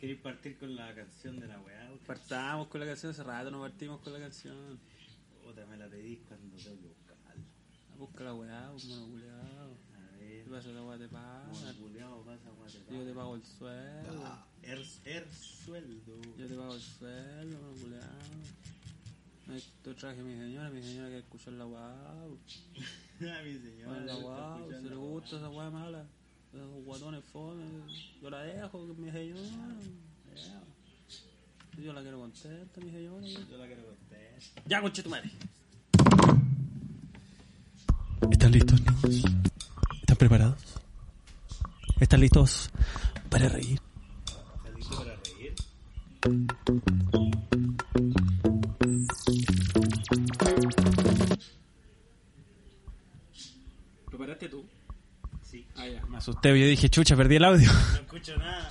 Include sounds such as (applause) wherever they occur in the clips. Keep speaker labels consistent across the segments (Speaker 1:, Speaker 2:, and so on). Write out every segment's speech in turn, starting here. Speaker 1: ¿Queréis partir con la canción de la weá?
Speaker 2: Partamos con la canción, hace rato no partimos con la canción.
Speaker 1: Otra me la pedís cuando tengo que buscarla.
Speaker 2: Ah, Busca la weá, un monoculeado.
Speaker 1: A
Speaker 2: Te
Speaker 1: ver.
Speaker 2: paso la weá, te pasa.
Speaker 1: Monoculeado pasa guatepá.
Speaker 2: Yo te pago el sueldo.
Speaker 1: Er- er sueldo. (laughs)
Speaker 2: Yo te pago el sueldo, monoculeado. No, Esto traje a mi señora, mi señora que escuchó la weá.
Speaker 1: A Ah, mi señora.
Speaker 2: Bueno,
Speaker 1: le
Speaker 2: la
Speaker 1: gusta
Speaker 2: weá,
Speaker 1: escuchar
Speaker 2: se
Speaker 1: la
Speaker 2: le
Speaker 1: weá.
Speaker 2: gusta esa weá mala. Esos guatones fome. Yo la dejo, que mi señora. Ya. Yo la quiero contenta, mi señora. ya.
Speaker 1: Yo la quiero contar.
Speaker 2: Ya, conche tu madre.
Speaker 3: ¿Están listos, niños? ¿Están preparados? ¿Están listos para reír?
Speaker 1: ¿Saliste para reír?
Speaker 2: ¿Preparaste tú?
Speaker 1: Sí.
Speaker 2: Ah, ya, más.
Speaker 3: Asusté, yo dije, chucha, perdí el audio.
Speaker 1: No escucho nada.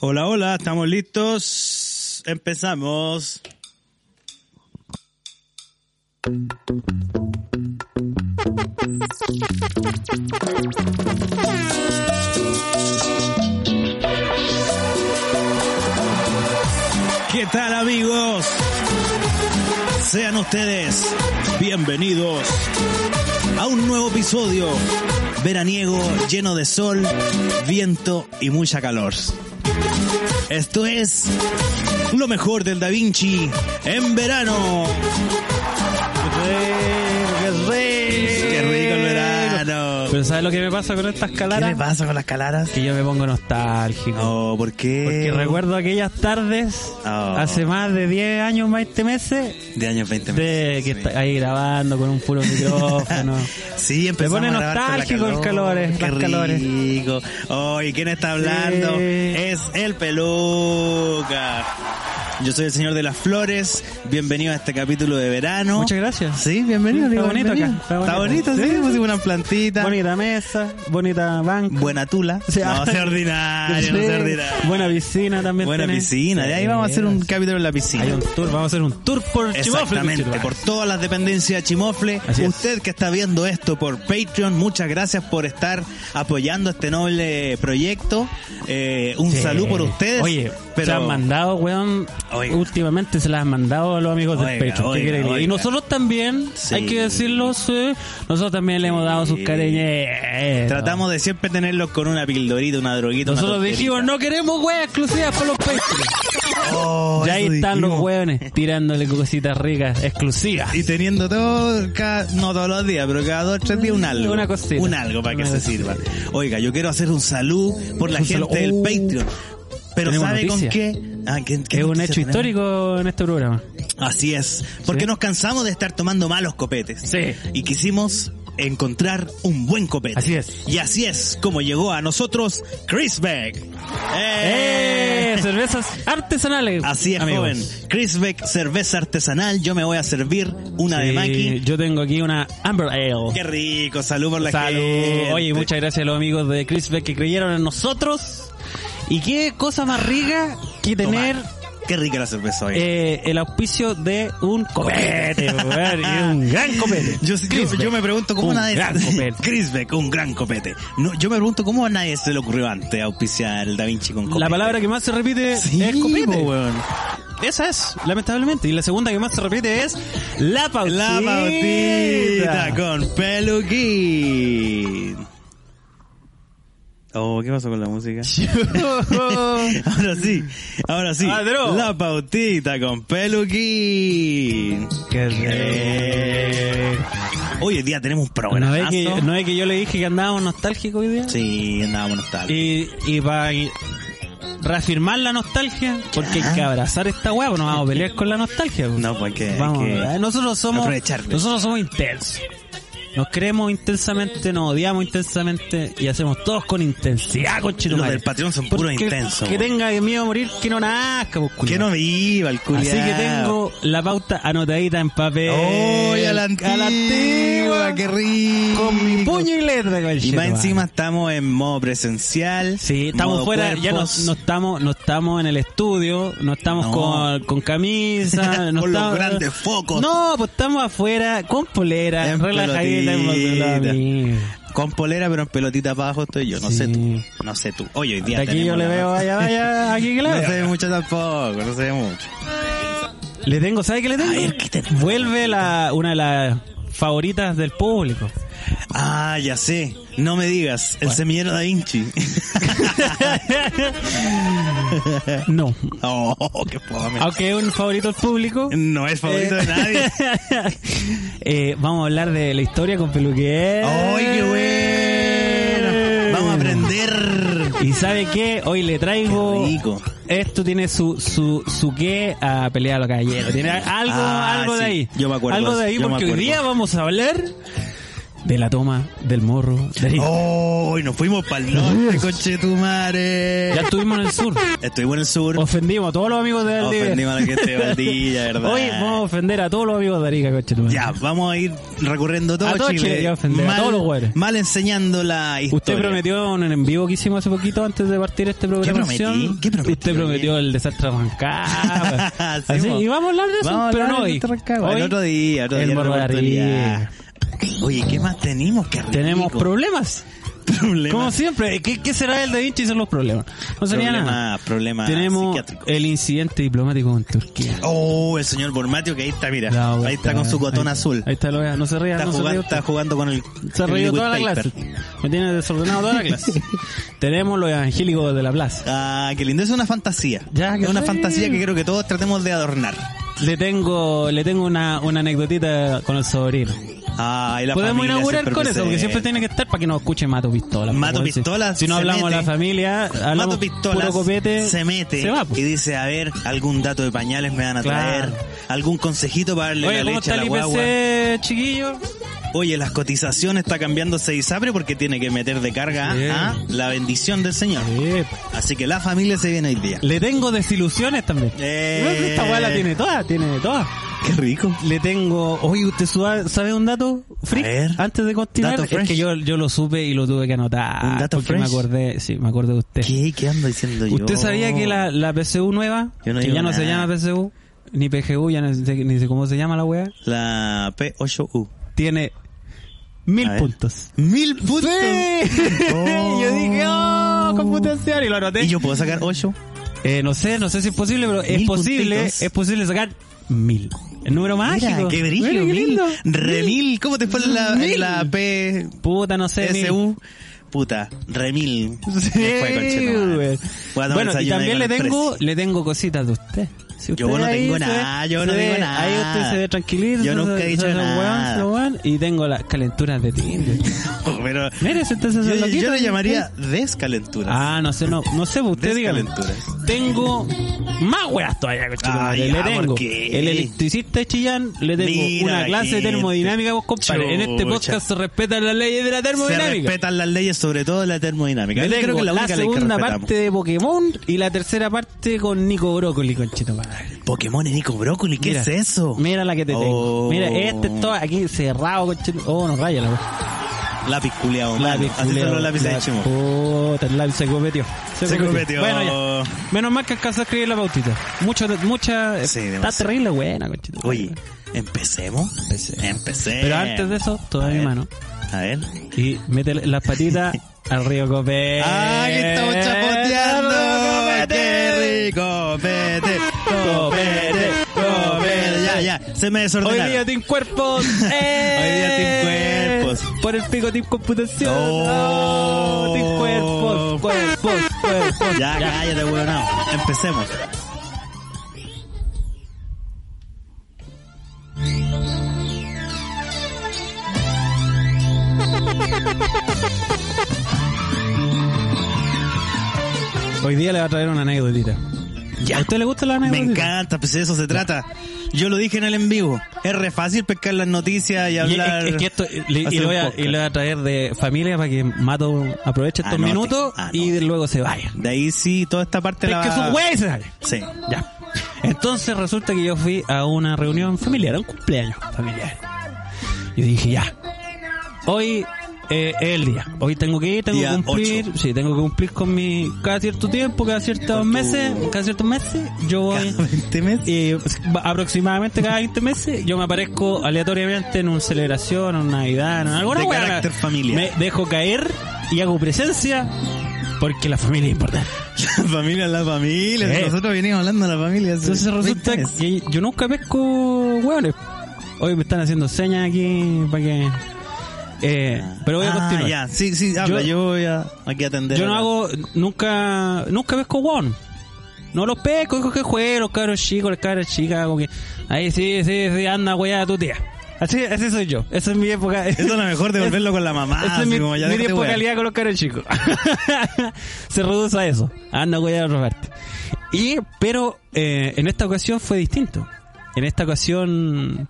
Speaker 1: Hola, hola, estamos listos. Empezamos.
Speaker 3: ¿Qué tal, amigos? Sean ustedes bienvenidos a un nuevo episodio veraniego lleno de sol, viento y mucha calor. Esto es lo mejor del Da Vinci en verano.
Speaker 2: Eh,
Speaker 3: ¡Qué rico el verano!
Speaker 2: Pero ¿sabes lo que me pasa con estas
Speaker 3: ¿Qué
Speaker 2: calaras?
Speaker 3: le pasa con las calaras?
Speaker 2: Que yo me pongo nostálgico.
Speaker 3: Oh, ¿por qué?
Speaker 2: Porque recuerdo aquellas tardes,
Speaker 3: Oh.
Speaker 2: hace más de 10 años, más este meses,
Speaker 3: De años 20
Speaker 2: de que está ahí grabando con un (laughs) puro micrófono.
Speaker 3: (laughs) Sí, empezamos
Speaker 2: pone
Speaker 3: a grabar con la
Speaker 2: nostálgico el calor, eh,
Speaker 3: Qué
Speaker 2: las calores.
Speaker 3: rico. Oh, ¿y quién está hablando?
Speaker 2: Sí.
Speaker 3: Es el peluca. Yo soy el señor de las flores. Bienvenido a este capítulo de verano.
Speaker 2: Muchas gracias.
Speaker 3: Sí, bienvenido.
Speaker 2: Está
Speaker 3: digo,
Speaker 2: bonito
Speaker 3: bienvenido.
Speaker 2: acá, está
Speaker 3: Está
Speaker 2: bonito.
Speaker 3: bonito, sí.
Speaker 2: Sí.
Speaker 3: Pusimos una plantita.
Speaker 2: Bonita mesa, bonita banca.
Speaker 3: Buena tula.
Speaker 2: Sí.
Speaker 3: No, (laughs) sea ordinario, no
Speaker 2: Sí.
Speaker 3: sea ordinario.
Speaker 2: Buena piscina también.
Speaker 3: Buena
Speaker 2: tenés.
Speaker 3: piscina. De ahí vamos a hacer un capítulo en la piscina.
Speaker 2: Hay un tour, vamos a hacer un tour por Chimofle.
Speaker 3: Exactamente,
Speaker 2: conchetumare.
Speaker 3: por todas las dependencias Chimofle.
Speaker 2: Así es.
Speaker 3: Usted que está viendo esto por Patreon, muchas gracias por estar apoyando este noble proyecto. Eh, un
Speaker 2: Sí.
Speaker 3: saludo por ustedes.
Speaker 2: Oye,
Speaker 3: pero
Speaker 2: se las han mandado, weón.
Speaker 3: Oiga.
Speaker 2: Últimamente se las han mandado a los amigos del
Speaker 3: Oiga,
Speaker 2: Patreon. ¿Qué
Speaker 3: oiga,
Speaker 2: quiere que le diga? Y
Speaker 3: oiga.
Speaker 2: nosotros también,
Speaker 3: Sí.
Speaker 2: hay que decirlo, sí, nosotros también le hemos dado sus
Speaker 3: Sí.
Speaker 2: cariñeros.
Speaker 3: tratamos de siempre tenerlos con una pildorita, una droguita. una
Speaker 2: Nosotros
Speaker 3: tonterita.
Speaker 2: dijimos, no queremos weas exclusivas para los Patreons.
Speaker 3: Oh,
Speaker 2: y ahí
Speaker 3: eso
Speaker 2: están los
Speaker 3: dijimos.
Speaker 2: weones tirándole cositas ricas, exclusivas.
Speaker 3: Y teniendo todo, cada- no todos los días, pero cada dos tres días un algo.
Speaker 2: Una cosita.
Speaker 3: Un algo para que
Speaker 2: Una
Speaker 3: se
Speaker 2: cosita.
Speaker 3: sirva. Oiga, yo quiero hacer un saludo por la
Speaker 2: Un
Speaker 3: gente
Speaker 2: saludo.
Speaker 3: del
Speaker 2: Uh.
Speaker 3: Patreon. Pero
Speaker 2: Tenemos
Speaker 3: ¿sabe con
Speaker 2: noticia.
Speaker 3: qué? Ah, ¿qué- qué
Speaker 2: Es un
Speaker 3: noticia
Speaker 2: hecho
Speaker 3: tenemos?
Speaker 2: histórico en este programa.
Speaker 3: Así es, porque
Speaker 2: Sí.
Speaker 3: nos cansamos de estar tomando malos copetes.
Speaker 2: Sí.
Speaker 3: Y quisimos encontrar un buen copete.
Speaker 2: Así es.
Speaker 3: Y así es como llegó a nosotros Chris Beck. ¡Eh!
Speaker 2: ¡Eh! Cervezas artesanales.
Speaker 3: Así es,
Speaker 2: amigos.
Speaker 3: joven. Chris Beck, cerveza artesanal. Yo me voy a servir una de
Speaker 2: Sí,
Speaker 3: Maki.
Speaker 2: Yo tengo aquí una Amber Ale.
Speaker 3: Qué rico, salud por la
Speaker 2: Salud.
Speaker 3: gente.
Speaker 2: Oye, muchas gracias a los amigos de Chris Beck que creyeron en nosotros. Y qué cosa más rica que
Speaker 3: Tomar.
Speaker 2: tener
Speaker 3: Qué rica la cerveza hoy.
Speaker 2: eh, el auspicio de un
Speaker 3: (laughs)
Speaker 2: copete, weón, y un gran copete.
Speaker 3: Yo, yo-
Speaker 2: Chris
Speaker 3: yo
Speaker 2: Beck.
Speaker 3: me pregunto cómo
Speaker 2: Un
Speaker 3: nadie
Speaker 2: gran copete.
Speaker 3: Chris Beck, un gran copete. No, yo me pregunto cómo a nadie se le ocurrió antes auspiciar el Da Vinci con copete.
Speaker 2: La palabra que más se repite
Speaker 3: Sí,
Speaker 2: es copete.
Speaker 3: po, weón.
Speaker 2: Esa es, lamentablemente. Y la segunda que más se repite es la pautita.
Speaker 3: La Bautita con Peluquín. Oh, ¿qué pasó con la
Speaker 2: (laughs)
Speaker 3: música? ahora sí, ahora sí.
Speaker 2: Adro.
Speaker 3: La Pautita con Peluquín.
Speaker 2: Qué rico.
Speaker 3: Hoy en día tenemos un programa.
Speaker 2: ¿No es, que, ¿No es que yo le dije que andábamos nostálgicos hoy día?
Speaker 3: Sí, andábamos nostálgicos.
Speaker 2: Y, y para reafirmar la nostalgia, porque hay que abrazar esta hueá, pues no vamos a pelear con la nostalgia. pues.
Speaker 3: Ah. No, pues hay que- hay
Speaker 2: Vamos,
Speaker 3: que
Speaker 2: eh, nosotros somos
Speaker 3: aprovecharla.
Speaker 2: nosotros somos intensos. Nos queremos intensamente, nos odiamos intensamente y hacemos todos con intensidad,
Speaker 3: Los
Speaker 2: conchetumare.
Speaker 3: del Patreon son puros
Speaker 2: Porque
Speaker 3: intensos.
Speaker 2: Que
Speaker 3: weón.
Speaker 2: tenga miedo a morir, que no nazca, pues,
Speaker 3: Que
Speaker 2: culiao.
Speaker 3: no viva el culiao.
Speaker 2: Así que tengo la pauta anotadita en papel.
Speaker 3: ¡Oh, a la antigua!
Speaker 2: antigua,
Speaker 3: ¡Qué rico!
Speaker 2: Con mi puño y letra,
Speaker 3: Y más
Speaker 2: conchetumare.
Speaker 3: encima estamos en modo presencial.
Speaker 2: Sí, estamos
Speaker 3: modo
Speaker 2: fuera, ya no,
Speaker 3: cuerpos.
Speaker 2: no estamos, no estamos en el estudio, no estamos
Speaker 3: No.
Speaker 2: con, con camisa,
Speaker 3: (laughs)
Speaker 2: no
Speaker 3: Con los
Speaker 2: estamos-
Speaker 3: grandes focos.
Speaker 2: No, pues estamos afuera, con polera,
Speaker 3: En
Speaker 2: relajadita, en
Speaker 3: pelotita.
Speaker 2: pelotita.
Speaker 3: Con polera, pero en pelotita para abajo estoy yo. No sé
Speaker 2: Sí.
Speaker 3: tú. No sé tú. Oye, hoy día
Speaker 2: De aquí yo
Speaker 3: tenemos
Speaker 2: le
Speaker 3: la-
Speaker 2: veo, vaya, vaya, aquí
Speaker 3: (laughs)
Speaker 2: que le
Speaker 3: No
Speaker 2: veo.
Speaker 3: se ve mucho tampoco, no se ve mucho.
Speaker 2: Le tengo, ¿sabe qué le tengo?
Speaker 3: A ver, ¿qué tenemos?
Speaker 2: Vuelve la, una de las favoritas del público.
Speaker 3: Ah, ya sé. No me digas. El semillero da Vinci. (laughs) Eh.
Speaker 2: No.
Speaker 3: oh, qué fome.
Speaker 2: Aunque es un favorito del público.
Speaker 3: No es favorito de nadie.
Speaker 2: (laughs) eh, vamos a hablar de la historia con peluquero.
Speaker 3: ¡Ay, qué bueno! Vamos a aprender.
Speaker 2: ¿Y sabe qué? Hoy le traigo.
Speaker 3: Qué rico.
Speaker 2: Esto tiene su, su, su qué a pelear a los caballeros. Tiene algo,
Speaker 3: Ah,
Speaker 2: algo de
Speaker 3: sí.
Speaker 2: ahí.
Speaker 3: Yo me acuerdo.
Speaker 2: Algo de ahí,
Speaker 3: Yo me
Speaker 2: porque hoy
Speaker 3: acuerdo.
Speaker 2: día vamos a hablar de la toma del morro de Arica.
Speaker 3: ¡Oh! Y nos fuimos para el norte, coche tu madre.
Speaker 2: Ya estuvimos en el sur.
Speaker 3: Estuvimos en el sur.
Speaker 2: Ofendimos a todos los amigos de Valdivia.
Speaker 3: Ofendimos a la gente de
Speaker 2: (laughs)
Speaker 3: Valdivia, ¿verdad?
Speaker 2: Hoy vamos a ofender a todos los amigos de Arica, coche. tu madre.
Speaker 3: Ya, vamos a ir recorriendo todo
Speaker 2: A todo
Speaker 3: Chile.
Speaker 2: Chile, ya ofender, a todos los güeyes.
Speaker 3: mal enseñando la historia.
Speaker 2: Usted prometió en el en vivo que hicimos hace poquito antes de partir este programa.
Speaker 3: prometí? ¿Qué prometí?
Speaker 2: Usted prometió el desastre de Rancagua.
Speaker 3: (laughs) Sí,
Speaker 2: Así,
Speaker 3: mo.
Speaker 2: y vamos a hablar de eso,
Speaker 3: Vamos a
Speaker 2: pero
Speaker 3: hablar
Speaker 2: no
Speaker 3: de
Speaker 2: hoy.
Speaker 3: Puerto Rancagua.
Speaker 2: Hoy,
Speaker 3: El otro día, otro
Speaker 2: el
Speaker 3: día.
Speaker 2: morro de
Speaker 3: otro día. Oye, ¿qué más tenemos? Qué rico.
Speaker 2: Tenemos problemas.
Speaker 3: (laughs) problemas.
Speaker 2: Como siempre, ¿qué, qué será el de Vinci y son los problemas? No sería nada.
Speaker 3: problemas, problemas
Speaker 2: Tenemos
Speaker 3: psiquiátricos.
Speaker 2: el incidente diplomático con Turquía.
Speaker 3: Oh, el señor Bormatio que ahí está, mira.
Speaker 2: La
Speaker 3: ahí
Speaker 2: vuelta,
Speaker 3: está con su cotón
Speaker 2: ahí-
Speaker 3: azul.
Speaker 2: Ahí está, lo vea. No se ría,
Speaker 3: está,
Speaker 2: no se ría
Speaker 3: jugando,
Speaker 2: usted.
Speaker 3: está jugando con el.
Speaker 2: Se ha
Speaker 3: el
Speaker 2: reído
Speaker 3: liquid
Speaker 2: toda la
Speaker 3: paper.
Speaker 2: clase. Me tiene desordenado toda la clase.
Speaker 3: (laughs)
Speaker 2: Tenemos los evangélicos de la plaza.
Speaker 3: Ah, qué lindo. Es una fantasía.
Speaker 2: Ya, qué
Speaker 3: es una
Speaker 2: rico.
Speaker 3: fantasía que creo que todos tratemos de adornar.
Speaker 2: Le tengo, le tengo una, una anecdotita con el sobrino.
Speaker 3: Ah, y la
Speaker 2: Podemos
Speaker 3: familia
Speaker 2: inaugurar
Speaker 3: siempre
Speaker 2: con eso, porque
Speaker 3: presente.
Speaker 2: siempre tiene que estar para que nos escuche Mato Pistola.
Speaker 3: Mato
Speaker 2: Porque si-
Speaker 3: Pistola
Speaker 2: Si no
Speaker 3: se
Speaker 2: hablamos de
Speaker 3: mete.
Speaker 2: la familia, hablamos
Speaker 3: Mato Pistolas
Speaker 2: puro copete,
Speaker 3: se mete
Speaker 2: Se va, pues.
Speaker 3: y dice, a ver, algún dato de pañales me van a
Speaker 2: Claro.
Speaker 3: traer, algún consejito para darle
Speaker 2: Oye,
Speaker 3: la
Speaker 2: ¿cómo
Speaker 3: leche
Speaker 2: está
Speaker 3: a la
Speaker 2: el
Speaker 3: guagua.
Speaker 2: IPC, chiquillo?
Speaker 3: Oye, las cotizaciones está cambiándose Isapre porque tiene que meter de carga
Speaker 2: Sí.
Speaker 3: a la bendición del Señor. Así que la familia se viene hoy día.
Speaker 2: Le tengo desilusiones también.
Speaker 3: Eh.
Speaker 2: Esta weá la tiene toda, tiene toda.
Speaker 3: Qué rico.
Speaker 2: Le tengo, oye, ¿usted suba- sabe un dato freak?
Speaker 3: A ver.
Speaker 2: Antes de continuar,
Speaker 3: Dato
Speaker 2: es
Speaker 3: fresh.
Speaker 2: que yo, yo lo supe y lo tuve que anotar.
Speaker 3: ¿Un dato
Speaker 2: porque me
Speaker 3: fresh?
Speaker 2: acordé, sí, me acordé de usted.
Speaker 3: ¿Qué? ¿Qué ando diciendo yo?
Speaker 2: ¿Usted sabía que la, la PCU nueva,
Speaker 3: Yo no
Speaker 2: que
Speaker 3: digo
Speaker 2: ya no se
Speaker 3: nada.
Speaker 2: llama PCU, ni PGU, ya no sé, ni sé cómo se llama la wea,
Speaker 3: La P8U.
Speaker 2: tiene mil
Speaker 3: A ver.
Speaker 2: puntos?
Speaker 3: ¡Mil puntos! Oh.
Speaker 2: (laughs) yo dije, oh, computación, y lo anoté.
Speaker 3: ¿Y yo puedo sacar 8?
Speaker 2: Eh, no sé, no sé si es posible, pero es
Speaker 3: Mil
Speaker 2: posible,
Speaker 3: puntitos.
Speaker 2: es posible sacar mil. El número mágico.
Speaker 3: ¡Qué brillo!
Speaker 2: Mira, qué
Speaker 3: mil.
Speaker 2: lindo.
Speaker 3: ¡Re mil! ¿Cómo te fue en la, en
Speaker 2: Mil.
Speaker 3: la P...
Speaker 2: Puta, no sé. mil.
Speaker 3: SU, puta, remil.
Speaker 2: Sí,
Speaker 3: Me fue, conchetumare.
Speaker 2: güey.
Speaker 3: Voy a tomar
Speaker 2: Bueno, y
Speaker 3: desayuno
Speaker 2: también
Speaker 3: ahí
Speaker 2: le
Speaker 3: con el
Speaker 2: tengo,
Speaker 3: presi.
Speaker 2: le tengo cositas de usted. Si
Speaker 3: Yo
Speaker 2: usted
Speaker 3: no
Speaker 2: ahí
Speaker 3: tengo
Speaker 2: se
Speaker 3: nada, yo no
Speaker 2: se
Speaker 3: tengo
Speaker 2: ve-
Speaker 3: nada.
Speaker 2: Ahí usted se ve tranquilito.
Speaker 3: Yo
Speaker 2: se-
Speaker 3: nunca he
Speaker 2: se-
Speaker 3: dicho
Speaker 2: se- se-
Speaker 3: nada.
Speaker 2: se- se- se- y tengo las calenturas de Tinder.
Speaker 3: (laughs) Pero
Speaker 2: Mire, si usted se hace
Speaker 3: yo,
Speaker 2: loquito,
Speaker 3: yo lo llamaría descalentura.
Speaker 2: ¿eh? Ah, no sé, no, no sé, usted dígame.
Speaker 3: Descalentura.
Speaker 2: Tengo más weas todavía,
Speaker 3: Ah,
Speaker 2: conchetumare.
Speaker 3: ya,
Speaker 2: Le tengo
Speaker 3: ¿por qué?
Speaker 2: el electricista de Chillán, le tengo
Speaker 3: Mira
Speaker 2: una
Speaker 3: la
Speaker 2: clase de
Speaker 3: gente.
Speaker 2: termodinámica, vos compadre. En
Speaker 3: Chucha.
Speaker 2: este podcast se respetan las leyes de la
Speaker 3: se
Speaker 2: termodinámica.
Speaker 3: respetan las leyes, sobre todo la termodinámica.
Speaker 2: Le
Speaker 3: Yo
Speaker 2: tengo
Speaker 3: creo que la
Speaker 2: la,
Speaker 3: única ley que
Speaker 2: segunda
Speaker 3: respetamos.
Speaker 2: parte de Pokémon y la tercera parte con Nico Brócoli, conchetumare.
Speaker 3: Pokémon y Nico Brócoli, ¿qué
Speaker 2: Mira,
Speaker 3: es eso?
Speaker 2: Mira la que te tengo.
Speaker 3: Oh.
Speaker 2: Mira, este todo aquí cerrado, conchetumare. Oh, no raya la wea.
Speaker 3: Lápiz culiao,
Speaker 2: Lápiz,
Speaker 3: mano. Así son
Speaker 2: culiao,
Speaker 3: los lápices de
Speaker 2: lápiz.
Speaker 3: Chimo.
Speaker 2: Puta, el lápiz se cometió.
Speaker 3: Se cometió.
Speaker 2: Bueno, ya. Menos mal que alcanzó a escribir la pautita. Mucho, mucha...
Speaker 3: Sí,
Speaker 2: está
Speaker 3: demasiado.
Speaker 2: terrible buena, conchito.
Speaker 3: Oye, empecemos.
Speaker 2: Empecé.
Speaker 3: Empecemos.
Speaker 2: Pero antes de eso, toda
Speaker 3: A
Speaker 2: mi
Speaker 3: ver,
Speaker 2: mano.
Speaker 3: A ver.
Speaker 2: Y mete las
Speaker 3: (laughs)
Speaker 2: patitas al río Copete.
Speaker 3: ¡Ah, que estamos
Speaker 2: Eh,
Speaker 3: chapoteando! ¡Qué rico! ¡Vete! ¡Copete! ¡Copete! Ya, ya, se me
Speaker 2: Hoy
Speaker 3: desordenaron.
Speaker 2: día Team (laughs) Cuerpos.
Speaker 3: ¡Eh!
Speaker 2: Hoy día Team Cuerpos. Por el pico Team Computación.
Speaker 3: ¡Oh!
Speaker 2: ¡Oh! Team Cuerpos, Cuerpos, Cuerpos.
Speaker 3: Ya, cállate, weón. Empecemos.
Speaker 2: Hoy día le va a traer una anécdotita.
Speaker 3: Ya.
Speaker 2: ¿A usted le gusta la
Speaker 3: Me
Speaker 2: anécdota?
Speaker 3: encanta, pues de eso se trata. Yo lo dije en el en vivo. Es re fácil pescar las noticias y
Speaker 2: Y es-
Speaker 3: hablar.
Speaker 2: es, que esto, le- y,
Speaker 3: hacer
Speaker 2: lo
Speaker 3: un
Speaker 2: voy a,
Speaker 3: podcast.
Speaker 2: y lo voy a traer de familia para que Mato aproveche estos
Speaker 3: Anote,
Speaker 2: minutos y
Speaker 3: anote.
Speaker 2: luego se vaya.
Speaker 3: De ahí sí, toda esta parte
Speaker 2: Es
Speaker 3: la.
Speaker 2: que es un güey, se sale.
Speaker 3: Sí.
Speaker 2: Ya. Entonces resulta que yo fui a una reunión familiar, a un cumpleaños familiar. Y dije, ya. Hoy eh, es el día. Hoy tengo que ir, tengo
Speaker 3: Día
Speaker 2: que cumplir.
Speaker 3: ocho.
Speaker 2: Sí, tengo que cumplir con mi. Cada cierto tiempo, cada ciertos meses, cada ciertos meses, yo voy.
Speaker 3: Cada 20 meses.
Speaker 2: eh, aproximadamente cada 20 meses yo me aparezco aleatoriamente en una celebración, en una Navidad, en alguna
Speaker 3: De
Speaker 2: weá.
Speaker 3: carácter familiar.
Speaker 2: Me dejo caer y hago presencia porque la familia es importante.
Speaker 3: La familia es la familia.
Speaker 2: Sí.
Speaker 3: Nosotros venimos hablando de la familia. hace
Speaker 2: Entonces resulta
Speaker 3: 20 meses.
Speaker 2: que yo nunca pesco hueones. Hoy me están haciendo señas aquí para que... Eh, pero voy a
Speaker 3: Ah,
Speaker 2: continuar.
Speaker 3: ya, sí, sí, habla. Yo,
Speaker 2: Yo-
Speaker 3: voy a aquí a atender.
Speaker 2: Yo
Speaker 3: a
Speaker 2: no
Speaker 3: la-
Speaker 2: hago... Nunca... Nunca pesco hueón. No los pesco, dijo que juegue, los cabros chicos, las cabras chicas, como que... Ahí sí, sí, sí, anda, weá, tu tía. Así, así soy yo. Esa es mi época.
Speaker 3: Eso es lo mejor de volverlo con la Ah, mamá.
Speaker 2: Esa
Speaker 3: así
Speaker 2: Este es mi,
Speaker 3: como ya
Speaker 2: mi
Speaker 3: déjate
Speaker 2: tiempo de
Speaker 3: wear.
Speaker 2: calidad con los caros chicos. (laughs) Se reduce a eso. Anda, voy a robarte. Y, pero eh, en esta ocasión fue distinto. En esta ocasión...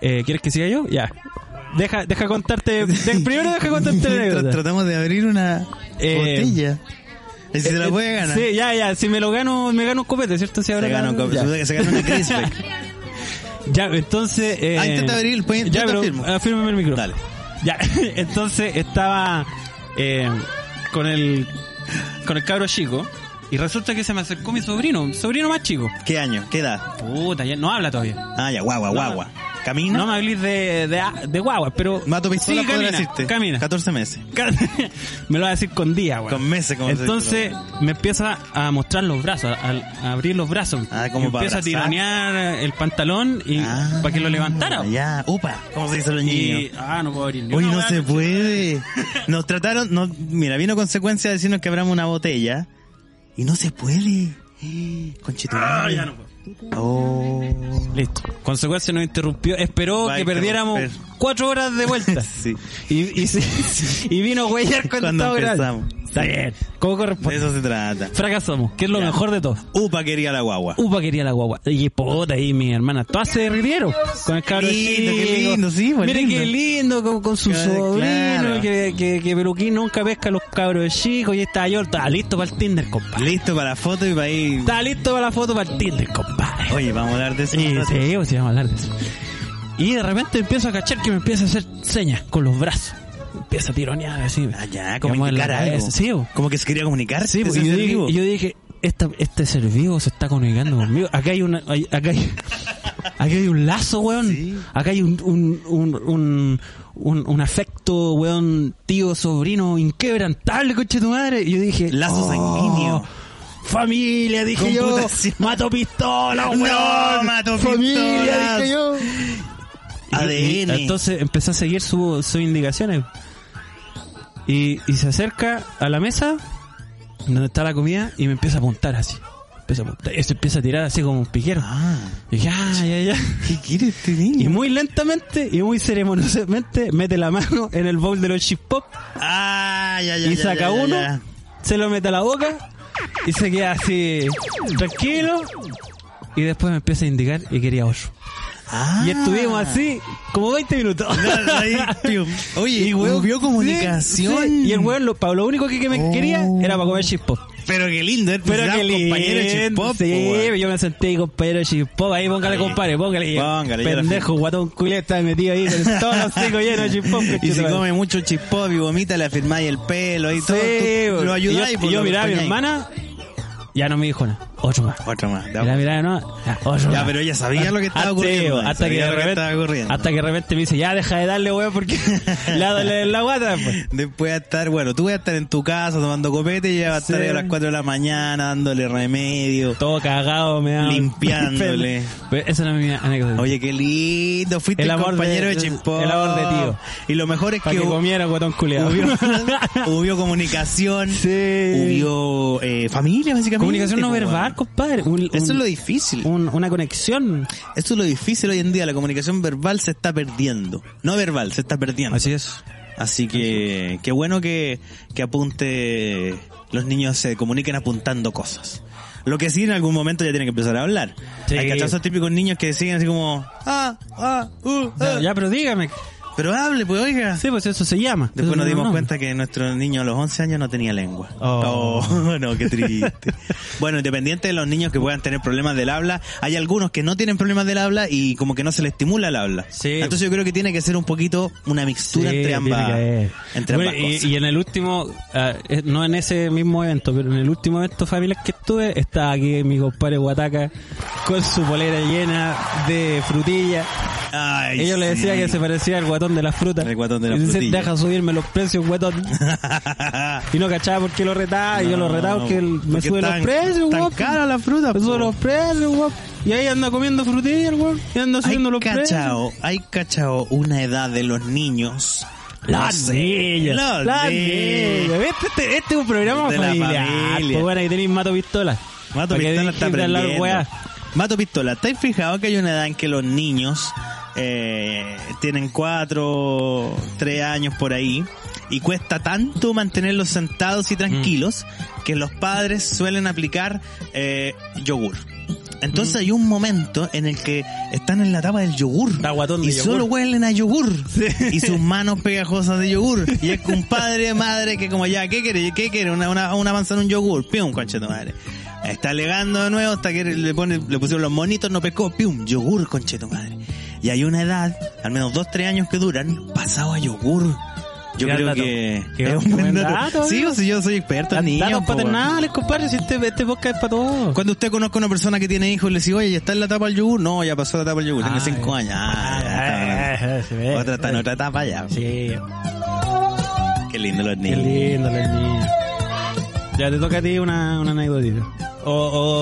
Speaker 2: eh, ¿Quieres que siga yo? Ya. Deja, deja
Speaker 3: (laughs)
Speaker 2: contarte... de- primero deja contarte la
Speaker 3: Mientras
Speaker 2: anécdota.
Speaker 3: Tratamos de abrir una
Speaker 2: Eh,
Speaker 3: botella. Y si se la
Speaker 2: Eh,
Speaker 3: puede ganar.
Speaker 2: Sí, ya, ya. Si me lo gano, me gano un copete, ¿cierto? Si ahora
Speaker 3: Se gana, un
Speaker 2: gano-
Speaker 3: co-
Speaker 2: ya.
Speaker 3: se que se gana una
Speaker 2: (laughs)
Speaker 3: Crisbeck.
Speaker 2: Ya, entonces. Eh,
Speaker 3: Ah, intenta abrir el puente,
Speaker 2: Ya,
Speaker 3: yo te
Speaker 2: pero.
Speaker 3: firmo.
Speaker 2: ah, fírmame el micrófono.
Speaker 3: Dale.
Speaker 2: Ya, (laughs) entonces estaba eh, con el. con el cabro chico. Y resulta que se me acercó mi sobrino, un sobrino más chico.
Speaker 3: ¿Qué año? ¿Qué edad?
Speaker 2: Puta, ya no habla todavía.
Speaker 3: Ah, ya, guagua, guagua. ¿Camina?
Speaker 2: No me hablís de, de, de guagua, pero.
Speaker 3: Mato pistola
Speaker 2: sí,
Speaker 3: podrá
Speaker 2: camina,
Speaker 3: decirte.
Speaker 2: Camina.
Speaker 3: 14 meses.
Speaker 2: (laughs) me lo va a decir con día, güey.
Speaker 3: Con meses, como se dice,
Speaker 2: Entonces me empieza a mostrar los brazos, a, a abrir los brazos.
Speaker 3: Ah, como
Speaker 2: Y
Speaker 3: para
Speaker 2: empieza a
Speaker 3: abrazar.
Speaker 2: tironear el pantalón y
Speaker 3: Ah,
Speaker 2: para que lo levantara.
Speaker 3: Ya, upa, ¿cómo se dice los
Speaker 2: Y,
Speaker 3: niños?
Speaker 2: ah, no puedo abrir. ni
Speaker 3: Hoy
Speaker 2: una,
Speaker 3: no
Speaker 2: weá.
Speaker 3: se puede. Nos trataron, no, mira, vino consecuencia de decirnos que abramos una botella y no se
Speaker 2: (gasps)
Speaker 3: puede. Conchetumare.
Speaker 4: Ah, ya no puedo.
Speaker 3: Oh.
Speaker 2: Listo. Consecuencia nos interrumpió. Esperó
Speaker 3: Va a
Speaker 2: que perdiéramos
Speaker 3: interrumpir.
Speaker 2: cuatro horas de vuelta.
Speaker 3: (laughs) Sí.
Speaker 2: y, y, se- (laughs) y vino a
Speaker 3: (laughs)
Speaker 2: huellar cuando,
Speaker 3: Cuando
Speaker 2: estaba grabando.
Speaker 3: empezamos.
Speaker 2: Está bien. ¿Cómo
Speaker 3: De
Speaker 2: corresponde?
Speaker 3: eso se trata.
Speaker 2: Fracasamos, que es lo mejor de todo.
Speaker 3: Upa quería la guagua.
Speaker 2: Upa quería la guagua. Y puta, y mi hermana. Todas se rieron con el cabrón.
Speaker 3: Lindo,
Speaker 2: chico.
Speaker 3: qué lindo, sí, pues,
Speaker 2: Mire
Speaker 3: lindo.
Speaker 2: qué lindo con, con su
Speaker 3: Claro,
Speaker 2: sobrino.
Speaker 3: claro.
Speaker 2: Que, que, que Peluquín nunca pesca a los cabros chicos. Y está yo, está listo para el Tinder, compadre.
Speaker 3: Listo para la foto y para ir.
Speaker 2: Está listo para la foto para el Tinder, compadre.
Speaker 3: Oye, vamos a hablar de eso.
Speaker 2: Sí,
Speaker 3: un rato.
Speaker 2: sí, pues sí, vamos a hablar de eso. Y de repente empiezo a cachar que me empieza a hacer señas con los brazos. Empieza a tironear así.
Speaker 3: Ah, ya, como
Speaker 2: Me mueve la
Speaker 3: indicar algo.
Speaker 2: cabeza, sí, bo.
Speaker 3: como que se quería comunicar.
Speaker 2: Sí, porque yo dije, yo dije, esta- este ser vivo se está comunicando conmigo. Acá hay una, hay- acá hay, (laughs) acá hay un lazo, weón.
Speaker 3: Sí.
Speaker 2: Acá hay un, un, un, un, un- un afecto, weón, tío, sobrino, inquebrantable, coche tu madre. Y yo dije, "Oh,
Speaker 3: Lazo sanguíneo.
Speaker 2: Familia, dije yo.
Speaker 3: Computación.
Speaker 2: Mato pistola,
Speaker 3: No,
Speaker 2: weón.
Speaker 3: mato pistolas.
Speaker 2: Familia, dije yo.
Speaker 3: ADN.
Speaker 2: Entonces empecé a seguir su- sus indicaciones. Y, y se acerca a la mesa donde está la comida y me empieza a apuntar así. Empieza a apuntar. Y se empieza a tirar así como un piquero.
Speaker 3: Ah,
Speaker 2: Y dije, ah, ya, ya.
Speaker 3: ¿qué quiere este niño?
Speaker 2: Y muy lentamente y muy ceremoniosamente mete la mano en el bowl de los chip pop
Speaker 3: Ah, ya, ya.
Speaker 2: y
Speaker 3: ya,
Speaker 2: saca
Speaker 3: ya, ya,
Speaker 2: uno,
Speaker 3: ya.
Speaker 2: se lo mete a la boca y se queda así tranquilo. Y después me empieza a indicar y quería otro.
Speaker 3: Ah.
Speaker 2: Y estuvimos así como 20 minutos.
Speaker 3: Ahí, pium. Oye,
Speaker 2: (laughs) Y, weón,
Speaker 3: hubo
Speaker 2: sí,
Speaker 3: comunicación.
Speaker 2: sí. Y el weón, lo, pa- lo único que, que me
Speaker 3: Oh.
Speaker 2: quería era para comer chispop.
Speaker 3: Ah. Pero qué lindo, él
Speaker 2: Pero
Speaker 3: pensaba,
Speaker 2: que
Speaker 3: compañero de pues, Chispop,
Speaker 2: Sí,
Speaker 3: po, weón.
Speaker 2: yo me senté compañero de chispop. Ahí póngale, compadre, póngale.
Speaker 3: Póngale, yo la
Speaker 2: Pendejo, guatón culeta metido ahí con todos los cinco llenos de
Speaker 3: (laughs)
Speaker 2: chispop.
Speaker 3: Y si
Speaker 2: conchetumare.
Speaker 3: come mucho chispop y vomita, le afirmáis el pelo y todo.
Speaker 2: Sí,
Speaker 3: tú
Speaker 2: weón.
Speaker 3: lo ayudáis.
Speaker 2: Y yo,
Speaker 3: pues,
Speaker 2: y yo
Speaker 3: lo
Speaker 2: miraba a mi
Speaker 3: acompañáis.
Speaker 2: hermana, ya no me dijo nada. Otro más.
Speaker 3: Otro más. da-
Speaker 2: Mirá, mirá, no, ya, otro
Speaker 3: Ya,
Speaker 2: más.
Speaker 3: pero ella sabía lo que estaba
Speaker 2: Ah, sí,
Speaker 3: ocurriendo,
Speaker 2: hasta
Speaker 3: sabía
Speaker 2: que de
Speaker 3: lo que
Speaker 2: repente,
Speaker 3: estaba ocurriendo.
Speaker 2: Hasta que de repente me dice, ya deja de darle, weón, porque (laughs) le va a doler la guata. pues.
Speaker 3: Después va a estar, bueno, tú vas a estar en tu casa tomando copete y ella va a estar
Speaker 2: Sí.
Speaker 3: ahí a las 4 de la mañana dándole remedio.
Speaker 2: Todo cagado, me da.
Speaker 3: Limpiándole.
Speaker 2: (laughs) Pero esa no es mi anécdota.
Speaker 3: Oye, qué lindo, fuiste
Speaker 2: El
Speaker 3: el
Speaker 2: amor
Speaker 3: compañero de,
Speaker 2: de-
Speaker 3: chispop.
Speaker 2: el amor de tío.
Speaker 3: Y lo mejor es
Speaker 2: para
Speaker 3: que,
Speaker 2: que,
Speaker 3: hu-
Speaker 2: comiera guatón culeado. (laughs)
Speaker 3: hubo, hubo comunicación,
Speaker 2: Sí.
Speaker 3: hubo eh, familia, básicamente.
Speaker 2: Comunicación no
Speaker 3: pues,
Speaker 2: verbal,
Speaker 3: bueno.
Speaker 2: compadre. Un- un-
Speaker 3: Eso es lo difícil.
Speaker 2: un- una conexión.
Speaker 3: Eso es lo difícil hoy en día. La comunicación verbal se está perdiendo. No verbal, se está perdiendo. Así,
Speaker 2: Así es.
Speaker 3: que, qué bueno que, que apunte. Los niños se comuniquen apuntando cosas. Lo que sí, en algún momento ya tienen que empezar a hablar.
Speaker 2: Sí.
Speaker 3: Hay cachazos típicos niños que siguen así como. Ah, ah, uh, ah.
Speaker 2: Ya, pero dígame.
Speaker 3: Pero hable, pues oiga.
Speaker 2: Sí, pues eso se llama.
Speaker 3: Después nos
Speaker 2: Eso tiene
Speaker 3: dimos
Speaker 2: un nombre.
Speaker 3: cuenta que nuestro niño a los 11 años no tenía lengua.
Speaker 2: Oh.
Speaker 3: Oh, (laughs) no, qué triste. bueno, independiente de los niños que puedan tener problemas del habla, hay algunos que no tienen problemas del habla y como que no se le estimula el habla.
Speaker 2: Sí.
Speaker 3: Entonces yo creo que tiene que ser un poquito una mixtura
Speaker 2: Sí,
Speaker 3: entre ambas,
Speaker 2: tiene que haber.
Speaker 3: entre ambas
Speaker 2: Bueno, y-
Speaker 3: cosas.
Speaker 2: y, en el último, ah, eh, no en ese mismo evento, pero en el último evento familiar que estuve, estaba aquí mi compadre Guataca con su polera llena de frutilla.
Speaker 3: Ay,
Speaker 2: Ellos le decían
Speaker 3: sí.
Speaker 2: que
Speaker 3: (laughs)
Speaker 2: se parecía al guatón de las frutas.
Speaker 3: El guatón de las
Speaker 2: Y dice,
Speaker 3: frutillas.
Speaker 2: deja subirme los precios, guatón. y no cachaba porque lo retaba, y yo lo retaba
Speaker 3: No,
Speaker 2: porque él me
Speaker 3: porque
Speaker 2: sube
Speaker 3: tan-
Speaker 2: los precios,
Speaker 3: tan
Speaker 2: guapo.
Speaker 3: cara la fruta,
Speaker 2: Me sube
Speaker 3: po.
Speaker 2: los precios, guapo. Y ahí anda comiendo frutillas, guapo. Y anda
Speaker 3: Hay
Speaker 2: subiendo los precios.
Speaker 3: cachao, hay cachao una edad de los niños.
Speaker 2: Las
Speaker 3: No sé,
Speaker 2: niñas,
Speaker 3: los
Speaker 2: las
Speaker 3: niños.
Speaker 2: niñas. Este, este- este es un programa
Speaker 3: De la
Speaker 2: familiar.
Speaker 3: familia.
Speaker 2: Pues bueno, ahí tenéis Mato Pistola.
Speaker 3: Mato
Speaker 2: Para que
Speaker 3: Pistola
Speaker 2: dejes
Speaker 3: está
Speaker 2: de hablar
Speaker 3: aprendiendo.
Speaker 2: weá.
Speaker 3: Mato Pistola, ¿estáis fijado que hay una edad en que los niños eh, tienen cuatro, tres años por ahí y cuesta tanto mantenerlos sentados y tranquilos
Speaker 2: Mm.
Speaker 3: que los padres suelen aplicar eh, yogur? Entonces hay un momento en el que están en la etapa del yogur
Speaker 2: Está guatón de
Speaker 3: y
Speaker 2: yogur.
Speaker 3: solo huelen a yogur y sus manos pegajosas de yogur y es que un padre madre que como ya qué quiere qué quiere una una, una manzana un yogur pium concha de tu madre está alegando de nuevo hasta que le pone le pusieron los monitos no pescó pium yogur concha de tu madre y hay una edad al menos dos tres años que duran pasado a yogur yo
Speaker 2: Qué
Speaker 3: creo
Speaker 2: dato.
Speaker 3: que
Speaker 2: Qué
Speaker 3: es un buen
Speaker 2: buen
Speaker 3: dato.
Speaker 2: dato,
Speaker 3: sí
Speaker 2: amigo.
Speaker 3: o sí, yo soy experto en
Speaker 2: Datos
Speaker 3: niños po, weón.
Speaker 2: paternales, compadre. Si este, este podcast es para todos.
Speaker 3: cuando usted conozca a una persona que tiene hijos y le dice, oye, ¿ya está en la etapa del yogur? No, ya pasó la etapa del yogur, tiene
Speaker 2: Ah,
Speaker 3: cinco años. Ah, ya
Speaker 2: Ah,
Speaker 3: está.
Speaker 2: ah, ah, se ve.
Speaker 3: Otra está en otra etapa ya.
Speaker 2: Sí,
Speaker 3: Qué lindo los
Speaker 2: qué
Speaker 3: niños.
Speaker 2: lindo los niños. Ya te toca a ti una, una anécdotita. O,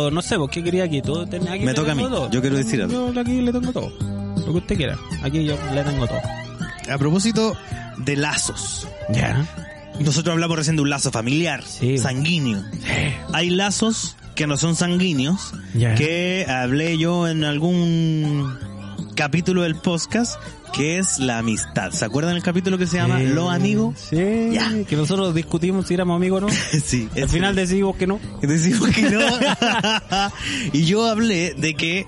Speaker 2: o no sé, vos qué querías aquí. ¿Tú tenés- aquí
Speaker 3: Me toca a
Speaker 2: tenemos
Speaker 3: mí.
Speaker 2: todo?
Speaker 3: Yo quiero decir algo.
Speaker 2: Yo aquí le tengo todo. Lo que usted quiera. Aquí yo le tengo todo.
Speaker 3: A propósito de lazos.
Speaker 2: Ya.
Speaker 3: Nosotros hablamos recién de un lazo familiar,
Speaker 2: Sí.
Speaker 3: sanguíneo. Hay lazos que no son sanguíneos,
Speaker 2: Ya.
Speaker 3: que hablé yo en algún capítulo del podcast, que es la amistad. ¿Se acuerdan el capítulo que se llama
Speaker 2: Eh,
Speaker 3: Los amigos? (laughs)
Speaker 2: Sí.
Speaker 3: Ya.
Speaker 2: Que nosotros discutimos si éramos amigos o no.
Speaker 3: Sí,
Speaker 2: Al
Speaker 3: es-
Speaker 2: final decidimos que no.
Speaker 3: Decimos que no. (laughs) y yo hablé de que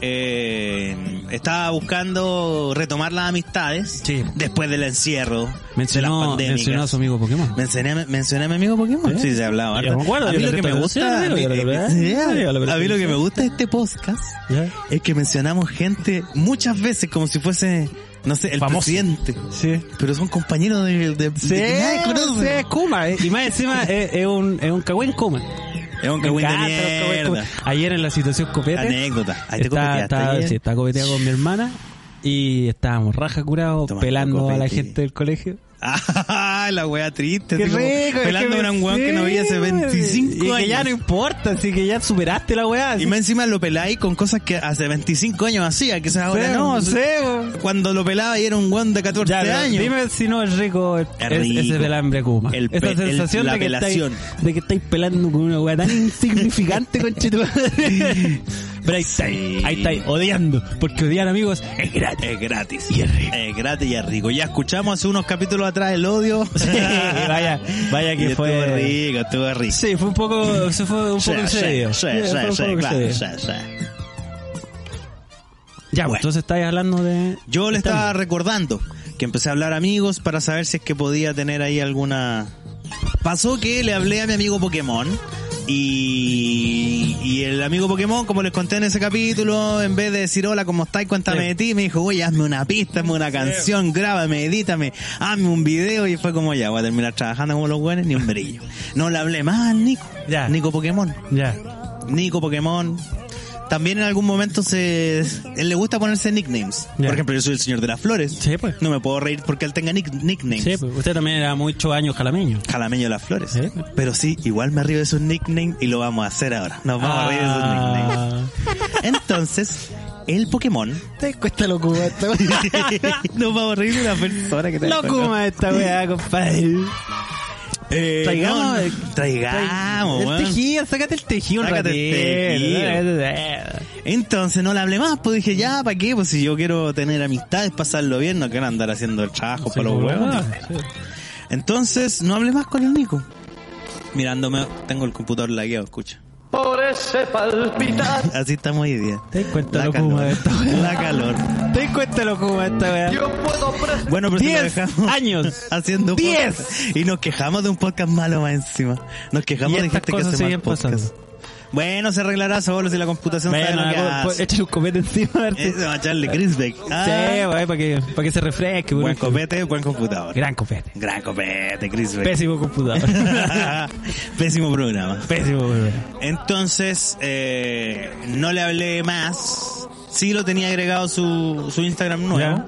Speaker 3: eh, estaba buscando retomar las amistades
Speaker 2: Sí.
Speaker 3: después del encierro, de las
Speaker 2: Mencionó,
Speaker 3: pandemias.
Speaker 2: mencionó a su amigo Pokémon.
Speaker 3: Mencioné, a- mencioné a mi amigo Pokémon.
Speaker 2: Sí.
Speaker 3: Sí, se hablaba. harto.
Speaker 2: Yo me acuerdo,
Speaker 3: a
Speaker 2: yo
Speaker 3: mí lo
Speaker 2: lo
Speaker 3: que me
Speaker 2: recuerdo,
Speaker 3: gusta,
Speaker 2: sí, yo lo recuerdo,
Speaker 3: eh,
Speaker 2: sí, yo lo recuerdo.
Speaker 3: a mí lo que me gusta de este podcast
Speaker 2: Ya.
Speaker 3: es que mencionamos gente muchas veces como si fuese, no sé, el
Speaker 2: Famoso.
Speaker 3: presidente.
Speaker 2: Sí.
Speaker 3: Pero son compañeros de, de, de
Speaker 2: Sí,
Speaker 3: que nadie conoce.
Speaker 2: sí, es Kuma, eh. y más encima es, es un es un cagüen Kuma.
Speaker 3: Es un
Speaker 2: Me
Speaker 3: cagüín de
Speaker 2: encantan los cagüen Kuma.
Speaker 3: mierda.
Speaker 2: Ayer en la situación copete,
Speaker 3: Anécdota. Ahí te ¿eh?
Speaker 2: está,
Speaker 3: copiaste
Speaker 2: está,
Speaker 3: ayer.
Speaker 2: sí, estaba copeteado con mi hermana y estábamos raja curados
Speaker 3: Tomando
Speaker 2: pelando a la
Speaker 3: copete.
Speaker 2: gente del colegio.
Speaker 3: Ah, la wea triste.
Speaker 2: Qué
Speaker 3: así como
Speaker 2: rico, es
Speaker 3: Pelando
Speaker 2: que
Speaker 3: a un
Speaker 2: me-
Speaker 3: weón que no veía hace
Speaker 2: sí,
Speaker 3: 25
Speaker 2: y
Speaker 3: años.
Speaker 2: que ya no importa, así que ya superaste la weá. así
Speaker 3: Y más encima lo peláis con cosas que hace 25 años hacía, quizás
Speaker 2: que-
Speaker 3: ahora no.
Speaker 2: sé, bo.
Speaker 3: Cuando lo pelaba y era un weón de 14
Speaker 2: Ya, pero
Speaker 3: años.
Speaker 2: Dime si no es rico, el-
Speaker 3: Es
Speaker 2: es-
Speaker 3: rico.
Speaker 2: ese pelambre Kuma.
Speaker 3: El
Speaker 2: Esa
Speaker 3: pe- el-
Speaker 2: sensación
Speaker 3: la
Speaker 2: de, que estáis,
Speaker 3: pelación.
Speaker 2: de que estáis pelando con una weá tan insignificante, conchito.
Speaker 3: (laughs)
Speaker 2: Pero ahí estáis,
Speaker 3: Sí.
Speaker 2: ahí estáis, odiando. Porque odiar amigos es gratis.
Speaker 3: Es gratis.
Speaker 2: Y es rico.
Speaker 3: Es gratis y es rico. Ya escuchamos hace unos capítulos atrás el odio.
Speaker 2: (laughs) Sí, vaya, vaya que
Speaker 3: Y
Speaker 2: fue-
Speaker 3: Estuvo rico, estuvo rico.
Speaker 2: Sí, fue un poco, se fue un
Speaker 3: Sí,
Speaker 2: poco en
Speaker 3: sí,
Speaker 2: serio.
Speaker 3: sí,
Speaker 2: Sí,
Speaker 3: sí,
Speaker 2: fue un
Speaker 3: sí,
Speaker 2: poco en
Speaker 3: claro,
Speaker 2: serio.
Speaker 3: sí, sí.
Speaker 2: Ya,
Speaker 3: Bueno.
Speaker 2: pues, entonces estáis hablando de...
Speaker 3: Yo le estaba recordando que empecé a hablar a amigos para saber si es que podía tener ahí alguna... Pasó que le hablé a mi amigo Pokémon y, y el amigo Pokémon, como les conté en ese capítulo, en vez de decir hola, ¿cómo estás? Cuéntame
Speaker 2: Sí.
Speaker 3: de ti, me dijo, oye, hazme una pista, hazme una canción, grábame, edítame, hazme un video y fue como ya, voy a terminar trabajando como los buenos, ni un brillo. No le hablé más al Nico,
Speaker 2: Ya.
Speaker 3: Nico Pokémon.
Speaker 2: Ya.
Speaker 3: Nico Pokémon. También en algún momento se él le gusta ponerse nicknames.
Speaker 2: Ya.
Speaker 3: Por ejemplo, yo soy el señor de las flores.
Speaker 2: Sí, pues.
Speaker 3: No me puedo reír porque él tenga nick- nicknames.
Speaker 2: Sí, pues, usted también era mucho años jalameño.
Speaker 3: Jalameño de las flores.
Speaker 2: Sí, pues.
Speaker 3: Pero sí, igual me río de sus nicknames y lo vamos a hacer ahora. Nos vamos a reír de sus
Speaker 2: Ah.
Speaker 3: nicknames. Entonces, el Pokémon.
Speaker 2: Te cuesta locura esta weá.
Speaker 3: (laughs) Nos vamos a reír de una persona que
Speaker 2: Locura esta weá, compadre.
Speaker 3: Eh,
Speaker 2: Traigamos,
Speaker 3: no,
Speaker 2: eh,
Speaker 3: traigamos,
Speaker 2: El
Speaker 3: weón.
Speaker 2: tejido, sácate el tejido un
Speaker 3: Sácate el
Speaker 2: ratito.
Speaker 3: Entonces no le hablé más, pues dije, ya, ¿para qué? Pues si yo quiero tener amistades, pasarlo bien, no quiero andar haciendo el trabajo para los huevos. Entonces, no hablé más con el Nico. Mirándome, tengo el computador lagueado, escucha.
Speaker 5: por ese palpitar.
Speaker 3: Así estamos hoy día.
Speaker 2: ¿Te das cuenta
Speaker 3: La
Speaker 2: lo Kuma de
Speaker 3: calor.
Speaker 2: esta weá?
Speaker 3: La calor.
Speaker 2: ¿Te das cuenta lo Kuma de esta weá?
Speaker 5: Yo puedo presentar
Speaker 3: Bueno, pero si lo
Speaker 2: ¡Diez
Speaker 3: dejamos
Speaker 2: años!
Speaker 3: haciendo
Speaker 2: ¡Diez!
Speaker 3: podcast. y nos quejamos de un podcast malo más encima. Nos
Speaker 2: Y
Speaker 3: quejamos de
Speaker 2: estas
Speaker 3: gente que
Speaker 2: cosas
Speaker 3: hace mal
Speaker 2: siguen
Speaker 3: podcast. Bueno, se arreglará solo si la computación sabe
Speaker 2: Bueno,
Speaker 3: lo que
Speaker 2: algo-
Speaker 3: hace.
Speaker 2: pues, échale un copete encima. a ver si-
Speaker 3: Eso, a Charlie Crisbeck. Ah,
Speaker 2: Sí, güey, para que, para que se refresque.
Speaker 3: buen
Speaker 2: güey.
Speaker 3: copete, buen computador.
Speaker 2: Gran copete.
Speaker 3: Gran copete, Crisbeck.
Speaker 2: Pésimo computador.
Speaker 3: (laughs) Pésimo programa.
Speaker 2: Pésimo, güey.
Speaker 3: Entonces, eh, no le hablé más. Sí lo tenía agregado su, su Instagram nuevo.
Speaker 2: Ya.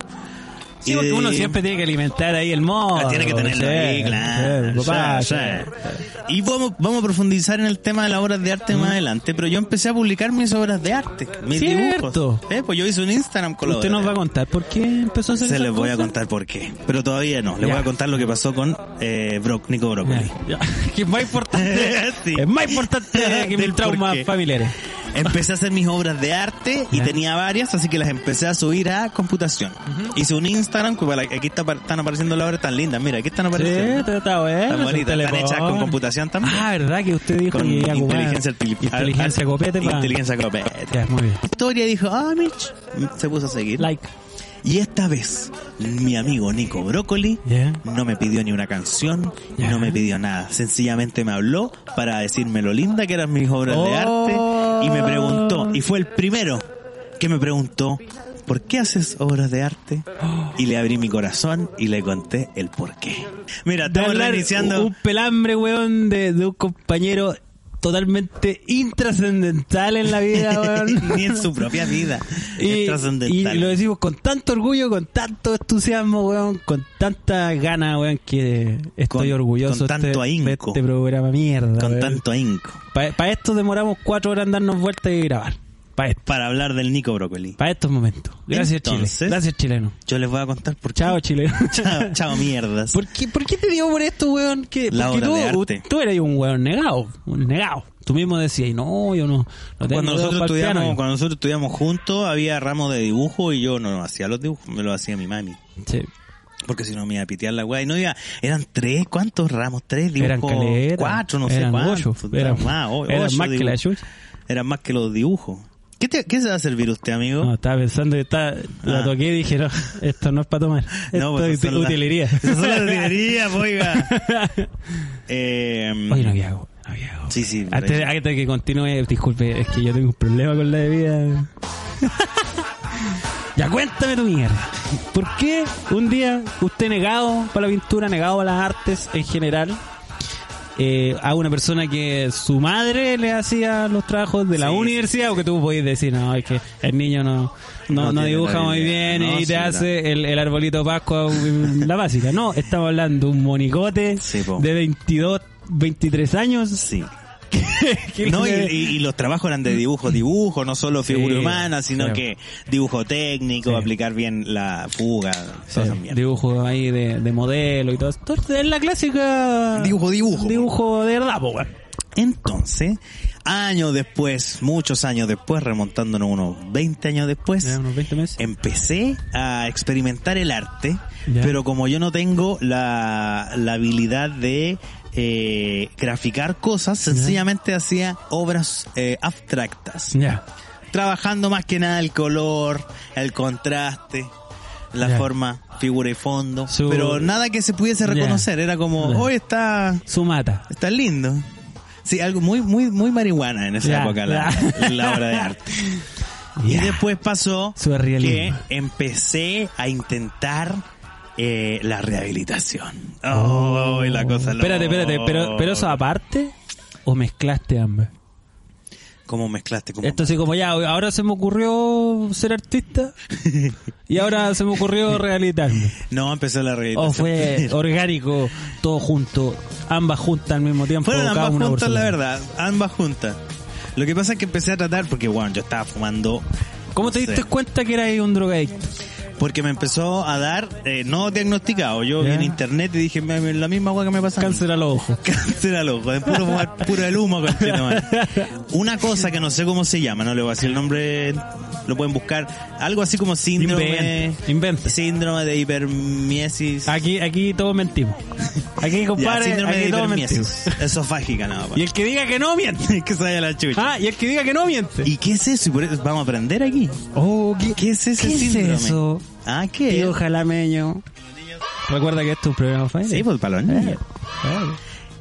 Speaker 2: Sí, porque
Speaker 3: Y-
Speaker 2: uno siempre tiene que alimentar ahí el modo.
Speaker 3: Ah, tiene que tenerlo ahí, claro. Sí, sí. Y vamos, vamos a profundizar en el tema de las obras de arte más adelante, pero yo empecé a publicar mis obras de arte, mis
Speaker 2: Cierto.
Speaker 3: dibujos. Eh, pues yo hice un Instagram con la
Speaker 2: Usted
Speaker 3: obra
Speaker 2: nos
Speaker 3: de
Speaker 2: va a contar por qué empezó a hacer
Speaker 3: arte. Se
Speaker 2: esas
Speaker 3: les voy a
Speaker 2: cosas?
Speaker 3: contar por qué, pero todavía no. Les
Speaker 2: Ya.
Speaker 3: voy a contar lo que pasó con eh, Brock, Nico Broccoli.
Speaker 2: Ya, (laughs) ya. Que es más importante.
Speaker 3: (laughs) Sí.
Speaker 2: Es más
Speaker 3: (laughs)
Speaker 2: importante que
Speaker 3: Del
Speaker 2: mis traumas
Speaker 3: por qué.
Speaker 2: familiares.
Speaker 3: Empecé a hacer mis obras de arte y
Speaker 2: Ya.
Speaker 3: tenía varias, así que las empecé a subir a computación. Hice un Instagram, que para- aquí está, están apareciendo las obras tan lindas, mira, aquí están
Speaker 2: Sí,
Speaker 3: apareciendo.
Speaker 2: está, está bueno.
Speaker 3: tan
Speaker 2: es un
Speaker 3: bonitas, están
Speaker 2: telepón.
Speaker 3: hechas con computación también.
Speaker 2: Ah, ¿verdad? Que usted dijo
Speaker 3: con
Speaker 2: que iba a ocupar
Speaker 3: inteligencia artificial.
Speaker 2: Inteligencia copete para...
Speaker 3: Inteligencia copete.
Speaker 2: Ya, muy bien.
Speaker 3: Victoria dijo, ah, Mitch, se puso a seguir.
Speaker 2: Like.
Speaker 3: Y esta vez, mi amigo Nico Brócoli
Speaker 2: Yeah.
Speaker 3: no me pidió ni una canción,
Speaker 2: Ya.
Speaker 3: no me pidió nada. Sencillamente me habló para decirme lo linda que eran mis obras de
Speaker 2: Oh.
Speaker 3: arte y me preguntó, y fue el primero que me preguntó, ¿por qué haces obras de arte? Y le abrí mi corazón y le conté el por qué. Mira,
Speaker 2: de
Speaker 3: estamos
Speaker 2: hablar uh,
Speaker 3: reiniciando...
Speaker 2: un pelambre, weón, de, de un compañero totalmente intrascendental en la vida,
Speaker 3: (laughs)
Speaker 2: weón.
Speaker 3: ni en su propia vida.
Speaker 2: uh, Y,
Speaker 3: es trascendental.
Speaker 2: y lo decimos con tanto orgullo, con tanto entusiasmo, weón, con tanta gana, weón, que estoy
Speaker 3: Con-
Speaker 2: orgulloso
Speaker 3: con tanto
Speaker 2: de este-
Speaker 3: ahínco.
Speaker 2: de este programa mierda.
Speaker 3: con tanto ahínco.
Speaker 2: Para esto demoramos cuatro horas en darnos vueltas y grabar. Para esto.
Speaker 3: Para hablar del Nico Brócoli.
Speaker 2: Para estos momentos. Gracias,
Speaker 3: Entonces-
Speaker 2: Chile. Gracias, chileno.
Speaker 3: Yo les voy a contar por qué.
Speaker 2: Chao, chileno.
Speaker 3: (laughs) Chao, chao, mierdas.
Speaker 2: ¿Por qué, por qué te digo por esto, weón? Que,
Speaker 3: La
Speaker 2: porque
Speaker 3: obra
Speaker 2: tú,
Speaker 3: de arte.
Speaker 2: tú eras un weón negado, un negado. Tú mismo decías, no, yo no, no tengo
Speaker 3: cuando
Speaker 2: dedos
Speaker 3: nosotros
Speaker 2: pa'l
Speaker 3: estudiamos,
Speaker 2: piano".
Speaker 3: cuando nosotros estudiamos juntos, había ramos de dibujo y yo no, hacía los dibujos, me los hacía mi mami.
Speaker 2: Sí.
Speaker 3: Porque si no me iba a pitear la weá. Y no iba, eran tres, ¿cuántos ramos? Tres dibujos.
Speaker 2: Eran caletas,
Speaker 3: cuatro, no sé
Speaker 2: eran
Speaker 3: cuántos.
Speaker 2: ocho, eran-
Speaker 3: o-
Speaker 2: eran
Speaker 3: ocho
Speaker 2: más que
Speaker 3: dibujos.
Speaker 2: la chucha.
Speaker 3: Eran más que los dibujos. ¿Qué, te- qué se va a servir usted, amigo?
Speaker 2: No, estaba pensando que estaba,
Speaker 3: Ah.
Speaker 2: la toqué y dije, no, esto no es para tomar. Esto
Speaker 3: pues,
Speaker 2: es
Speaker 3: esas son las-
Speaker 2: utilería.
Speaker 3: esas (laughs) son las utilerías,
Speaker 2: (laughs)
Speaker 3: oiga. Eh,
Speaker 2: Hoy no hago, no hago.
Speaker 3: Sí, sí, por
Speaker 2: Antes,
Speaker 3: ahí.
Speaker 2: antes de que continúe, disculpe, es que yo tengo un problema con
Speaker 3: (laughs)
Speaker 2: la bebida. ya cuéntame tu mierda. ¿Por qué un día usted negado para la pintura, negado a las artes en general, eh, a una persona que su madre le hacía los trabajos de la
Speaker 3: Sí,
Speaker 2: universidad o que tú podías decir, no, es que el niño no, no,
Speaker 3: No
Speaker 2: no
Speaker 3: tiene
Speaker 2: dibuja
Speaker 3: la
Speaker 2: muy
Speaker 3: habilidad".
Speaker 2: bien
Speaker 3: No,
Speaker 2: y
Speaker 3: sí,
Speaker 2: te
Speaker 3: verdad.
Speaker 2: hace el, el arbolito Pascua, (laughs) la básica. No, estamos hablando de un monicote
Speaker 3: Sí, po.
Speaker 2: de 22, 23
Speaker 3: (laughs)
Speaker 2: años
Speaker 3: sí.
Speaker 2: que
Speaker 3: No, y,
Speaker 2: le-
Speaker 3: y- y los trabajos eran de dibujo, dibujo, no solo
Speaker 2: Sí,
Speaker 3: figura humana, sino
Speaker 2: sí.
Speaker 3: que dibujo técnico,
Speaker 2: Sí.
Speaker 3: aplicar bien la fuga,
Speaker 2: Sí,
Speaker 3: todas esas mierdas.
Speaker 2: eh, dibujo ahí de, de modelo y todo. Esto Es la clásica...
Speaker 3: Dibujo, dibujo.
Speaker 2: Dibujo de verdad, po, weón.
Speaker 3: Entonces, años después, muchos años después, remontándonos unos 20 años después,
Speaker 2: Ya, unos 20 meses.
Speaker 3: empecé a experimentar el arte,
Speaker 2: Ya.
Speaker 3: pero como yo no tengo la, la habilidad de eh, graficar cosas, sencillamente hacía obras eh, abstractas.
Speaker 2: Ya.
Speaker 3: trabajando más que nada el color, el contraste, la
Speaker 2: Ya.
Speaker 3: forma, figura y fondo,
Speaker 2: Su-
Speaker 3: pero nada que se pudiese reconocer, era como,
Speaker 2: Ya.
Speaker 3: hoy está,
Speaker 2: Su mata.
Speaker 3: está lindo. Sí, algo muy, muy, muy marihuana en esa
Speaker 2: Ya,
Speaker 3: época la, (laughs)
Speaker 2: ya.
Speaker 3: la obra de arte. Y
Speaker 2: Ya.
Speaker 3: después pasó
Speaker 2: Su
Speaker 3: que
Speaker 2: realismo.
Speaker 3: empecé a intentar eh, la rehabilitación. Oh, y la cosa loca.
Speaker 2: Espérate, espérate. Pero, pero eso aparte... ¿O mezclaste ambas?
Speaker 3: ¿Cómo mezclaste? ¿Cómo
Speaker 2: Esto así como ya, ahora se me ocurrió ser artista y ahora se me
Speaker 3: (laughs)
Speaker 2: ocurrió realizarme.
Speaker 3: No, empezó la rehabilitación.
Speaker 2: O Oh, fue orgánico, todo junto, ambas juntas al mismo tiempo.
Speaker 3: Fueron
Speaker 2: cada
Speaker 3: ambas
Speaker 2: una por
Speaker 3: juntas,
Speaker 2: su
Speaker 3: la
Speaker 2: lado.
Speaker 3: verdad. Ambas juntas. Lo que pasa es que empecé a tratar porque, bueno, yo estaba fumando.
Speaker 2: ¿Cómo
Speaker 3: no
Speaker 2: te
Speaker 3: sé,
Speaker 2: diste cuenta que eras un drogadicto?
Speaker 3: Porque me empezó a dar, eh, no diagnosticado. Yo vi
Speaker 2: Ya.
Speaker 3: en internet y dije, me- me- la misma agua que me pasa. a mí. (laughs)
Speaker 2: Cáncer a los ojos.
Speaker 3: Cáncer al ojo, de puro, fumar- este
Speaker 2: (laughs)
Speaker 3: puro el humo. conchetumare. Una cosa que no sé cómo se llama, no le voy a decir el nombre lo pueden buscar. Algo así como síndrome.
Speaker 2: Inventa, inventa.
Speaker 3: Síndrome de hipermiesis.
Speaker 2: Aquí, aquí todos mentimos. Aquí,
Speaker 3: Ya,
Speaker 2: compadre,
Speaker 3: síndrome de
Speaker 2: aquí todos mentimos.
Speaker 3: hipermiesis. Esofágica, nada más.
Speaker 2: Y el que diga que no miente.
Speaker 3: que se vaya la chucha.
Speaker 2: Ah, y el que diga que no miente.
Speaker 3: ¿Y qué es eso? Y por eso vamos a aprender aquí.
Speaker 2: Oh,
Speaker 3: ¿Qué es ese
Speaker 2: ¿Qué es
Speaker 3: síndrome?
Speaker 2: eso?
Speaker 3: Ah, ¿qué?
Speaker 2: Tío jalameño. Recuerda que esto es un programa familiar.
Speaker 3: Sí, pues, para los niños.
Speaker 2: Eh. Claro.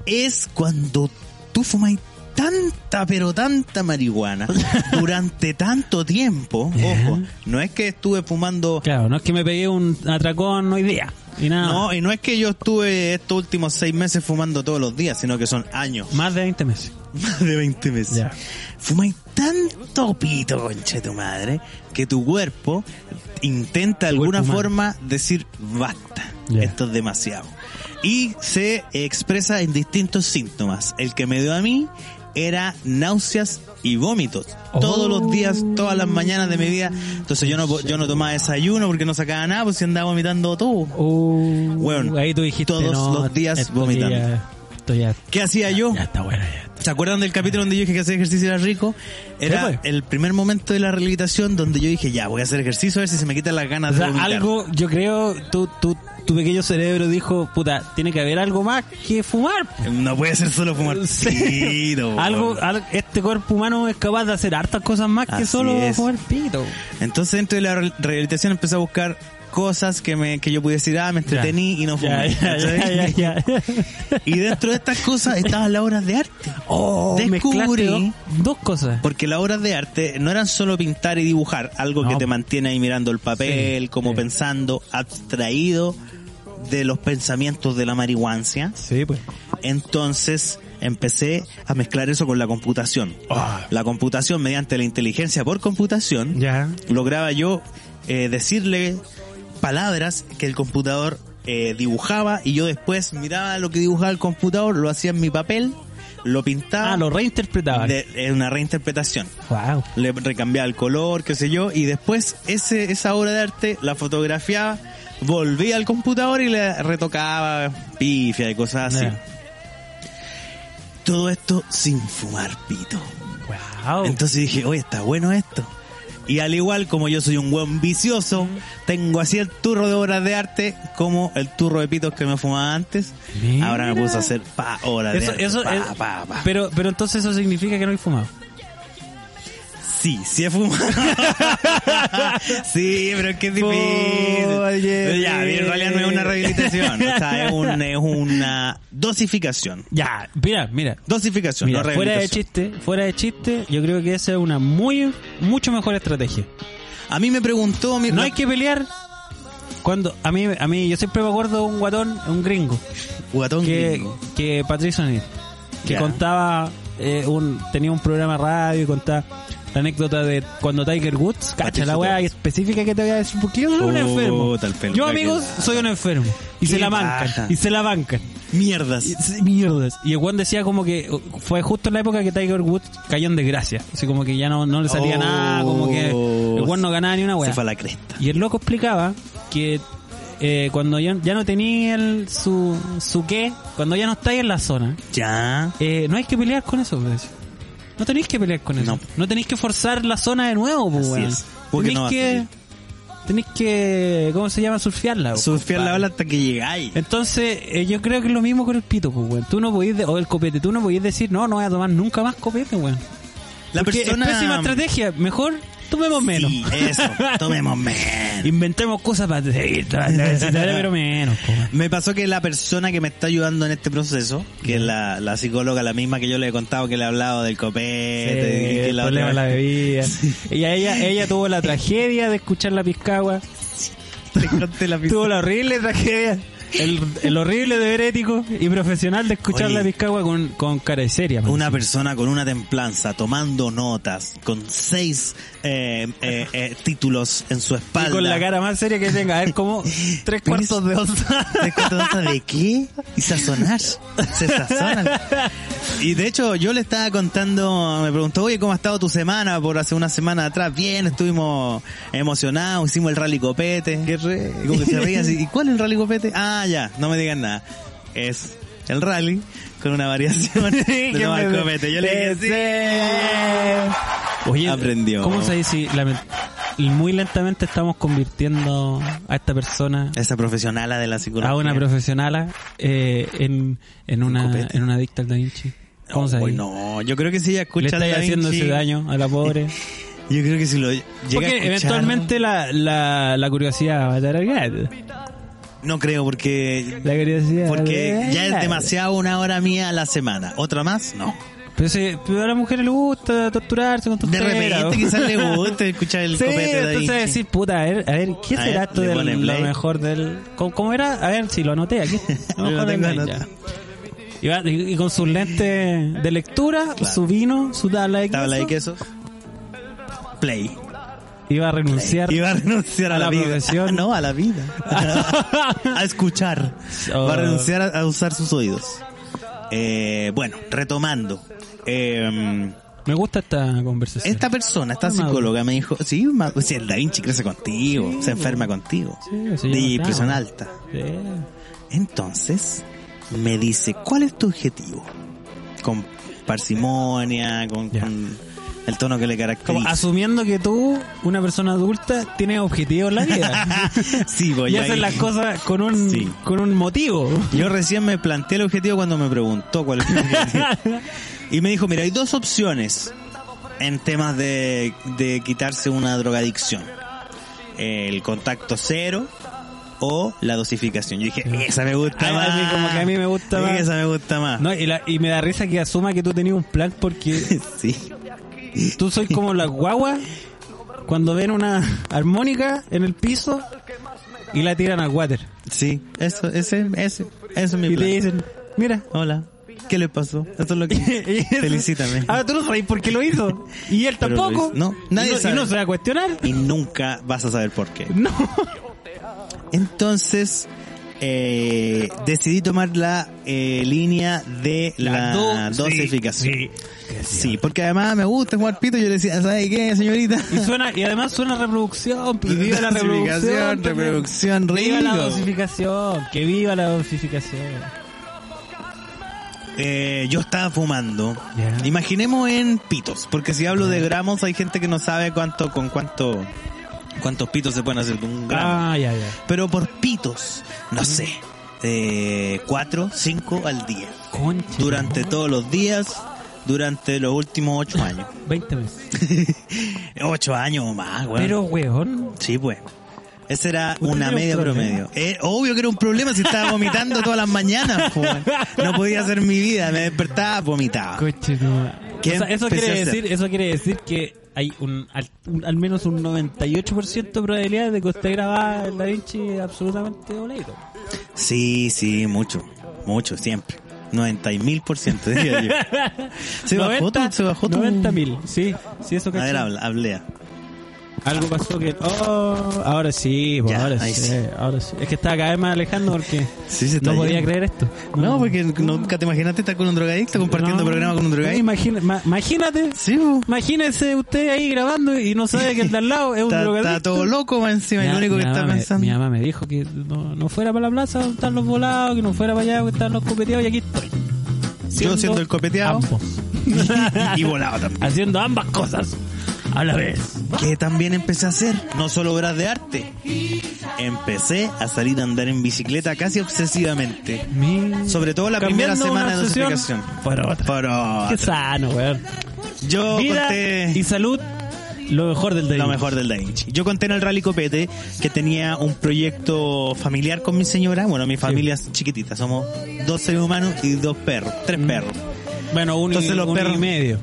Speaker 3: es cuando tú fumas tanta, pero tanta
Speaker 2: (laughs)
Speaker 3: marihuana durante tanto tiempo.
Speaker 2: Eh.
Speaker 3: Ojo, no es que estuve fumando.
Speaker 2: Claro, no es que me pegué un atracón hoy día. Y nada.
Speaker 3: No, y no es que yo estuve estos últimos seis meses fumando todos los días, sino que son años.
Speaker 2: Más de 20 meses.
Speaker 3: Más de 20 meses.
Speaker 2: Ya.
Speaker 3: Fumáis tanto pito, conche tu madre, que tu cuerpo intenta de alguna
Speaker 2: cuerpo humano.
Speaker 3: forma decir basta,
Speaker 2: Ya.
Speaker 3: esto es demasiado. Y se expresa en distintos síntomas. El que me dio a mí era náuseas y vómitos. Todos los días, todas las mañanas de mi vida. Entonces yo no po- yo no tomaba desayuno porque no sacaba nada, pues si andaba vomitando todo.
Speaker 2: Uh,
Speaker 3: Bueno,
Speaker 2: ahí tú dijiste
Speaker 3: Oh. todos
Speaker 2: no,
Speaker 3: los días
Speaker 2: esto
Speaker 3: vomitando.
Speaker 2: ya- esto ya,
Speaker 3: ¿Qué hacía yo?
Speaker 2: ya está bueno. ya.
Speaker 3: ¿Se acuerdan del capítulo donde yo dije que hacer ejercicio era rico?
Speaker 2: Sí,
Speaker 3: Era
Speaker 2: pues.
Speaker 3: el primer momento de la rehabilitación donde yo dije, ya, voy a hacer ejercicio a ver si se me quitan las ganas
Speaker 2: O sea,
Speaker 3: de vomitar.
Speaker 2: algo, yo creo, tu, tu, tu pequeño cerebro dijo, puta, tiene que haber algo más que fumar.
Speaker 3: No puede ser solo fumar
Speaker 2: (laughs)
Speaker 3: pito. po.
Speaker 2: algo, al- este cuerpo humano es capaz de hacer hartas cosas más que
Speaker 3: Así
Speaker 2: solo
Speaker 3: es.
Speaker 2: fumar pito.
Speaker 3: Entonces dentro de la re- rehabilitación empecé a buscar cosas que me que yo pudiese decir, ah, me entretení y no
Speaker 2: Ya,
Speaker 3: fumé.
Speaker 2: ya,
Speaker 3: ¿cachai? (laughs)
Speaker 2: ya, ya, ya.
Speaker 3: Y dentro de estas cosas estaban las obras de arte.
Speaker 2: (laughs) Oh, mezclaste
Speaker 3: Descubrí-
Speaker 2: dos, dos cosas.
Speaker 3: Porque las obras de arte no eran solo pintar y dibujar, algo que
Speaker 2: No.
Speaker 3: te mantiene ahí mirando el papel,
Speaker 2: Sí,
Speaker 3: como
Speaker 2: sí.
Speaker 3: pensando, abstraído de los pensamientos de la marihuancia.
Speaker 2: Sí, pues.
Speaker 3: Entonces empecé a mezclar eso con la computación. La computación, mediante la inteligencia por computación,
Speaker 2: Ya.
Speaker 3: lograba yo eh, decirle palabras que el computador eh, dibujaba y yo después miraba lo que dibujaba el computador, lo hacía en mi papel, lo pintaba.
Speaker 2: Ah, lo reinterpretaba.
Speaker 3: de- en una reinterpretación.
Speaker 2: Wow.
Speaker 3: Le recambiaba el color, qué sé yo, y después ese, esa obra de arte la fotografiaba, volvía al computador y le retocaba pifia y cosas así.
Speaker 2: Ya.
Speaker 3: Todo esto sin fumar pito.
Speaker 2: Wow.
Speaker 3: Entonces dije, oye, está bueno esto. Y al igual como yo soy un buen vicioso, tengo así el turro de obras de arte como el turro de pitos que me fumaba antes.
Speaker 2: Mira.
Speaker 3: Ahora me puse a hacer pa, obras
Speaker 2: eso,
Speaker 3: de arte.
Speaker 2: eso,
Speaker 3: pa,
Speaker 2: es-
Speaker 3: pa, pa.
Speaker 2: Pero, pero entonces eso significa que no hay fumado.
Speaker 3: Sí, sí he
Speaker 2: (laughs)
Speaker 3: fumado. sí, pero es que es difícil.
Speaker 2: Oye,
Speaker 3: ya, en realidad no es una rehabilitación. O sea, es, un- es una dosificación.
Speaker 2: Ya, mira, mira.
Speaker 3: Dosificación,
Speaker 2: Mira,
Speaker 3: no
Speaker 2: fuera de
Speaker 3: rehabilitación.
Speaker 2: chiste, fuera de chiste, yo creo que esa es una muy, mucho mejor estrategia.
Speaker 3: A mí me preguntó mi...
Speaker 2: No hay que pelear cuando, a mí, a mí, yo siempre me acuerdo de un guatón, un gringo,
Speaker 3: Guatón
Speaker 2: que,
Speaker 3: gringo.
Speaker 2: que Patricio O'Neill, que
Speaker 3: Ya.
Speaker 2: contaba, eh, un, tenía un programa de radio y contaba la anécdota de cuando Tiger Woods, cacha
Speaker 3: Patricio
Speaker 2: la weá
Speaker 3: Woods.
Speaker 2: específica que te voy a decir, porque yo soy un
Speaker 3: Puta,
Speaker 2: enfermo.
Speaker 3: el pelo
Speaker 2: Yo,
Speaker 3: que-
Speaker 2: amigos, soy un enfermo. Y
Speaker 3: Qué
Speaker 2: se la bancan,
Speaker 3: baja.
Speaker 2: y se la bancan.
Speaker 3: Mierdas.
Speaker 2: Y- sí, Mierdas. Y el Juan decía como que uh, fue justo en la época que Tiger Woods cayó en desgracia. Así como que ya no, no le salía
Speaker 3: Oh.
Speaker 2: nada, como que el Juan no ganaba ni una
Speaker 3: Se
Speaker 2: weá.
Speaker 3: fue a la cresta.
Speaker 2: Y el loco explicaba que eh, cuando ya, ya no tenía el, su, su qué, cuando ya no estáis en la zona,
Speaker 3: Ya.
Speaker 2: eh, no hay que pelear con eso, pues. No tenéis que pelear con eso.
Speaker 3: No.
Speaker 2: No, tenéis que forzar la zona de nuevo, pues,
Speaker 3: Así
Speaker 2: weón.
Speaker 3: es. Porque
Speaker 2: Tenéis
Speaker 3: no va a
Speaker 2: que.
Speaker 3: salir.
Speaker 2: Tenéis que. ¿Cómo se llama? Surfearla, pues,
Speaker 3: Surfear la
Speaker 2: compadre.
Speaker 3: ola hasta que llegáis.
Speaker 2: Entonces, eh, yo creo que es lo mismo con el pito, pues, weón. Tú no podías, de- o el copete, tú no podías decir, no, no voy a tomar nunca más copete, weón.
Speaker 3: La
Speaker 2: Porque
Speaker 3: persona...
Speaker 2: es pésima estrategia. Mejor tomemos menos.
Speaker 3: Sí, eh.
Speaker 2: (laughs)
Speaker 3: eso. Tomemos menos.
Speaker 2: Inventemos cosas para seguir, pero menos,
Speaker 3: (laughs)
Speaker 2: po, weón.
Speaker 3: Me pasó que la persona que me está ayudando en este proceso, que es la, la psicóloga, la misma que yo le he contado que le he hablado del copete, y que
Speaker 2: el
Speaker 3: Eh, la
Speaker 2: problema de
Speaker 3: otra
Speaker 2: la
Speaker 3: vez (laughs)
Speaker 2: bebida. Y a ella, ella tuvo la tragedia de escuchar la piscagua.
Speaker 3: (laughs) te conté la
Speaker 2: (laughs) Tuvo la horrible tragedia. El, el horrible deber ético y profesional de escuchar
Speaker 3: Oye.
Speaker 2: la piscagua con, con cara de seria. pues. man.
Speaker 3: Una persona con una templanza, tomando notas, con seis eh, eh, eh, títulos en su
Speaker 2: Y
Speaker 3: espalda.
Speaker 2: con la cara más seria que tenga. A ver,
Speaker 3: (laughs)
Speaker 2: como tres cuartos de onza.
Speaker 3: ¿Tres cuartos (laughs) de onza de qué? Y sazonar. Se sazonan. Y de hecho, yo le estaba contando, me preguntó, oye, ¿cómo ha estado tu semana? Por hace una semana atrás, bien, estuvimos emocionados, hicimos el rally copete. Qué re. Y como que se reía así, ¿y cuál es el rally copete? Ah, ya, no me digan nada. Es el rally con una (laughs) variación de tomar copete. Yo le dije, sí.
Speaker 2: Oye,
Speaker 3: Aprendió.
Speaker 2: ¿Cómo se dice? si lament- muy lentamente estamos convirtiendo a esta persona,
Speaker 3: Esa profesional de la psicología.
Speaker 2: a una profesional, eh, en, en, una,
Speaker 3: copete.
Speaker 2: en una adicta al Da Vinci. ¿Cómo se
Speaker 3: Uy,
Speaker 2: dice?
Speaker 3: no, yo creo que si ella
Speaker 2: Le
Speaker 3: escucha
Speaker 2: está
Speaker 3: Da
Speaker 2: haciendo
Speaker 3: Vinci,
Speaker 2: ese daño a
Speaker 3: (laughs)
Speaker 2: la pobre.
Speaker 3: Yo creo que si lo llega
Speaker 2: Porque
Speaker 3: a escuchar-
Speaker 2: eventualmente la, la, la curiosidad va a estar acá.
Speaker 3: No creo, porque
Speaker 2: La curiosidad. va a
Speaker 3: porque
Speaker 2: estar
Speaker 3: ya es
Speaker 2: acá.
Speaker 3: demasiado una hora mía a la semana. ¿Otra más? No.
Speaker 2: Pero, si- pero a las mujeres les gusta torturarse con
Speaker 3: De
Speaker 2: torturas.
Speaker 3: repente quizás le guste escuchar el
Speaker 2: sí,
Speaker 3: copete de Da
Speaker 2: entonces
Speaker 3: Vinci.
Speaker 2: decir, puta, a ver, a ver, ¿qué
Speaker 3: A
Speaker 2: será
Speaker 3: ver,
Speaker 2: esto
Speaker 3: le
Speaker 2: de
Speaker 3: ponen
Speaker 2: lo
Speaker 3: play.
Speaker 2: mejor del... ¿Cómo, cómo era? A ver, si lo
Speaker 3: (laughs)
Speaker 2: anoté aquí. A
Speaker 3: Yo lo
Speaker 2: mejor
Speaker 3: tengo
Speaker 2: del-
Speaker 3: anotado.
Speaker 2: ya. Y, va- y- y con sus lentes de lectura, su vino, su tabla de queso,
Speaker 3: Tabla de queso. Play.
Speaker 2: iba a renunciar. (laughs)
Speaker 3: Y va a renunciar a,
Speaker 2: A
Speaker 3: la,
Speaker 2: la
Speaker 3: vida.
Speaker 2: profesión.
Speaker 3: Ah, (laughs) no, a la vida.
Speaker 2: (laughs)
Speaker 3: a escuchar.
Speaker 2: Oh.
Speaker 3: Va a renunciar a, a usar sus oídos. Eh, bueno, retomando. Eh,
Speaker 2: Me gusta esta conversación.
Speaker 3: esta persona, esta
Speaker 2: Ah, maduro.
Speaker 3: psicóloga me dijo, sí, ma- si el Da Vinci crece contigo, se enferma contigo.
Speaker 2: Sí, sí,
Speaker 3: de
Speaker 2: yo notaba.
Speaker 3: presión alta.
Speaker 2: Sí.
Speaker 3: Entonces, me dice, ¿cuál es tu objetivo? Con parsimonia, con,
Speaker 2: Ya.
Speaker 3: con el tono que le
Speaker 2: Como
Speaker 3: caracteriza.
Speaker 2: asumiendo que tú, una persona adulta, tienes objetivos en la
Speaker 3: (laughs)
Speaker 2: vida.
Speaker 3: sí, voy
Speaker 2: y
Speaker 3: a
Speaker 2: haces
Speaker 3: ir.
Speaker 2: las cosas con un,
Speaker 3: Sí.
Speaker 2: con un motivo.
Speaker 3: Yo recién me planteé el objetivo cuando me preguntó cuál es mi objetivo.
Speaker 2: (laughs)
Speaker 3: y me dijo, mira, hay dos opciones en temas de, de quitarse una drogadicción. El contacto cero o la dosificación. Yo dije, esa me gusta
Speaker 2: A- a
Speaker 3: más.
Speaker 2: mí como que a mí me gusta
Speaker 3: Sí,
Speaker 2: más.
Speaker 3: Esa me gusta más.
Speaker 2: Ah. No, y, la- y me da risa que asuma que tú tenías un plan porque
Speaker 3: (laughs) Sí.
Speaker 2: tú sois como las guaguas cuando ven una armónica en el piso y la tiran al water.
Speaker 3: Sí, eso, ese, ese, eso es mi
Speaker 2: Y te
Speaker 3: plan.
Speaker 2: dicen, mira. (laughs)
Speaker 3: Hola, ¿qué le pasó? Esto es lo que... Felicítame.
Speaker 2: Ah, tú no sabes por qué lo hizo. Y él
Speaker 3: Pero lo
Speaker 2: tampoco.
Speaker 3: hizo. No, nadie
Speaker 2: y
Speaker 3: sabe.
Speaker 2: Y no se va a cuestionar. (laughs)
Speaker 3: Y nunca vas a saber por qué.
Speaker 2: No.
Speaker 3: Entonces, eh, decidí tomar la eh, línea de la,
Speaker 2: do- sí,
Speaker 3: dosificación. Sí,
Speaker 2: sí.
Speaker 3: porque además me gusta jugar pito. Yo le decía, ¿sabe qué, señorita?
Speaker 2: Y suena, y además suena reproducción, que
Speaker 3: (laughs)
Speaker 2: viva la
Speaker 3: Dosificación, reproducción,
Speaker 2: reproducción. que viva la
Speaker 3: rico.
Speaker 2: dosificación, que viva la dosificación.
Speaker 3: Eh, yo estaba fumando.
Speaker 2: Ya.
Speaker 3: Imaginemos en pitos, porque si hablo de gramos hay gente que no sabe cuánto con cuánto cuántos pitos se pueden hacer de un gramo.
Speaker 2: Ah, ya, ya.
Speaker 3: Pero por pitos, no sé, eh, cuatro, cinco al día.
Speaker 2: Concha.
Speaker 3: durante todos los días, durante los últimos
Speaker 2: (laughs)
Speaker 3: ocho años.
Speaker 2: 20 meses.
Speaker 3: ocho años o más, güey.
Speaker 2: Pero, weón.
Speaker 3: Sí, pues. Esa era
Speaker 2: ¿Usted
Speaker 3: una
Speaker 2: tiene un
Speaker 3: media
Speaker 2: problema?
Speaker 3: promedio. Eh, obvio que era un problema si estaba vomitando todas las mañanas, po, güey. No podía hacer mi vida, me despertaba, vomitaba.
Speaker 2: Coche, no.
Speaker 3: ¿Qué
Speaker 2: O sea, eso
Speaker 3: empecé
Speaker 2: quiere
Speaker 3: a hacer?
Speaker 2: decir, eso quiere decir que hay un al, un- al menos un 98% de probabilidad de que usted grababa el Da Vinci absolutamente boleto.
Speaker 3: Sí, sí, mucho, mucho, siempre. 90 mil por ciento, diría yo.
Speaker 2: (laughs)
Speaker 3: Se bajó tu, se bajó tu.
Speaker 2: 90 mil, sí, sí, eso
Speaker 3: A ver,
Speaker 2: caché.
Speaker 3: habla, hablea.
Speaker 2: Algo pasó que. Oh, ahora sí, pues,
Speaker 3: Ya,
Speaker 2: ahora
Speaker 3: ahí
Speaker 2: sí,
Speaker 3: sí.
Speaker 2: ahora sí. Es que estaba cada vez más alejando porque
Speaker 3: Sí, se está
Speaker 2: no podía
Speaker 3: yendo.
Speaker 2: creer esto.
Speaker 3: No, porque nunca te imaginaste estar con un drogadicto compartiendo
Speaker 2: No,
Speaker 3: programa con un
Speaker 2: no,
Speaker 3: drogadicto.
Speaker 2: imagina- ma- imagínate,
Speaker 3: Sí, po.
Speaker 2: imagínese usted ahí grabando y no sabe que el de al lado es un
Speaker 3: Está,
Speaker 2: drogadicto.
Speaker 3: está todo loco más encima, es
Speaker 2: Mi-
Speaker 3: lo único
Speaker 2: mi
Speaker 3: que está
Speaker 2: mamá me-
Speaker 3: pensando.
Speaker 2: mi mamá me dijo que no, no fuera para la plaza donde están los volados, que no fuera para allá donde están los copeteados y aquí estoy.
Speaker 3: Yo siendo el copeteado.
Speaker 2: ambos.
Speaker 3: (laughs) y volaba también.
Speaker 2: (laughs) haciendo ambas cosas a la vez.
Speaker 3: Que también empecé a hacer, no solo obras de arte. Empecé a salir a andar en bicicleta casi obsesivamente. Sobre todo la primera
Speaker 2: Cambiando una
Speaker 3: semana de
Speaker 2: obsesión
Speaker 3: dosificación.
Speaker 2: por otra.
Speaker 3: Pero
Speaker 2: Qué sano, weón.
Speaker 3: yo
Speaker 2: Vida
Speaker 3: conté
Speaker 2: y salud, lo mejor del día.
Speaker 3: lo mejor del Da Vinci. Yo conté en el Rally Copete que tenía un proyecto familiar con mi señora. Bueno, mi familia es chiquitita, somos dos seres humanos y dos perros, tres
Speaker 2: Mm.
Speaker 3: perros.
Speaker 2: Bueno, un,
Speaker 3: Entonces
Speaker 2: y,
Speaker 3: los
Speaker 2: un
Speaker 3: perros-
Speaker 2: y medio.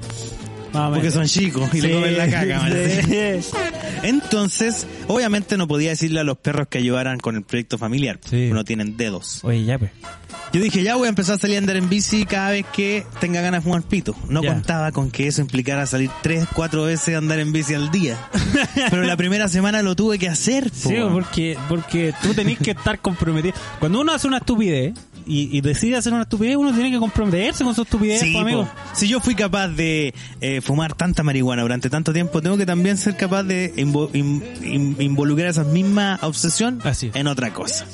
Speaker 2: Más o
Speaker 3: Porque
Speaker 2: menos.
Speaker 3: son chicos y le
Speaker 2: Sí,
Speaker 3: comen la caca. ¿vale?
Speaker 2: sí.
Speaker 3: (laughs) Entonces, obviamente no podía decirle a los perros que ayudaran con el proyecto familiar.
Speaker 2: Sí.
Speaker 3: No tienen dedos.
Speaker 2: Oye, ya pues.
Speaker 3: Yo dije, ya voy a empezar a salir a andar en bici cada vez que tenga ganas de fumar pito. No
Speaker 2: Ya.
Speaker 3: contaba con que eso implicara salir tres, cuatro veces a andar en bici al
Speaker 2: (laughs)
Speaker 3: día. Pero la primera semana lo tuve que hacer. po.
Speaker 2: Sí, porque, porque tú tenés que estar comprometido. Cuando uno hace una estupidez y, y decide hacer una estupidez, uno tiene que comprometerse con su estupidez,
Speaker 3: Sí,
Speaker 2: pues,
Speaker 3: po.
Speaker 2: amigo.
Speaker 3: Si yo fui capaz de eh, fumar tanta marihuana durante tanto tiempo, tengo que también ser capaz de invo- in- in- involucrar esa misma obsesión
Speaker 2: Así es.
Speaker 3: en otra cosa.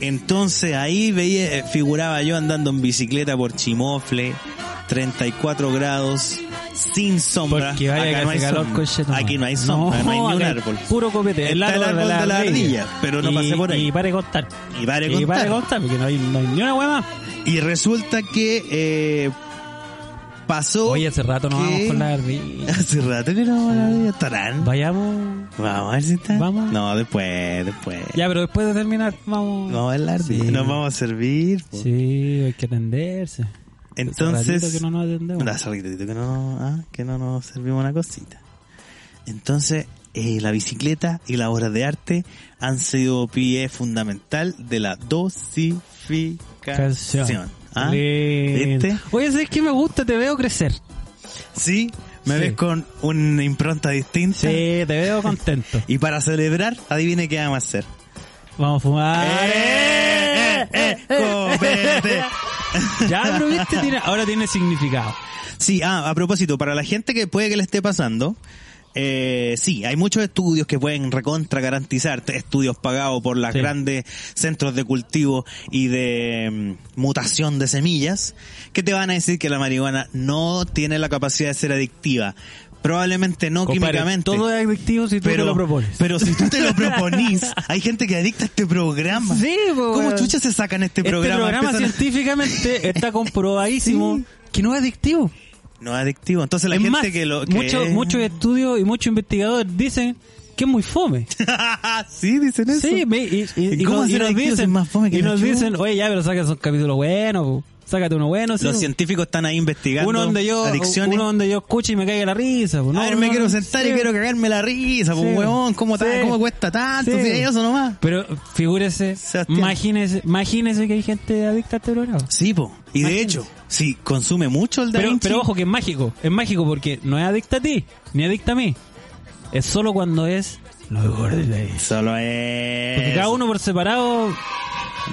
Speaker 3: Entonces ahí veía, eh, figuraba yo andando en bicicleta por Chimofle, 34 grados, sin sombra.
Speaker 2: Porque vaya
Speaker 3: Acá
Speaker 2: que
Speaker 3: no
Speaker 2: hace
Speaker 3: hay
Speaker 2: calor,
Speaker 3: sombra.
Speaker 2: conchetumare.
Speaker 3: Aquí no hay sombra, no, hay ni un
Speaker 2: acá
Speaker 3: árbol.
Speaker 2: Puro copete.
Speaker 3: Está el árbol de la ardilla, pero no
Speaker 2: Y-
Speaker 3: pasé por ahí.
Speaker 2: Y para de contar.
Speaker 3: Y pare
Speaker 2: Y para
Speaker 3: contar.
Speaker 2: de contar, porque no hay, no hay ni una hueá más.
Speaker 3: Y resulta que eh, pasó.
Speaker 2: Oye, hace rato no
Speaker 3: que-
Speaker 2: vamos con la ardilla.
Speaker 3: (laughs) Hace rato que no vamos a la ardilla. ¿Estarán?
Speaker 2: Vayamos.
Speaker 3: Vamos a ver si están.
Speaker 2: Vamos.
Speaker 3: No, después, después.
Speaker 2: Ya, pero después de terminar, vamos.
Speaker 3: Vamos a ver la ardilla.
Speaker 2: Sí.
Speaker 3: Nos vamos a servir. po.
Speaker 2: Sí, hay que atenderse. Hace ratito
Speaker 3: Entonces.
Speaker 2: que no nos atendemos.
Speaker 3: Hace ratito que no, ah, que no nos servimos una cosita. Entonces, eh, la bicicleta y las obras de arte han sido pie fundamental de la dosificación.
Speaker 2: Canción.
Speaker 3: ¿Ah?
Speaker 2: Lindo.
Speaker 3: ¿Viste?
Speaker 2: Oye, ¿sabes qué me gusta? Te veo crecer.
Speaker 3: Sí, me
Speaker 2: Sí.
Speaker 3: ves con una impronta distinta.
Speaker 2: (laughs) Sí, te veo contento.
Speaker 3: Y para celebrar, adivine qué vamos a hacer.
Speaker 2: Vamos a fumar.
Speaker 3: ¡Eh, eh, eh, copete!
Speaker 2: (laughs) Ya, pero viste, tiene- ahora tiene significado.
Speaker 3: Sí, ah, a propósito, para la gente que puede que le esté pasando, eh, sí, hay muchos estudios que pueden recontra garantizar, t- estudios pagados por los
Speaker 2: Sí.
Speaker 3: grandes centros de cultivo y de mm, mutación de semillas, que te van a decir que la marihuana no tiene la capacidad de ser adictiva. Probablemente no
Speaker 2: Compadre,
Speaker 3: químicamente.
Speaker 2: Todo es adictivo si tú
Speaker 3: pero, este
Speaker 2: te lo propones.
Speaker 3: pero si tú te
Speaker 2: (laughs)
Speaker 3: lo proponís, hay gente que adicta a este programa.
Speaker 2: Sí, po,
Speaker 3: ¿Cómo
Speaker 2: weón.
Speaker 3: chuchas se sacan este
Speaker 2: este
Speaker 3: programa?
Speaker 2: programa,
Speaker 3: Empiezan a- (laughs)
Speaker 2: científicamente está comprobadísimo que no es adictivo.
Speaker 3: No es adictivo. Entonces la
Speaker 2: es
Speaker 3: gente
Speaker 2: más,
Speaker 3: que lo... que-
Speaker 2: muchos muchos estudios y muchos investigadores dicen que es muy fome.
Speaker 3: (laughs) sí, dicen eso.
Speaker 2: Sí, me- y, y-
Speaker 3: ¿Y
Speaker 2: y
Speaker 3: cómo
Speaker 2: nos- y
Speaker 3: hacer
Speaker 2: nos
Speaker 3: adictivos
Speaker 2: dicen,
Speaker 3: es más fome que
Speaker 2: y
Speaker 3: la
Speaker 2: nos
Speaker 3: chucha?
Speaker 2: dicen, oye, ya, pero sácate un capítulo bueno, po. sácate uno bueno. sí,
Speaker 3: Los
Speaker 2: po.
Speaker 3: científicos están ahí investigando
Speaker 2: uno donde yo,
Speaker 3: adicciones.
Speaker 2: uno donde yo escucho y me caiga la risa. po. No,
Speaker 3: a ver, me
Speaker 2: no,
Speaker 3: quiero
Speaker 2: no,
Speaker 3: sentar y
Speaker 2: sí.
Speaker 3: quiero cagarme la risa, pues
Speaker 2: Sí.
Speaker 3: huevón, ¿cómo, ta-
Speaker 2: Sí.
Speaker 3: ¿cómo cuesta tanto?
Speaker 2: Sí.
Speaker 3: Sí, eso nomás.
Speaker 2: Pero figúrese,
Speaker 3: Sebastián.
Speaker 2: imagínese, imagínese que hay gente adicta a este programa.
Speaker 3: Sí, po. Y de
Speaker 2: Imagínate.
Speaker 3: hecho, si consume mucho el Da
Speaker 2: Pero,
Speaker 3: Vinci,
Speaker 2: pero ojo que es mágico, es mágico porque no es adicta a ti, ni adicta a mí. Es solo cuando es lo mejor de la vida.
Speaker 3: solo es...
Speaker 2: Porque cada uno por separado,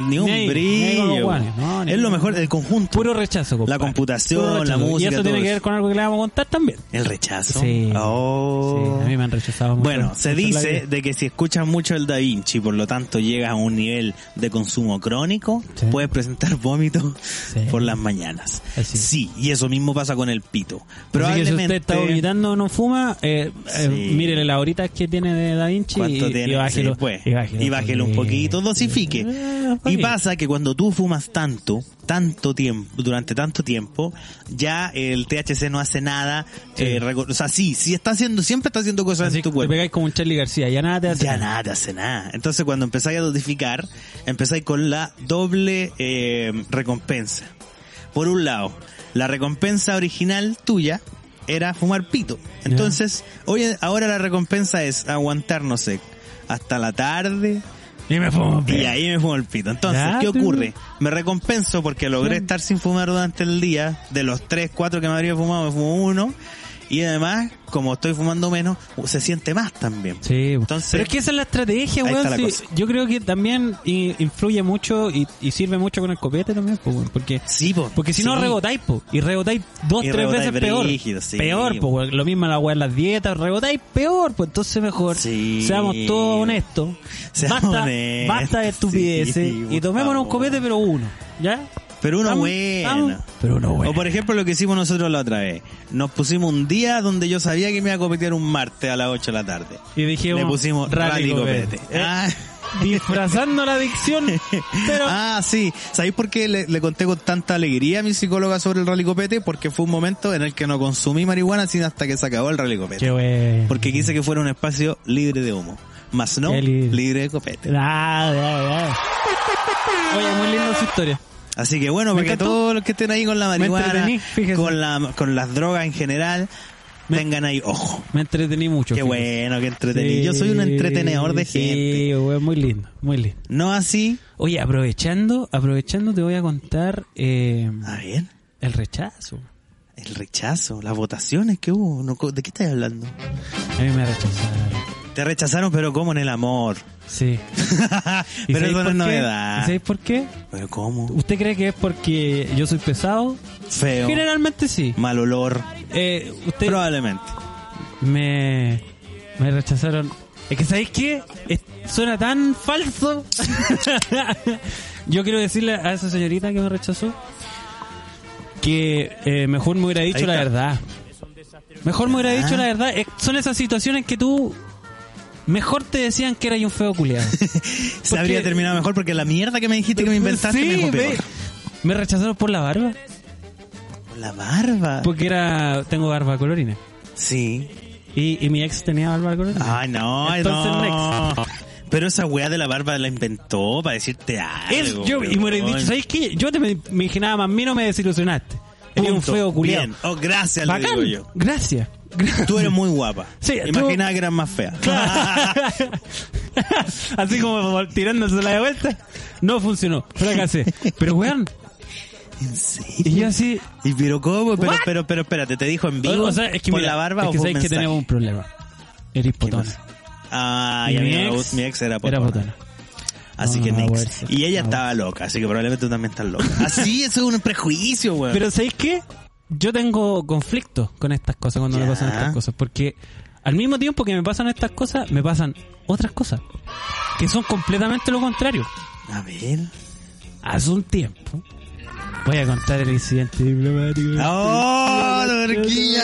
Speaker 3: Ni un
Speaker 2: ni ahí, ni ahí
Speaker 3: brillo.
Speaker 2: con los
Speaker 3: po.
Speaker 2: guanes, no, ni
Speaker 3: es lo
Speaker 2: con-
Speaker 3: mejor, el conjunto.
Speaker 2: puro rechazo. compadre.
Speaker 3: La computación,
Speaker 2: Puro
Speaker 3: la
Speaker 2: rechazo.
Speaker 3: música,
Speaker 2: Y eso tiene
Speaker 3: todo
Speaker 2: que ver
Speaker 3: eso.
Speaker 2: con algo que le vamos a contar también.
Speaker 3: El rechazo.
Speaker 2: Sí.
Speaker 3: Oh.
Speaker 2: Sí, a mí me han rechazado mucho.
Speaker 3: Bueno, se
Speaker 2: Mucho en la
Speaker 3: dice
Speaker 2: vida.
Speaker 3: de que si escuchas mucho el Da Vinci, por lo tanto llegas a un nivel de consumo crónico,
Speaker 2: Sí.
Speaker 3: puedes presentar vómito
Speaker 2: Sí.
Speaker 3: por las mañanas.
Speaker 2: Así es.
Speaker 3: Sí, y eso mismo pasa con el pito.
Speaker 2: Así que si usted
Speaker 3: Probablemente
Speaker 2: está vomitando o no fuma, eh, eh,
Speaker 3: Sí.
Speaker 2: mírele las horitas que tiene de Da Vinci y,
Speaker 3: cuánto tiene
Speaker 2: y bájelo.
Speaker 3: Sí, pues.
Speaker 2: y bájelo
Speaker 3: Y bájelo un poquito, dosifique.
Speaker 2: Eh,
Speaker 3: Y
Speaker 2: poquito.
Speaker 3: pasa que cuando tú fumas tanto, tanto tiempo, durante tanto tiempo, ya el THC no hace nada.
Speaker 2: Sí.
Speaker 3: eh, reco- o sea, sí, sí está haciendo, siempre está haciendo cosas
Speaker 2: Así
Speaker 3: en tu
Speaker 2: que te
Speaker 3: cuerpo.
Speaker 2: pegáis como un Charlie García, ya nada te hace.
Speaker 3: Ya nada te hace nada. Entonces cuando empezáis a dosificar, empezáis con la doble eh, recompensa. Por un lado, la recompensa original tuya era fumar pito. Entonces, hoy ahora la recompensa es aguantar, no sé, hasta la tarde
Speaker 2: Y me fumo.
Speaker 3: y ahí me fumo el pito. Entonces,
Speaker 2: Ya,
Speaker 3: ¿qué
Speaker 2: tú-
Speaker 3: ocurre? Me recompenso porque logré estar sin fumar durante el día. De los tres, cuatro que me habría fumado, me fumo uno. Y además, como estoy fumando menos, se siente más también.
Speaker 2: Sí, pues.
Speaker 3: Entonces-
Speaker 2: pero es que esa es la estrategia,
Speaker 3: Ahí
Speaker 2: weón.
Speaker 3: está la
Speaker 2: sí.
Speaker 3: cosa.
Speaker 2: yo creo que también i- influye mucho y, y sirve mucho con el copete también, po, weón, porque
Speaker 3: Sí, po.
Speaker 2: porque si no
Speaker 3: Sí.
Speaker 2: rebotáis, po, y rebotáis dos,
Speaker 3: Y
Speaker 2: tres
Speaker 3: rebotáis
Speaker 2: veces peor.
Speaker 3: brígido, sí,
Speaker 2: peor, po, weón. lo mismo la weá en las dietas, rebotáis peor, pues entonces mejor
Speaker 3: Sí.
Speaker 2: seamos todos honestos.
Speaker 3: Seamos
Speaker 2: basta,
Speaker 3: honestos,
Speaker 2: basta de
Speaker 3: sí,
Speaker 2: estupideces y
Speaker 3: por
Speaker 2: tomémonos un
Speaker 3: favor.
Speaker 2: copete pero uno, ¿ya?
Speaker 3: Pero uno
Speaker 2: Estamos-
Speaker 3: bueno.
Speaker 2: estamos- Pero uno bueno.
Speaker 3: O por ejemplo lo que hicimos nosotros la otra vez. Nos pusimos un día donde yo sabía que me iba a copetear un martes a las 8 de la tarde.
Speaker 2: y dijimos
Speaker 3: Le pusimos rally, copete.
Speaker 2: Eh,
Speaker 3: Ah,
Speaker 2: disfrazando
Speaker 3: (laughs)
Speaker 2: la adicción, pero
Speaker 3: ah, sí. ¿Sabéis por qué le, le conté con tanta alegría a mi psicóloga sobre el rally copete? Porque fue un momento en el que no consumí marihuana sino hasta que se acabó el rally copete.
Speaker 2: qué bueno.
Speaker 3: Porque quise que fuera un espacio libre de humo. Más no,
Speaker 2: Qué libre.
Speaker 3: libre de copete.
Speaker 2: Ah, ah, ah. Oye, muy linda su historia.
Speaker 3: Así que bueno,
Speaker 2: Me
Speaker 3: para que
Speaker 2: encantó.
Speaker 3: todos los que estén ahí con la marihuana,
Speaker 2: entretení, fíjese.
Speaker 3: con, la, con las drogas en general, tengan ahí ojo.
Speaker 2: Me entretení mucho.
Speaker 3: Qué
Speaker 2: fíjate.
Speaker 3: bueno, qué entretenido.
Speaker 2: Sí,
Speaker 3: Yo soy un entretenedor de
Speaker 2: sí,
Speaker 3: gente.
Speaker 2: güey, muy lindo, muy lindo.
Speaker 3: No así.
Speaker 2: Oye, aprovechando, aprovechando te voy a contar eh,
Speaker 3: A ver,
Speaker 2: el rechazo.
Speaker 3: el rechazo, las votaciones que hubo. no co- ¿De qué estás hablando?
Speaker 2: A mí me rechazaron.
Speaker 3: Te rechazaron, pero ¿cómo en el
Speaker 2: (laughs)
Speaker 3: amor?
Speaker 2: Sí. ¿Y
Speaker 3: pero
Speaker 2: sabéis
Speaker 3: eso no es
Speaker 2: por qué? ¿Y
Speaker 3: novedad.
Speaker 2: ¿Sabéis por qué?
Speaker 3: Pero ¿cómo?
Speaker 2: ¿Usted cree que es porque yo soy pesado?
Speaker 3: Feo.
Speaker 2: Generalmente sí.
Speaker 3: Mal olor.
Speaker 2: Eh, usted
Speaker 3: Probablemente.
Speaker 2: me, me rechazaron. Es que, ¿sabéis qué? Es- suena tan falso. (laughs) Yo quiero decirle a esa señorita que me rechazó que eh, mejor me hubiera dicho
Speaker 3: Ahí
Speaker 2: la
Speaker 3: está. Ah.
Speaker 2: verdad. Mejor me hubiera
Speaker 3: ¿Verdad?
Speaker 2: dicho la verdad. Eh, Son esas situaciones que tú. Mejor te decían que eras un feo
Speaker 3: (laughs)
Speaker 2: culiado.
Speaker 3: Se habría terminado mejor porque la mierda que me dijiste que me inventaste me dejó peor.
Speaker 2: Me rechazaron por la barba.
Speaker 3: Por La barba.
Speaker 2: Porque era. Tengo barba colorina.
Speaker 3: Sí.
Speaker 2: Y, y mi ex tenía barba colorina.
Speaker 3: Ay, no, ay,
Speaker 2: Entonces,
Speaker 3: no. Pero esa weá de la barba la inventó para decirte
Speaker 2: Es-
Speaker 3: algo.
Speaker 2: yo, y me hubiera
Speaker 3: weón.
Speaker 2: dicho, ¿sabes qué? Yo te me me imaginaba más, menos me desilusionaste. Eres un
Speaker 3: Punto.
Speaker 2: feo culiado.
Speaker 3: Bien. Oh, gracias, le
Speaker 2: Bacán.
Speaker 3: digo yo.
Speaker 2: Gracias. Gra-
Speaker 3: Tú eres muy guapa.
Speaker 2: (laughs) Sí,
Speaker 3: Imaginaba que eras más fea.
Speaker 2: (laughs) Así como tirándosela de vuelta. No funcionó. Fracasé. Pero, weón.
Speaker 3: (laughs) ¿En
Speaker 2: Y
Speaker 3: serio?
Speaker 2: yo así.
Speaker 3: (laughs) ¿Y pero cómo? Pero,
Speaker 2: What?
Speaker 3: pero, pero espérate, ¿te dijo en vivo?
Speaker 2: O sea, es que
Speaker 3: ¿Por
Speaker 2: mira,
Speaker 3: la barba
Speaker 2: es
Speaker 3: o
Speaker 2: que
Speaker 3: por
Speaker 2: sabes que
Speaker 3: mensaje?
Speaker 2: tenemos un problema. Eres potona.
Speaker 3: pasa? Ay, a mí no me gusta- mi ex era potona. Así
Speaker 2: No,
Speaker 3: que
Speaker 2: no,
Speaker 3: next.
Speaker 2: puede ser.
Speaker 3: Y ella
Speaker 2: No.
Speaker 3: estaba loca, así que probablemente tú también estás
Speaker 2: (laughs)
Speaker 3: loca. Así, eso es un prejuicio, weón.
Speaker 2: Pero ¿sabéis qué? Yo tengo conflicto con estas cosas cuando me
Speaker 3: Ya.
Speaker 2: pasan estas cosas. Porque al mismo tiempo que me pasan estas cosas, me pasan otras cosas. Que son completamente lo contrario.
Speaker 3: A ver.
Speaker 2: Hace un tiempo. Voy a contar el incidente diplomático.
Speaker 3: ¡Oh,
Speaker 2: (laughs)
Speaker 3: Turquía!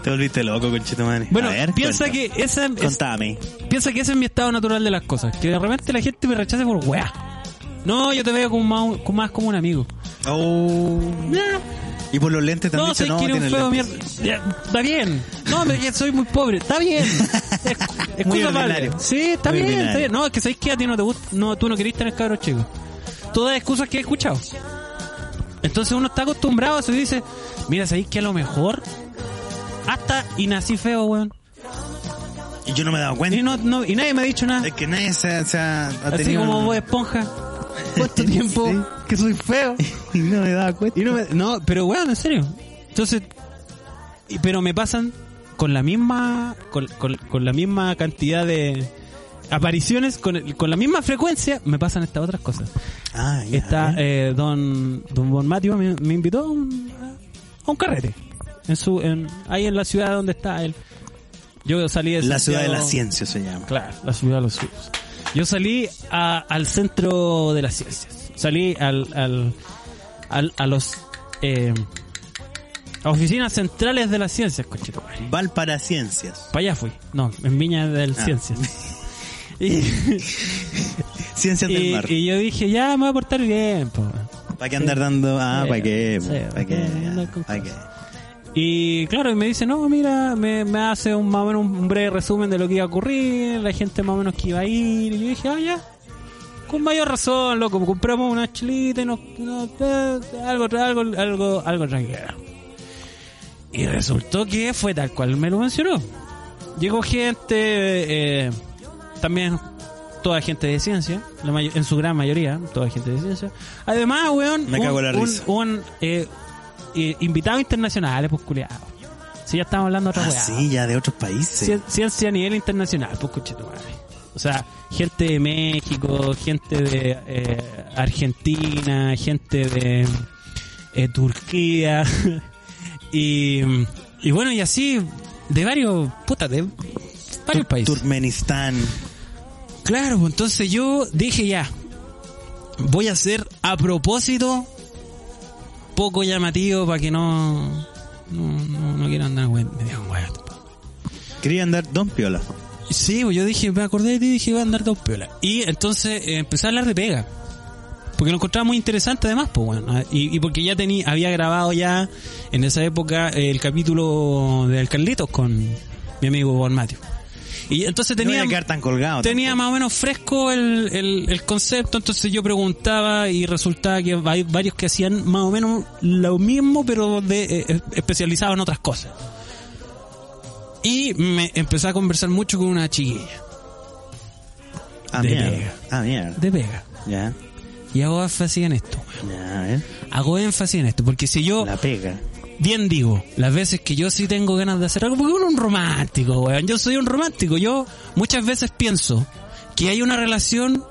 Speaker 3: Te volviste loco, conchetumane.
Speaker 2: Bueno,
Speaker 3: A ver,
Speaker 2: piensa
Speaker 3: cuenta.
Speaker 2: que esa es,
Speaker 3: Contame.
Speaker 2: piensa que ese es mi estado natural de las cosas, que de repente la gente me rechace por weá. No, yo te veo como más, como más como un amigo.
Speaker 3: Oh. Y por los lentes te han
Speaker 2: No,
Speaker 3: dicho,
Speaker 2: sé
Speaker 3: no,
Speaker 2: que eres un
Speaker 3: tienes
Speaker 2: feo mierda.
Speaker 3: lentes.
Speaker 2: Ya, Está bien. No, pero que soy muy pobre.
Speaker 3: (laughs)
Speaker 2: Está bien. Es, es
Speaker 3: Muy
Speaker 2: culpa
Speaker 3: ordinario.
Speaker 2: Pablo. Sí, está
Speaker 3: Muy
Speaker 2: bien, está
Speaker 3: ordinario.
Speaker 2: bien. No, es que sabéis que a ti no te gusta, no, tú no querés tener cabros chicos. Todas excusas que he escuchado. Entonces uno está acostumbrado a eso y dice, mira, sabéis que a lo mejor hasta y nací feo, weón.
Speaker 3: Y yo no me he dado
Speaker 2: Y
Speaker 3: cuenta.
Speaker 2: no, no, y nadie me ha dicho nada.
Speaker 3: Es que nadie se, se ha, ha
Speaker 2: Así
Speaker 3: tenido...
Speaker 2: como vos esponja. ¿Cuánto tiempo
Speaker 3: Sí.
Speaker 2: que soy feo?
Speaker 3: (laughs) Y no me he dado cuenta.
Speaker 2: Y no, me- no, pero weón, en serio. Entonces, y- pero me pasan con la misma, con, con- con la misma cantidad de apariciones, con, el- con la misma frecuencia, me pasan estas otras cosas.
Speaker 3: Ah, ya,
Speaker 2: Está
Speaker 3: a ver.
Speaker 2: eh, don, don Bon Matio me, me invitó a un, a un carrete. En su, en, ahí en la ciudad donde está él. Yo salí de
Speaker 3: la ciudad de la
Speaker 2: Santiago-
Speaker 3: ciencia se llama.
Speaker 2: Claro, la ciudad de los sueños. Yo salí a- al centro de las ciencias. Salí al, al, al- a los eh, a oficinas centrales de las ciencias, cochito. Para
Speaker 3: Valparaciencias.
Speaker 2: allá fui. No, en Viña del
Speaker 3: Ah. (laughs)
Speaker 2: Ciencias. Y,
Speaker 3: Ciencias del
Speaker 2: y-
Speaker 3: mar.
Speaker 2: y yo dije, ya me voy a portar bien. po.
Speaker 3: ¿Para qué andar dando? Ah,
Speaker 2: Sí,
Speaker 3: ¿para qué?
Speaker 2: sí,
Speaker 3: ¿Para qué?
Speaker 2: andar con
Speaker 3: ¿Para qué?
Speaker 2: Y claro, y me dice, no, mira, me, me hace un, más o menos un breve resumen de lo que iba a ocurrir, la gente más o menos que iba a ir. Y yo dije, ah, ya, con mayor razón, loco, compramos una chilita y nos, nos- eh, algo, algo, algo, algo tranquilo. Y resultó que fue tal cual me lo mencionó. Llegó gente, eh, también toda gente de ciencia, la may- en su gran mayoría, toda gente de ciencia. Además, weón,
Speaker 3: Me cago
Speaker 2: un,
Speaker 3: en la
Speaker 2: un-
Speaker 3: risa.
Speaker 2: un, eh, eh, invitado internacional, pues culiado. Si ya estamos hablando de otra
Speaker 3: Ah,
Speaker 2: weá.
Speaker 3: sí, ya de otros países.
Speaker 2: Cien- Ciencia a nivel internacional, pues conchetumare. O sea, gente de México, gente de eh, Argentina, gente de eh, Turquía. (laughs) y, y bueno, y así de varios, puta, de varios
Speaker 3: Tur-
Speaker 2: países.
Speaker 3: Turkmenistán.
Speaker 2: Claro, pues, entonces yo dije ya, voy a hacer a propósito poco llamativo para que no... No, no, no quiero andar, güey. Me digan, güey,
Speaker 3: Quería andar Don Piola.
Speaker 2: Sí, pues yo dije, me acordé de ti y dije, voy a andar dos piolas. Y entonces eh, empecé a hablar de pega. Porque lo encontraba muy interesante además, pues bueno. Ah, Y, y porque ya tenía, había grabado ya en esa época el capítulo de Carlitos con mi amigo Juan Mateo. Y entonces
Speaker 3: Tenía
Speaker 2: tenía...
Speaker 3: que quedar tan colgado.
Speaker 2: Tenía más o menos fresco el, el- el concepto, entonces yo preguntaba y resultaba que hay varios que hacían más o menos lo mismo, pero de, eh, especializados en otras cosas. Y me empecé a conversar mucho con una chiquilla
Speaker 3: tampoco. Ah,
Speaker 2: de
Speaker 3: mierda.
Speaker 2: pega.
Speaker 3: Ah, mierda.
Speaker 2: de pega.
Speaker 3: Ya.
Speaker 2: Y hago énfasis en esto.
Speaker 3: Ya, a ver.
Speaker 2: Hago énfasis en esto, porque si yo...
Speaker 3: La pega.
Speaker 2: bien digo, las veces que yo sí tengo ganas de hacer algo, porque uno es un romántico, weón. Yo soy un romántico. Yo muchas veces pienso que hay una relación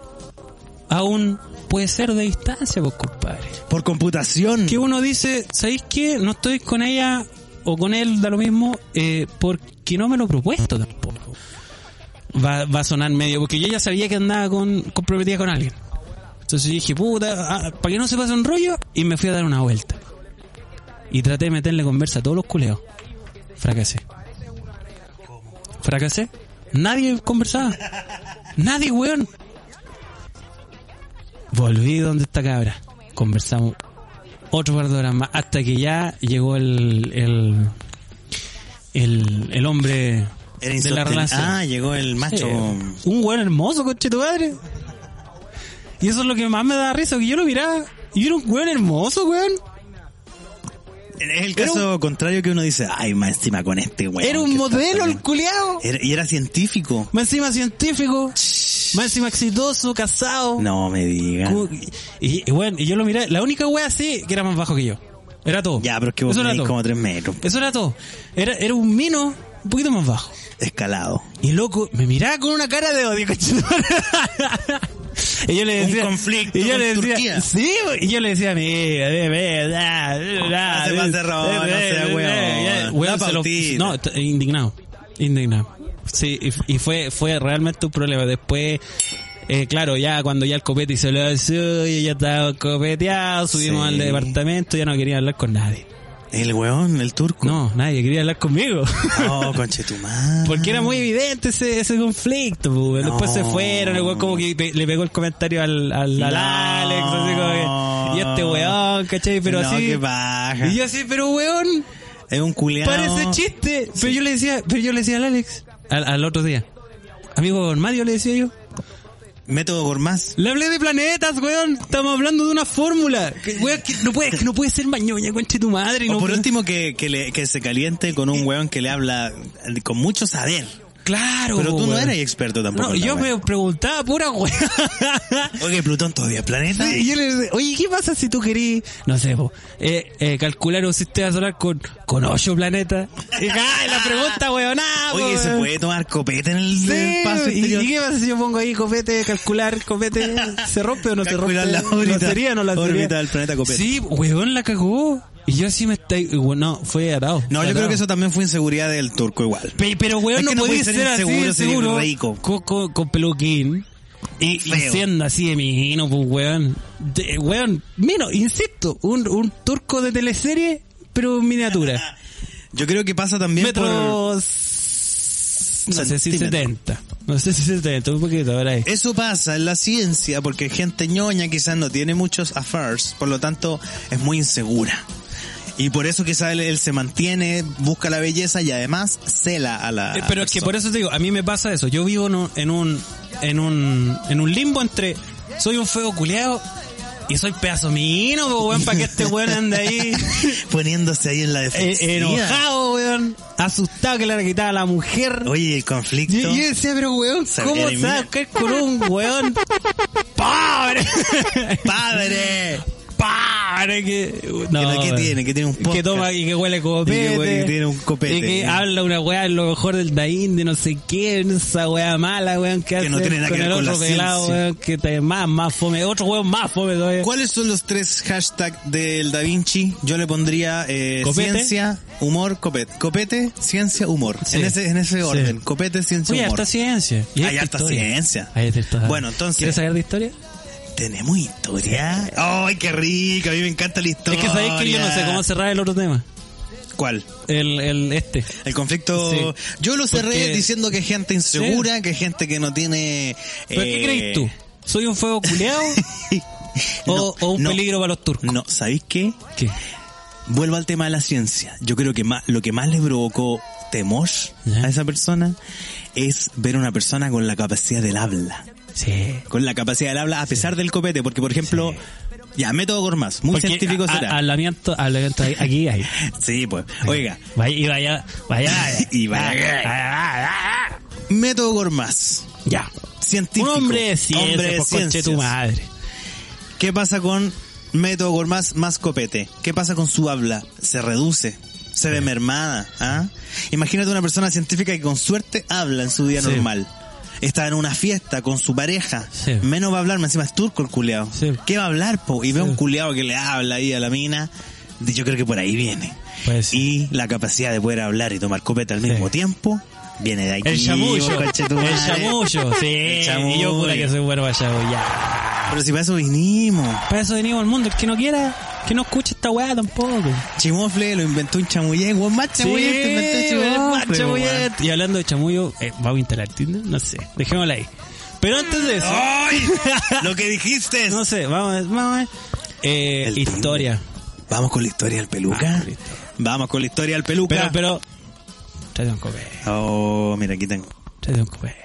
Speaker 2: aún puede ser de distancia, pues, compadre.
Speaker 3: Por computación.
Speaker 2: Que uno dice, ¿sabéis qué? No estoy con ella o con él, da lo mismo, eh, porque no me lo he propuesto tampoco. Va, va a sonar medio, porque yo ya sabía que andaba con, comprometida con alguien. Entonces dije, puta, ah, para que no se pase un rollo, y me fui a dar una vuelta. Y traté de meterle conversa a todos los culeos. Fracasé. Fracasé. Nadie conversaba. Nadie, weón. Volví donde esta cabra. Conversamos otro par de horas más hasta que ya llegó el el, el, el hombre
Speaker 3: Era
Speaker 2: de la
Speaker 3: insostenible.
Speaker 2: relación.
Speaker 3: Ah, llegó el macho.
Speaker 2: Eh, un buen hermoso, coche tu madre. Y eso es lo que más me da risa, que yo lo miraba. Y era un buen hermoso, weón.
Speaker 3: Es el caso contrario que uno dice, ay, más encima con este weón.
Speaker 2: era un
Speaker 3: que está Eh.
Speaker 2: modelo, el
Speaker 3: también".
Speaker 2: culiao.
Speaker 3: Era- y era científico.
Speaker 2: Más encima científico. Más encima exitoso, casado.
Speaker 3: No me digas.
Speaker 2: Cu- Y, y, bueno, y yo lo miré. La única wea sí que era más bajo que yo. Era todo.
Speaker 3: Ya, pero es que vos
Speaker 2: Eso era
Speaker 3: medís
Speaker 2: todo.
Speaker 3: como tres metros.
Speaker 2: Eso era todo. Era, era un mino un poquito más bajo.
Speaker 3: Escalado.
Speaker 2: Y el loco me miraba con una cara de odio, (laughs) conchetumare. Y yo le
Speaker 3: Un
Speaker 2: decía,
Speaker 3: conflicto
Speaker 2: y yo
Speaker 3: con
Speaker 2: le decía,
Speaker 3: Turquía.
Speaker 2: Sí, y yo le decía, mira, ve, ve, da, da,
Speaker 3: No Ah, se
Speaker 2: ve,
Speaker 3: pase ron,
Speaker 2: ve,
Speaker 3: no
Speaker 2: ve,
Speaker 3: sea
Speaker 2: ve,
Speaker 3: weón.
Speaker 2: ve,
Speaker 3: Da
Speaker 2: weón. se lo-
Speaker 3: pautita.
Speaker 2: No, t- indignado, indignado. Sí, y, y fue, fue realmente un problema. Después, eh, claro, ya cuando ya el copete hizo lo suyo, ya estaba copeteado, subimos
Speaker 3: Sí.
Speaker 2: al departamento, ya no quería hablar con nadie.
Speaker 3: El weón, el turco.
Speaker 2: No, nadie quería hablar conmigo. (laughs)
Speaker 3: Oh, conchetumar.
Speaker 2: Porque era muy evidente ese, ese conflicto, pues, weón. Después
Speaker 3: No.
Speaker 2: se fueron, el weón como que pe- le pegó el comentario al, al, al
Speaker 3: No.
Speaker 2: Alex, así como que, y este weón, ¿cachai? Pero
Speaker 3: no,
Speaker 2: así.
Speaker 3: qué baja.
Speaker 2: Y yo así, pero weón,
Speaker 3: Es un culiado.
Speaker 2: parece chiste. Pero yo le decía, pero yo le decía al Alex, al, al otro día. Amigo Mario le decía yo.
Speaker 3: Método Gormaz.
Speaker 2: Le hablé de planetas, weón. Estamos hablando de una fórmula. Que, weón, que no puede, que no puede ser mañoña, conche tu madre.
Speaker 3: O
Speaker 2: no
Speaker 3: por
Speaker 2: puede-
Speaker 3: último, que, que, le- que se caliente
Speaker 2: Eh.
Speaker 3: con un weón que le habla con mucho saber.
Speaker 2: Claro.
Speaker 3: Pero tú no
Speaker 2: Oh, weón.
Speaker 3: eres experto tampoco.
Speaker 2: No,
Speaker 3: en la
Speaker 2: yo
Speaker 3: weá.
Speaker 2: me preguntaba pura weón. (laughs)
Speaker 3: Oye, Plutón todavía es planeta.
Speaker 2: Sí, y yo le decía, oye, ¿qué pasa si tú querís, no sé, po, eh, eh, calcular un sistema solar con, con ocho planetas? Y ah, la pregunta, weón, ah, po,
Speaker 3: Oye, ¿se
Speaker 2: weón.
Speaker 3: puede tomar copete en el
Speaker 2: Sí,
Speaker 3: espacio
Speaker 2: y,
Speaker 3: exterior?
Speaker 2: y qué pasa si yo pongo ahí copete, calcular, copete, se rompe o no se rompe?
Speaker 3: Calcular la
Speaker 2: ¿La
Speaker 3: órbita-
Speaker 2: sería o no la
Speaker 3: órbita
Speaker 2: sería?
Speaker 3: del planeta copete.
Speaker 2: Sí, weón, la cagó. Y yo así me estoy, weón, no, fue atado.
Speaker 3: No, yo
Speaker 2: atado.
Speaker 3: creo que eso también fue inseguridad del turco igual.
Speaker 2: Pe- pero weón,
Speaker 3: Es
Speaker 2: no,
Speaker 3: que no
Speaker 2: podía
Speaker 3: puede ser
Speaker 2: ser así,
Speaker 3: inseguro,
Speaker 2: de
Speaker 3: sería
Speaker 2: seguro.
Speaker 3: rico.
Speaker 2: Con, con, con peluquín.
Speaker 3: Y
Speaker 2: Y
Speaker 3: feo.
Speaker 2: siendo así de mino, pues, weón. De- weón, menos, insisto, un, un turco de teleserie, pero en (laughs) miniatura.
Speaker 3: Yo creo que pasa también por...
Speaker 2: Metros. No sé si
Speaker 3: Centímetro.
Speaker 2: 70. No sé si 70, un poquito, ahora ahí.
Speaker 3: Eso pasa en la ciencia porque gente ñoña quizás no tiene muchos affairs, por lo tanto es muy insegura. Y por eso quizás él, él se mantiene, busca la belleza y además cela a la
Speaker 2: Eh, pero es que por eso te digo, a mí me pasa eso. Yo vivo en un, en un, en un, en un limbo entre soy un feo culeado y soy pedazo mino, pues, weón, para que este weón ande (laughs) ahí.
Speaker 3: (laughs) poniéndose ahí en la
Speaker 2: Eh,
Speaker 3: defensiva.
Speaker 2: enojado, weón. Asustado que le han quitado a la mujer.
Speaker 3: Oye, el
Speaker 2: Y-
Speaker 3: conflicto.
Speaker 2: y (laughs) yo decía, pero weón,
Speaker 3: Se
Speaker 2: ¿cómo se
Speaker 3: elimina.
Speaker 2: va a buscar con un
Speaker 3: (laughs)
Speaker 2: weón? (laughs) ¡Pobre!
Speaker 3: ¡Padre!
Speaker 2: ¡Pobre! Que, no,
Speaker 3: ¿Pero qué
Speaker 2: weón.
Speaker 3: tiene? ¿Que tiene un
Speaker 2: Que
Speaker 3: podcast?
Speaker 2: toma y que huele copete.
Speaker 3: Y que huele- que tiene un copete.
Speaker 2: Y que habla una weá, a lo mejor del Daín, de no sé qué, esa weá mala, weón, que, hace
Speaker 3: no tiene nada que
Speaker 2: con
Speaker 3: ver
Speaker 2: el
Speaker 3: con
Speaker 2: otro
Speaker 3: la
Speaker 2: pelado,
Speaker 3: ciencia.
Speaker 2: weón, que está más, más fome. Otro weón más fome todavía.
Speaker 3: ¿Cuáles son los tres hashtags del Da Vinci? Yo le pondría eh,
Speaker 2: Copete.
Speaker 3: ciencia, humor, copete. Copete, ciencia, humor.
Speaker 2: Sí.
Speaker 3: En ese, en ese
Speaker 2: Sí.
Speaker 3: orden. Copete, ciencia,
Speaker 2: Oye,
Speaker 3: humor.
Speaker 2: harta ciencia. Y
Speaker 3: Hay harta
Speaker 2: harta historia.
Speaker 3: ciencia.
Speaker 2: Hay harta historia.
Speaker 3: Bueno, entonces-
Speaker 2: ¿Quieres saber de historia?
Speaker 3: Tenemos historia. ¡Ay, qué rico! A mí me encanta la historia.
Speaker 2: Es que sabéis que yo no sé cómo cerrar el otro tema.
Speaker 3: ¿Cuál?
Speaker 2: El, el este.
Speaker 3: El conflicto.
Speaker 2: Sí.
Speaker 3: Yo lo cerré
Speaker 2: Porque-
Speaker 3: diciendo que es gente insegura, que es gente que no tiene.
Speaker 2: ¿Pero
Speaker 3: eh,
Speaker 2: qué crees tú? ¿Soy un fuego culeado (laughs) o,
Speaker 3: No,
Speaker 2: o un
Speaker 3: no,
Speaker 2: peligro para los turcos?
Speaker 3: No, ¿sabéis qué?
Speaker 2: ¿Qué?
Speaker 3: Vuelvo al tema de la ciencia. Yo creo que más, lo que más le provocó temor
Speaker 2: Ya.
Speaker 3: a esa persona es ver una persona con la capacidad del habla.
Speaker 2: Sí.
Speaker 3: Con la capacidad del habla a pesar del copete, porque por ejemplo, ya, método Gormaz, muy
Speaker 2: Porque
Speaker 3: científico
Speaker 2: a- a-
Speaker 3: será.
Speaker 2: hablamiento- hablamiento ahí- aquí (laughs) hay.
Speaker 3: Sí, pues, oiga,
Speaker 2: Vaya, y vaya, vaya. (laughs) Ah,
Speaker 3: Y vaya. método Gormaz,
Speaker 2: Ya. Un
Speaker 3: científico.
Speaker 2: hombre de ciencia,
Speaker 3: hombre de
Speaker 2: pues, conche tu
Speaker 3: ciencias.
Speaker 2: madre.
Speaker 3: ¿Qué pasa con método Gormaz más copete? ¿Qué pasa con su habla? Se reduce. Se ve mermada, ¿ah? Imagínate una persona científica que con suerte habla en su día
Speaker 2: Sí.
Speaker 3: normal. Está en una fiesta con su pareja.
Speaker 2: Sí.
Speaker 3: Menos va a hablar, más encima es turco el culeado.
Speaker 2: Sí.
Speaker 3: ¿Qué va a hablar, po? Y ve
Speaker 2: Sí.
Speaker 3: un culeado que le habla ahí a la mina. Y Yo creo que por ahí viene.
Speaker 2: Puede ser.
Speaker 3: Y la capacidad de poder hablar y tomar copete al mismo tiempo viene de aquí.
Speaker 2: El chamullo.
Speaker 3: conchetumare.
Speaker 2: El (laughs) chamullo. Sí.
Speaker 3: El chamullo.
Speaker 2: Y yo pura que soy bueno para allá. Ya.
Speaker 3: Pero si para eso vinimos.
Speaker 2: Para eso venimos al mundo. El que no quiera, Que no escuche esta weá tampoco.
Speaker 3: Chimofle lo inventó un chamullén, weón. Más chamullén, te inventó un chamullén,
Speaker 2: weón,
Speaker 3: más chamullén.
Speaker 2: weón. Y hablando de chamullo, eh, ¿vamos a instalar Tinder? No sé, dejémosla ahí. Pero antes de eso,
Speaker 3: ¡Ay! Lo que dijiste.
Speaker 2: no sé, vamos a ver, vamos a ver. Eh,
Speaker 3: El
Speaker 2: historia.
Speaker 3: Vamos con la historia del peluca.
Speaker 2: Ah, listo.
Speaker 3: Vamos con la historia del peluca.
Speaker 2: Pero, pero, tráete un copé,
Speaker 3: Oh, mira, aquí tengo.
Speaker 2: tráete un copé.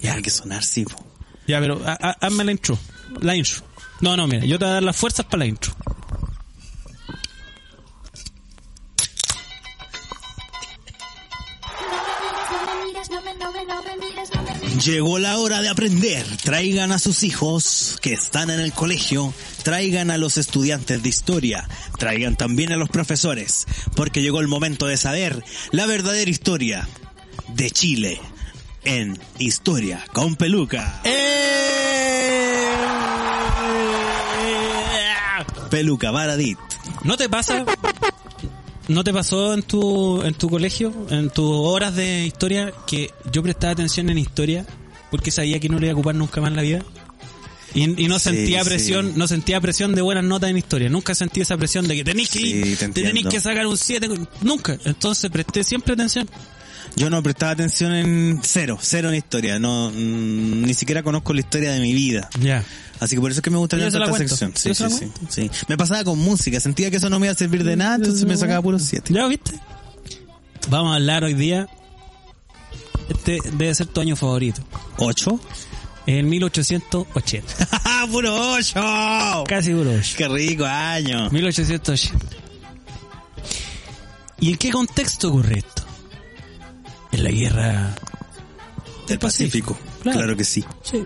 Speaker 3: Ya hay que sonar, sí, po.
Speaker 2: Ya, pero ha- ha- hazme la intro. La intro. No, no, mira, yo te voy a dar las fuerzas para la intro.
Speaker 3: Llegó la hora de aprender. Traigan a sus hijos que están en el colegio, traigan a los estudiantes de historia, traigan también a los profesores, porque llegó el momento de saber la verdadera historia de Chile en Historia con Peluca. Peluca Baradit.
Speaker 2: ¿No te pasa? ¿No te pasó en tu, en tu colegio, en tus horas de historia, que yo prestaba atención en historia porque sabía que no le iba a ocupar nunca más la vida? Y, y no
Speaker 3: Sí,
Speaker 2: sentía
Speaker 3: sí.
Speaker 2: presión, no sentía presión de buenas notas en historia. Nunca sentí esa presión de que tenés que,
Speaker 3: Sí,
Speaker 2: ir,
Speaker 3: te
Speaker 2: te tenés
Speaker 3: entiendo.
Speaker 2: que sacar un 7. Nunca. Entonces presté siempre atención.
Speaker 3: Yo no prestaba atención en cero, cero en historia. No, mm, ni siquiera conozco la historia de mi vida.
Speaker 2: Ya.
Speaker 3: Así que por eso es que me gusta
Speaker 2: Pues Yo
Speaker 3: tanto
Speaker 2: se la
Speaker 3: esta sección.
Speaker 2: cuento.
Speaker 3: Sí,
Speaker 2: Yo se
Speaker 3: sí,
Speaker 2: la
Speaker 3: sí, sí. Me pasaba con música, sentía que eso no me iba a servir de nada, entonces me sacaba puros siete.
Speaker 2: ¿Ya viste? Vamos a hablar hoy día. Este debe ser tu año favorito.
Speaker 3: ¿Ocho? (laughs)
Speaker 2: En 1880.
Speaker 3: ¡Ah, puro ocho!
Speaker 2: (laughs) Casi duro.
Speaker 3: ¡Qué rico año!
Speaker 2: 1880. ¿Y en qué contexto ocurre esto? En la guerra.
Speaker 3: Del Pacífico.
Speaker 2: Claro.
Speaker 3: Claro. que sí.
Speaker 2: Sí.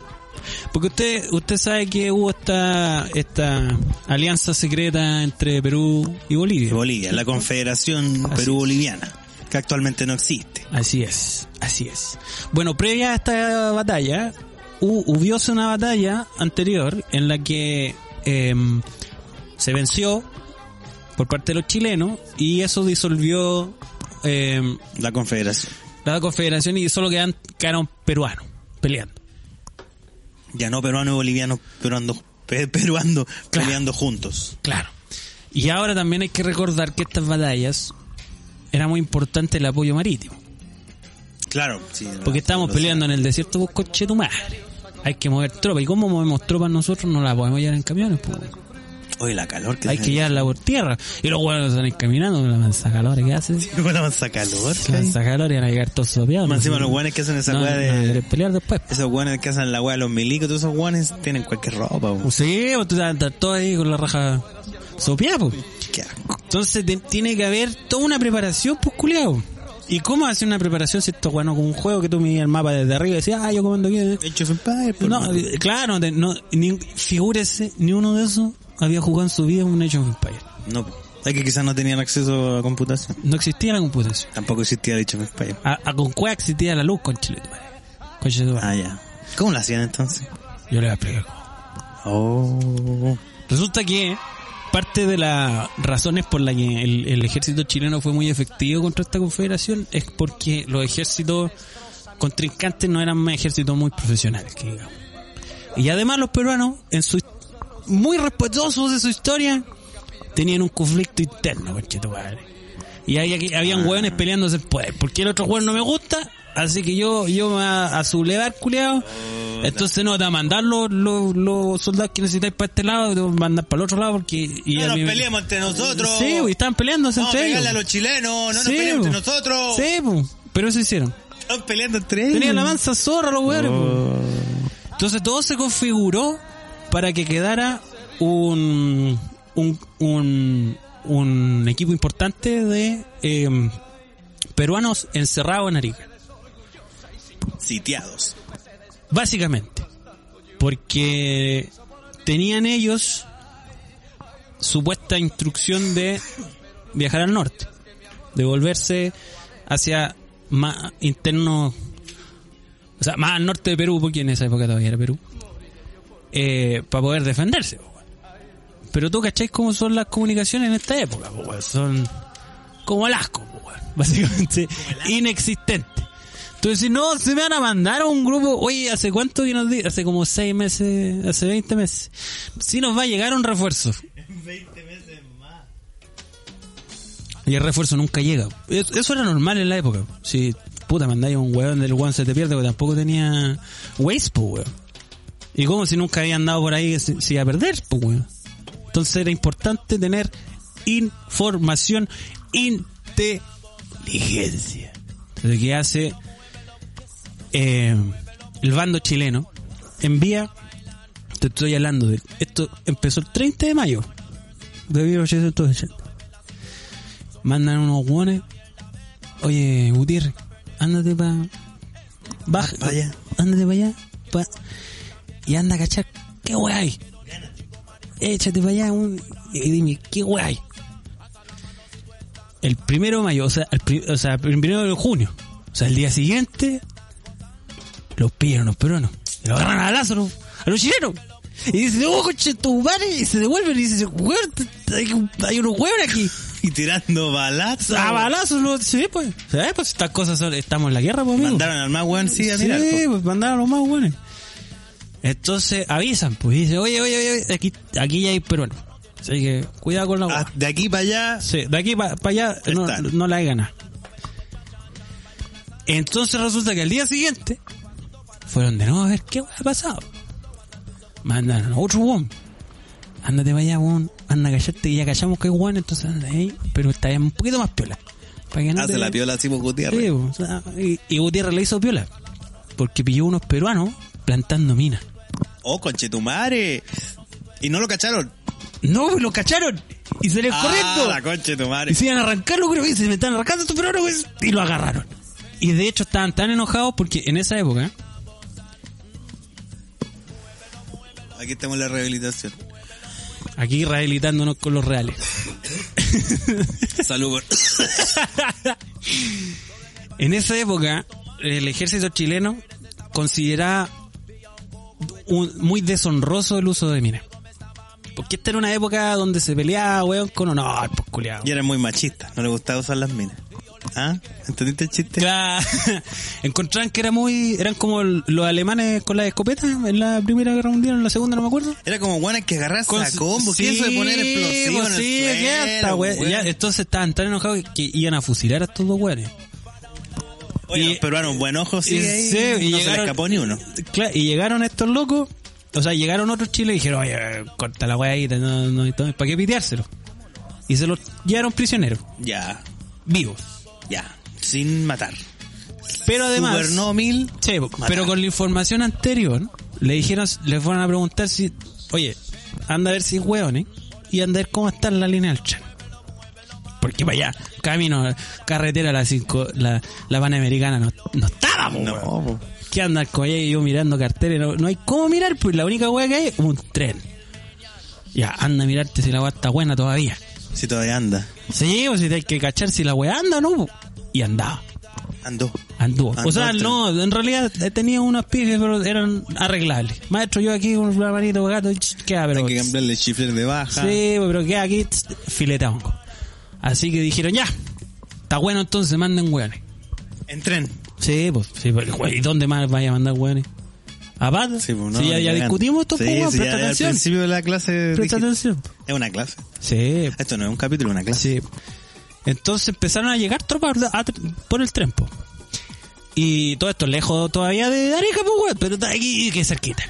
Speaker 2: Porque usted, usted sabe que hubo esta, esta alianza secreta entre Perú y Bolivia.
Speaker 3: Y Bolivia, la Confederación
Speaker 2: Así
Speaker 3: Perú-Boliviana, que actualmente no existe.
Speaker 2: Así es, así es. Bueno, previa a esta batalla, hu- hubióse una batalla anterior en la que em, se venció por parte de los chilenos y eso disolvió em,
Speaker 3: La Confederación.
Speaker 2: la confederación y solo quedan, quedaron peruanos peleando.
Speaker 3: Ya no peruano y boliviano, peruando, pe- peruando, peleando juntos.
Speaker 2: Claro. Y ahora también hay que recordar que estas batallas era muy importante el apoyo marítimo.
Speaker 3: Claro. sí,
Speaker 2: Porque
Speaker 3: la-
Speaker 2: estamos
Speaker 3: la-
Speaker 2: peleando en el desierto, vos coche tu madre. Hay que mover tropas. ¿Y cómo movemos tropas nosotros? No la podemos llevar en camiones, pues.
Speaker 3: Oye, la calor que
Speaker 2: Hay que llevarla por tierra. Y los huevos están caminando con la mansa calor que hacen.
Speaker 3: Bueno, mansa calor.
Speaker 2: La mansa calor y van a llegar todos sopeados.
Speaker 3: Más encima
Speaker 2: No,
Speaker 3: los guanes que hacen esa
Speaker 2: no,
Speaker 3: weá de...
Speaker 2: no, querés pelear después. pues. po.
Speaker 3: Esos guanes que hacen la weá de los milicos, todos esos guanes tienen cualquier ropa, weón.
Speaker 2: Uh, Sí, vos tú estás todo ahí con la raja sopeada, po.
Speaker 3: Qué asco.
Speaker 2: Entonces te- tiene que haber toda una preparación, pues culiao. ¿Y cómo hace una preparación si esto, bueno, con un juego que tú miras el mapa desde arriba y decías, ah, yo comando aquí? eh?
Speaker 3: Hecho su padre, por
Speaker 2: No,
Speaker 3: mano.
Speaker 2: eh, claro, te- no, ni, figúrese, ni uno de esos había jugado en su vida un Age of Empires.
Speaker 3: No, es que quizás no tenían acceso a computación.
Speaker 2: No existía la computación.
Speaker 3: Tampoco existía dicho en España.
Speaker 2: A, a con cueva existía la luz con Chile. Con Chile
Speaker 3: Ah, ya. ¿Cómo lo hacían entonces?
Speaker 2: Yo le voy a explicar cómo.
Speaker 3: Oh.
Speaker 2: Resulta que parte de las razones por las que el, el ejército chileno fue muy efectivo contra esta confederación es porque los ejércitos contrincantes no eran más ejércitos muy profesionales, que digamos. Y además los peruanos, en su muy respetuosos de su historia, tenían un conflicto interno, conchetumare. Y había, que-
Speaker 3: Ah.
Speaker 2: habían hueones peleándose el poder. Porque el otro hueón no me gusta, así que yo, yo me voy a, a sublevar, culiado. Entonces no, te voy a mandar los, los, los soldados que necesitáis para este lado, te voy a mandar para el otro lado porque... Y
Speaker 3: No
Speaker 2: a
Speaker 3: nos
Speaker 2: mí me-
Speaker 3: peleemos entre nosotros.
Speaker 2: Sí, güey, estaban peleándose
Speaker 3: Vamos a
Speaker 2: entre ellos.
Speaker 3: pegarle a los chilenos. No nos
Speaker 2: Sí,
Speaker 3: peleemos entre
Speaker 2: bo.
Speaker 3: nosotros.
Speaker 2: Sí, po. pero eso hicieron.
Speaker 3: Están peleando entre ellos.
Speaker 2: Tenían la mansa zorra los hueones. po. Entonces todo se configuró para que quedara un un, un, un equipo importante de eh, peruanos encerrados en Arica.
Speaker 3: Sitiados. (laughs)
Speaker 2: Básicamente. Porque tenían ellos supuesta instrucción de viajar al norte. De volverse hacia más interno. O sea, más al norte de Perú, porque en esa época todavía era Perú. eh, para poder defenderse. po, weón. Pero tú cacháis cómo son las comunicaciones en esta época. po, weón. Son como el asco, po, weón. (laughs) básicamente inexistentes. Entonces, si no, se me van a mandar a un grupo. Oye, ¿hace cuánto que nos di? Hace como seis meses, hace 20 meses. Si nos va a llegar un refuerzo. Y el refuerzo nunca llega. Es- Eso era normal en la época. Si, puta, mandáis a un weón del weón se te pierde, porque tampoco tenía Waze, pues, weón. Y como si nunca habían dado por ahí, se, se iba a perder, pues, weón. Entonces era importante tener información, inteligencia. Lo que hace eh, el bando chileno envía, te estoy hablando de, esto empezó el 30 de mayo de 1880. Mandan unos guones, oye Gutiérrez, ándate para... Baja,
Speaker 3: Pa' allá.
Speaker 2: Ándate para allá. pa- y anda a cachar, ¿qué weá hay? Échate para allá un- y dime, ¿qué weá hay? El primero de mayo, o sea, el, pri- o sea, el primero de junio, o sea, el día siguiente, los pillan los peruanos. Y Lo agarran a lazo ¿no? a los chilenos. Y dicen, oh, coche, tu madre. Y se devuelven y dicen, weón, t- t- hay, un- hay unos huevos aquí.
Speaker 3: Y tirando balazos.
Speaker 2: A balazos, lo, sí, pues. Sí, pues estas cosas son- estamos en la guerra, pues, amigo.
Speaker 3: Mandaron al más weón, sí, a mirar.
Speaker 2: Sí,
Speaker 3: po.
Speaker 2: pues mandaron a los más buenos. Entonces avisan, pues y dicen, oye, oye, oye, aquí, aquí ya hay peruanos. Así que cuidado con la
Speaker 3: Ah,
Speaker 2: hueá.
Speaker 3: de aquí para allá.
Speaker 2: Sí, de aquí para allá no,
Speaker 3: Está.
Speaker 2: no la hay ganado. Entonces resulta que al día siguiente fueron de nuevo a ver qué hueá ha pasado. Mandaron a otro hueón. Ándate para allá, hueón. Anda a callarte y ya callamos que hay hueón, entonces anda ahí. Pero está un poquito más piola. Para que no
Speaker 3: Hace
Speaker 2: te-
Speaker 3: Ah, la piola Simón
Speaker 2: Sí,
Speaker 3: Gutiérrez.
Speaker 2: po. O sea, y, y Gutiérrez le hizo piola. Porque pilló unos peruanos plantando minas.
Speaker 3: Oh, conchetumare. Y no lo cacharon.
Speaker 2: No, pues, los cacharon. Y se les
Speaker 3: Ah, la
Speaker 2: Pues, correcto.
Speaker 3: conchetumare.
Speaker 2: Y se iban a arrancarlo, creo que se me están arrancando estos peruanos, pues, Y lo agarraron. Y de hecho estaban tan enojados porque en esa época,
Speaker 3: Aquí estamos en la rehabilitación.
Speaker 2: aquí rehabilitándonos con los reales.
Speaker 3: Salud por...
Speaker 2: En esa época, el ejército chileno consideraba un- muy deshonroso el uso de minas. Porque esta era una época donde se peleaba, weón, con honor, pues
Speaker 3: Y
Speaker 2: culiao.
Speaker 3: este- eran muy machistas. No les gustaba usar las minas. ¿Ah? ¿Entendiste el chiste?
Speaker 2: Claro. (laughs) Encontraban que era muy. Eran como el- los alemanes con las escopetas en la Primera Guerra Mundial, en la Segunda, no me acuerdo.
Speaker 3: Era como guanas que agarrarse
Speaker 2: Con
Speaker 3: a combo. ¿Qué
Speaker 2: sí,
Speaker 3: es eso de poner explosivos
Speaker 2: pues
Speaker 3: en el
Speaker 2: sí,
Speaker 3: suelo,
Speaker 2: ya está, güey.
Speaker 3: güey?
Speaker 2: Ya, entonces estaban tan enojados que, que iban a fusilar a estos dos güeyes.
Speaker 3: Oye,
Speaker 2: y-
Speaker 3: los peruanos, buen ojo, sí.
Speaker 2: y-
Speaker 3: ahí
Speaker 2: sí, y
Speaker 3: no se le
Speaker 2: llegaron-
Speaker 3: escapó ni uno.
Speaker 2: Claro, y llegaron estos locos, o sea, llegaron otros chiles y dijeron, oye, corta la weá ahí, no, no, no, ¿para qué piteárselo? Y se los llevaron prisioneros,
Speaker 3: Ya,
Speaker 2: vivos.
Speaker 3: ya. Sin matar.
Speaker 2: Pero además.
Speaker 3: Gobernó mil.
Speaker 2: Sí, po,
Speaker 3: Matar.
Speaker 2: pero con la información anterior, le dijeron, le fueron a preguntar si, oye, anda a ver si es hueón, ¿eh? Y anda a ver cómo está la línea del tren. Porque para allá, camino, carretera, la, cinco, la, la panamericana no, no estaba, po,
Speaker 3: No,
Speaker 2: weón.
Speaker 3: po.
Speaker 2: ¿Qué andas con ella y yo mirando carteles? No, no hay cómo mirar, pues la única hueá que hay es un tren. Ya, anda a mirarte si la hueá está buena todavía.
Speaker 3: Si todavía anda.
Speaker 2: Sí, o si hay que cachar si la hueá anda o no. po. Y andaba.
Speaker 3: Andó.
Speaker 2: Anduvo.
Speaker 3: Andó
Speaker 2: O sea,
Speaker 3: el tren.
Speaker 2: no, en realidad eh, tenía unas pifes, pero eran arreglables. Maestro, yo aquí con una manito gato, ch, queda, pero.
Speaker 3: Hay que cambiarle el chifler de baja.
Speaker 2: Sí, pero queda aquí, ch, filete a hongo. Así que dijeron, ya, está bueno, entonces manden hueones.
Speaker 3: En tren.
Speaker 2: Sí, pues, sí, pero, güey, ¿y dónde más vaya a mandar hueones? Aparte,
Speaker 3: Sí, pues, no,
Speaker 2: si
Speaker 3: ni
Speaker 2: ya, ya
Speaker 3: cagando.
Speaker 2: discutimos esto,
Speaker 3: Sí,
Speaker 2: pues,
Speaker 3: sí,
Speaker 2: presta
Speaker 3: ya,
Speaker 2: atención.
Speaker 3: Al principio de la clase.
Speaker 2: Presta
Speaker 3: dije-
Speaker 2: atención.
Speaker 3: Es una clase.
Speaker 2: Sí,
Speaker 3: Esto no es un capítulo, es una clase.
Speaker 2: Sí. Entonces empezaron a llegar tropas a- a- por el trempo. Y todo esto lejos todavía de Arica, pues, weón, pero está aquí, que cerquita.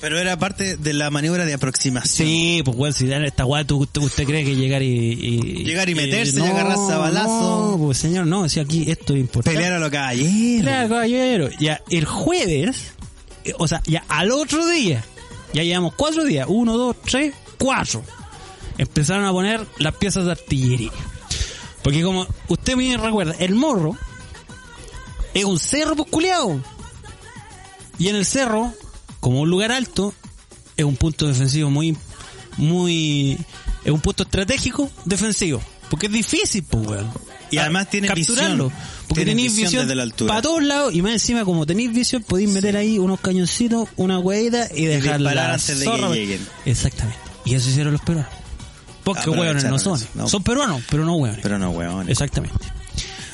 Speaker 3: Pero era parte de la maniobra de aproximación.
Speaker 2: Sí, pues, weón, si dan esta weá, ¿tú- usted, usted cree que llegar y. y-
Speaker 3: Llegar y meterse, y agarrarse a balazo.
Speaker 2: No, pues, señor, no, si aquí esto es importante.
Speaker 3: Pelear a lo caballero.
Speaker 2: Claro, caballero. Ya el jueves, eh, o sea, ya al otro día, ya llevamos cuatro días, uno, dos, tres, cuatro. Empezaron a poner las piezas de artillería. Porque como usted bien recuerda, el morro es un cerro posculeado. Y en el cerro, como un lugar alto, es un punto defensivo muy, muy, es un punto estratégico defensivo. Porque es difícil, pues, weón.
Speaker 3: Y además tiene
Speaker 2: capturarlo.
Speaker 3: visión.
Speaker 2: Porque
Speaker 3: Tiene
Speaker 2: tenéis
Speaker 3: visión
Speaker 2: visión,
Speaker 3: desde la altura.
Speaker 2: para todos lados y más encima como tenéis visión podéis meter ahí unos cañoncitos, una huevita y dejar
Speaker 3: disparar
Speaker 2: la
Speaker 3: antes de
Speaker 2: zorra.
Speaker 3: que lleguen.
Speaker 2: Exactamente. Y eso hicieron los peruanos.
Speaker 3: Ah,
Speaker 2: Porque
Speaker 3: pero
Speaker 2: hueones no
Speaker 3: echaron
Speaker 2: son.
Speaker 3: eso, no.
Speaker 2: Son peruanos, pero no hueones.
Speaker 3: Pero no, weón.
Speaker 2: Exactamente.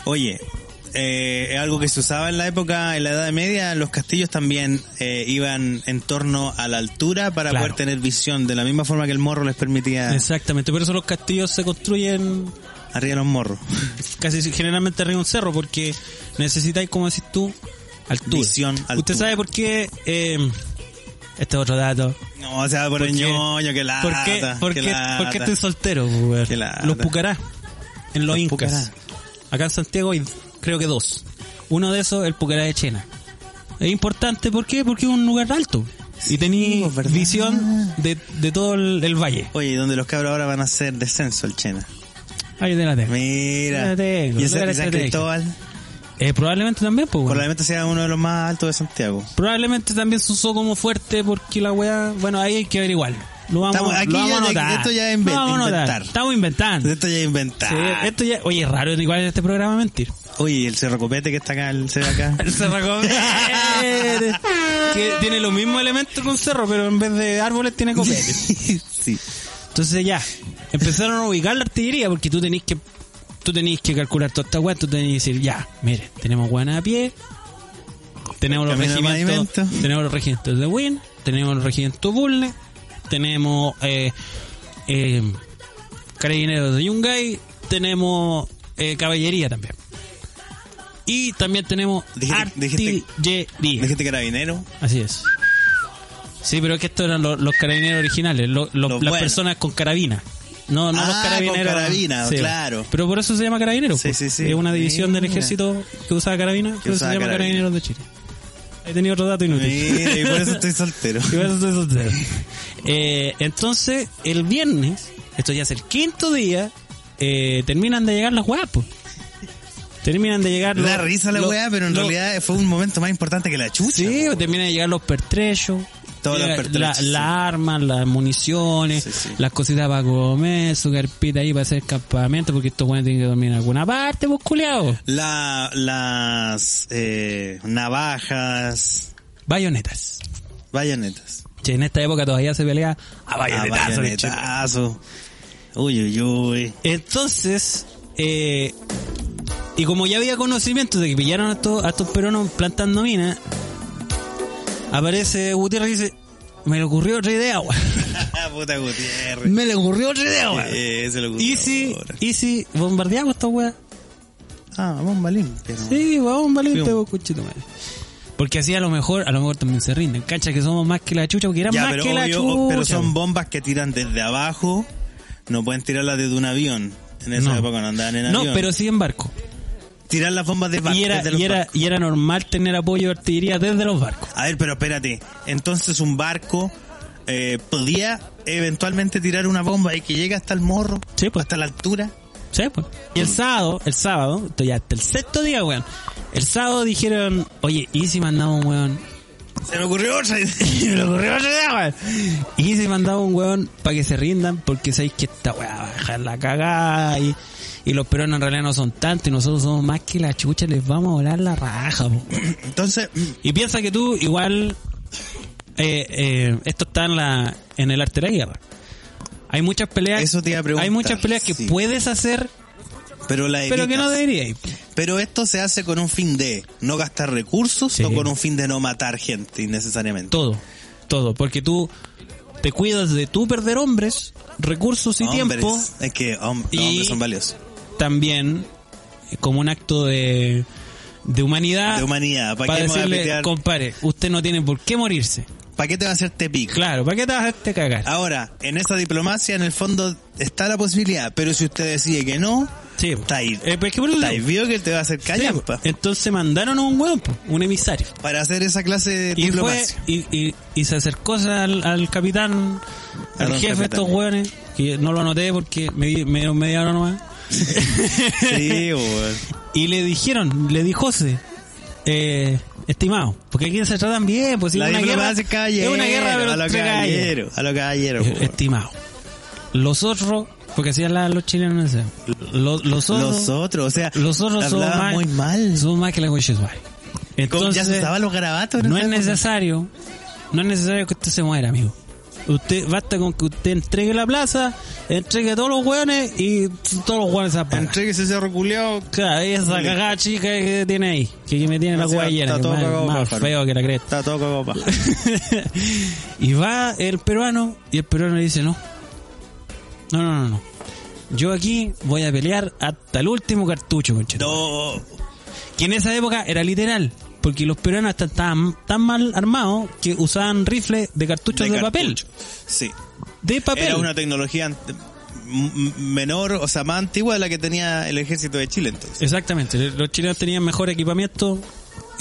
Speaker 3: Oye, eh, es algo que se usaba en la época, en la Edad Media, los castillos también eh, iban en torno a la altura para
Speaker 2: Claro.
Speaker 3: poder tener visión, de la misma forma que el morro les permitía.
Speaker 2: Exactamente. Por eso los castillos se construyen
Speaker 3: Arriba de los morros. (laughs)
Speaker 2: Casi generalmente arriba de un cerro porque necesitáis, como decís tú, altura.
Speaker 3: Visión,
Speaker 2: Usted
Speaker 3: altura.
Speaker 2: sabe por qué... eh, este es otro dato.
Speaker 3: No, o sea, por,
Speaker 2: ¿Por
Speaker 3: el
Speaker 2: qué?
Speaker 3: ñoño, que lata.
Speaker 2: ¿Por qué, por
Speaker 3: que
Speaker 2: qué-
Speaker 3: lata.
Speaker 2: por qué estoy soltero? weón?
Speaker 3: Qué lata.
Speaker 2: Los Pucará. En los,
Speaker 3: Los
Speaker 2: Incas.
Speaker 3: Pucará.
Speaker 2: Acá en Santiago hay creo que dos. Uno de esos el Pucará de Chena. Es importante, ¿por qué? Porque es un lugar alto. Y tení
Speaker 3: pues, ¿verdad?
Speaker 2: visión de, de todo el, el valle.
Speaker 3: Oye, ¿y donde los cabros ahora van a hacer descenso el Chena?
Speaker 2: Ahí te la tengo.
Speaker 3: Mira.
Speaker 2: Ya tengo,
Speaker 3: y ese
Speaker 2: lugar
Speaker 3: y San
Speaker 2: estratégico.
Speaker 3: Cristóbal,
Speaker 2: Eh, probablemente también, pues, weón.
Speaker 3: probablemente sea uno de los más altos de Santiago.
Speaker 2: Probablemente también se usó como fuerte porque la weá. Bueno, ahí hay que averiguar. Lo vamos,
Speaker 3: Estamos- aquí
Speaker 2: lo vamos
Speaker 3: ya
Speaker 2: a
Speaker 3: de-
Speaker 2: anotar.
Speaker 3: esto ya es inven-
Speaker 2: Lo vamos a anotar.
Speaker 3: inventar.
Speaker 2: Estamos inventando.
Speaker 3: Esto ya es
Speaker 2: Mm. Sí,
Speaker 3: inventar.
Speaker 2: esto ya, oye, es raro igual en este programa mentir.
Speaker 3: Oye, ¿y el Cerro Copete que está acá, el cerro acá.
Speaker 2: (laughs) El cerro copete. que Eh, tiene los mismos elementos que un cerro, pero en vez de árboles tiene copete.
Speaker 3: sí.
Speaker 2: Entonces ya, empezaron a ubicar la artillería porque tú tenés que tú tenés que calcular toda esta weá, tú tenés que decir, ya, mire, tenemos guanas a pie, tenemos los
Speaker 3: Camino de
Speaker 2: regimientos,
Speaker 3: pavimento.
Speaker 2: tenemos los regimientos de Win, tenemos los regimientos Bulle, tenemos eh, eh, carabineros de Yungay, tenemos eh, caballería también. Y también tenemos
Speaker 3: Dijiste- dijiste-
Speaker 2: artillería.
Speaker 3: Dijiste carabinero.
Speaker 2: Así es. Sí, pero es que estos eran los, los carabineros originales, lo- lo-
Speaker 3: Los
Speaker 2: las
Speaker 3: buenos.
Speaker 2: personas con carabina. No, no los
Speaker 3: Ah,
Speaker 2: carabineros.
Speaker 3: con carabina, claro.
Speaker 2: Pero por eso se llama carabineros.
Speaker 3: Sí,
Speaker 2: pues.
Speaker 3: sí, sí.
Speaker 2: Es una división del
Speaker 3: Mira.
Speaker 2: ejército que usaba carabina, pero se
Speaker 3: usaba
Speaker 2: llama
Speaker 3: carabina.
Speaker 2: carabineros de Chile. He tenido otro dato inútil.
Speaker 3: Mira, y por eso estoy soltero.
Speaker 2: (laughs) Y por eso estoy soltero. Eh, entonces, el viernes, esto ya es el quinto día, eh, terminan de llegar las guapos. Terminan de llegar
Speaker 3: Da
Speaker 2: los-
Speaker 3: risa la
Speaker 2: los-
Speaker 3: weá, pero en
Speaker 2: los-
Speaker 3: realidad fue un momento más importante que la chucha.
Speaker 2: Sí,
Speaker 3: po.
Speaker 2: terminan de llegar los pertrechos.
Speaker 3: Todos los
Speaker 2: llega
Speaker 3: pertrechos,
Speaker 2: la-
Speaker 3: sí.
Speaker 2: Las armas, las municiones,
Speaker 3: Sí, sí.
Speaker 2: las cositas para comer, su carpita ahí para hacer campamento, porque estos buenos tienen que dormir en alguna parte, pues culiao.
Speaker 3: La, las eh, navajas,
Speaker 2: Bayonetas.
Speaker 3: bayonetas.
Speaker 2: Che, en esta época todavía se pelea a
Speaker 3: Ah,
Speaker 2: bayonetazos. bicho.
Speaker 3: bayonetazo. Uy, uy, uy. (laughs)
Speaker 2: Entonces, eh, y como ya había conocimiento de que pillaron a estos, a estos peruanos plantando minas, aparece Gutiérrez y dice, me le ocurrió otra
Speaker 3: (laughs)
Speaker 2: idea, weón.
Speaker 3: Puta Gutiérrez.
Speaker 2: Me le ocurrió otra idea, weón.
Speaker 3: Eh, se lo
Speaker 2: ¿Y si,
Speaker 3: ahora.
Speaker 2: y si bombardeamos esta weá?
Speaker 3: Ah, bomba limpia. ¿no?
Speaker 2: Sí, vamos, valiente,
Speaker 3: Sí.
Speaker 2: vos, cuchito, madre. Porque así a lo mejor, a lo mejor también se rinden. Cacha que somos más que la chucha, porque eran
Speaker 3: Ya,
Speaker 2: más
Speaker 3: pero,
Speaker 2: que la
Speaker 3: obvio,
Speaker 2: chucha.
Speaker 3: o- pero son
Speaker 2: weón.
Speaker 3: bombas que tiran desde abajo. No pueden tirarlas desde un avión. En esa
Speaker 2: No.
Speaker 3: época no andaban en
Speaker 2: No,
Speaker 3: avión.
Speaker 2: pero sí en barco.
Speaker 3: Tirar las bombas de barco,
Speaker 2: Y era,
Speaker 3: desde los
Speaker 2: y, era,
Speaker 3: barcos.
Speaker 2: y era normal tener apoyo de artillería desde los barcos.
Speaker 3: A ver, pero espérate. Entonces un barco eh, podía eventualmente tirar una bomba y que llega hasta el morro,
Speaker 2: Sí, pues.
Speaker 3: hasta la altura.
Speaker 2: Sí, pues. Y el sábado, el sábado, esto ya hasta el sexto día, weón. El sábado dijeron, oye, ¿y si mandamos un weón?
Speaker 3: Se me ocurrió otra (laughs) idea.
Speaker 2: Y (laughs) me le ocurrió otra idea, weón. Y si mandaba un weón para que se rindan, porque sabéis que esta weá va a dejar la cagada. Y, y los peruanos en realidad no son tantos, y nosotros somos más que la chucha, les vamos a volar la raja, po.
Speaker 3: Entonces, mm,
Speaker 2: Y piensa que tú, igual, eh, eh, esto está en, la, en el arte de la guerra. Hay muchas peleas.
Speaker 3: Eso te iba a preguntar,
Speaker 2: Hay muchas peleas que
Speaker 3: sí.
Speaker 2: puedes hacer,
Speaker 3: pero la
Speaker 2: pero que no
Speaker 3: evitas.
Speaker 2: deberías.
Speaker 3: Pero esto se hace con un fin de no gastar recursos
Speaker 2: Sí.
Speaker 3: o con un fin de no matar gente innecesariamente.
Speaker 2: Todo, todo. Porque tú te cuidas de tú perder hombres, recursos y
Speaker 3: Hombres,
Speaker 2: tiempo.
Speaker 3: Es que hom- los
Speaker 2: Y-
Speaker 3: hombres son valiosos.
Speaker 2: también eh, como un acto de, de humanidad.
Speaker 3: De humanidad. ¿Para,
Speaker 2: para
Speaker 3: qué me voy a
Speaker 2: decirle,
Speaker 3: pitear?
Speaker 2: compadre, usted no tiene por qué morirse.
Speaker 3: ¿Para qué te va a hacerte pico?
Speaker 2: Claro, ¿para qué te vas a hacerte
Speaker 3: Ah,
Speaker 2: cagar?
Speaker 3: Ahora, en esa diplomacia, en el fondo, está la posibilidad. Pero si usted decide que no,
Speaker 2: Sí.
Speaker 3: está ahí.
Speaker 2: Eh, pues, ¿qué por eso?
Speaker 3: está ahí vio que él te va a hacer
Speaker 2: Sí, pues,
Speaker 3: callampa.
Speaker 2: entonces mandaron a un hueón, po, un emisario.
Speaker 3: para hacer esa clase de
Speaker 2: Y, fue, (laughs)
Speaker 3: diplomacia.
Speaker 2: y, y- y se acercó al, al capitán,
Speaker 3: A
Speaker 2: al
Speaker 3: don
Speaker 2: jefe de
Speaker 3: capitán.
Speaker 2: estos hueones, que no lo anoté porque me, di- me dieron media hora nomás.
Speaker 3: Sí, weón.
Speaker 2: Y le dijeron, le dijose, eh, estimado, porque aquí se tratan bien, pues si
Speaker 3: La
Speaker 2: es una guerra,
Speaker 3: diplomacia es caballero.
Speaker 2: es una guerra pero
Speaker 3: a lo
Speaker 2: entre
Speaker 3: caballero.
Speaker 2: caballeros.
Speaker 3: A lo caballero,
Speaker 2: Eh,
Speaker 3: weón.
Speaker 2: Estimado, los otros, porque hacían la- los chilenos, no sé, los, los otros,
Speaker 3: Los otros, o sea,
Speaker 2: eh, los otros son
Speaker 3: hablaban
Speaker 2: más,
Speaker 3: muy mal.
Speaker 2: son más que la conchetumare.
Speaker 3: Como ya se
Speaker 2: Entonces,
Speaker 3: usaban los garabatos.
Speaker 2: no es
Speaker 3: sé,
Speaker 2: necesario, no es necesario que usted se muera, amigo. Usted, basta con que usted entregue la plaza, entregue a todos los hueones y todos los hueones se apagan.
Speaker 3: Entréguese ese reculeado.
Speaker 2: Claro, esa cagada chica que tiene ahí, que me tiene la
Speaker 3: Está-
Speaker 2: hueá llena,
Speaker 3: está
Speaker 2: que
Speaker 3: todo
Speaker 2: más,
Speaker 3: cagado,
Speaker 2: más
Speaker 3: pájaro.
Speaker 2: feo que
Speaker 3: (laughs)
Speaker 2: la cresta.
Speaker 3: Está todo cagado paja.
Speaker 2: y va el peruano y el peruano le dice no. No, no, no, no. Yo aquí voy a pelear hasta el último cartucho, conchero.
Speaker 3: No.
Speaker 2: Que en esa época era literal. Porque los peruanos hasta estaban tan mal armados que usaban rifles de cartuchos de, papel.
Speaker 3: cartucho. Sí.
Speaker 2: De papel.
Speaker 3: Era una tecnología ant- m- m- menor, o sea, más antigua de la que tenía el ejército de Chile entonces.
Speaker 2: Exactamente. Los chilenos tenían mejor equipamiento.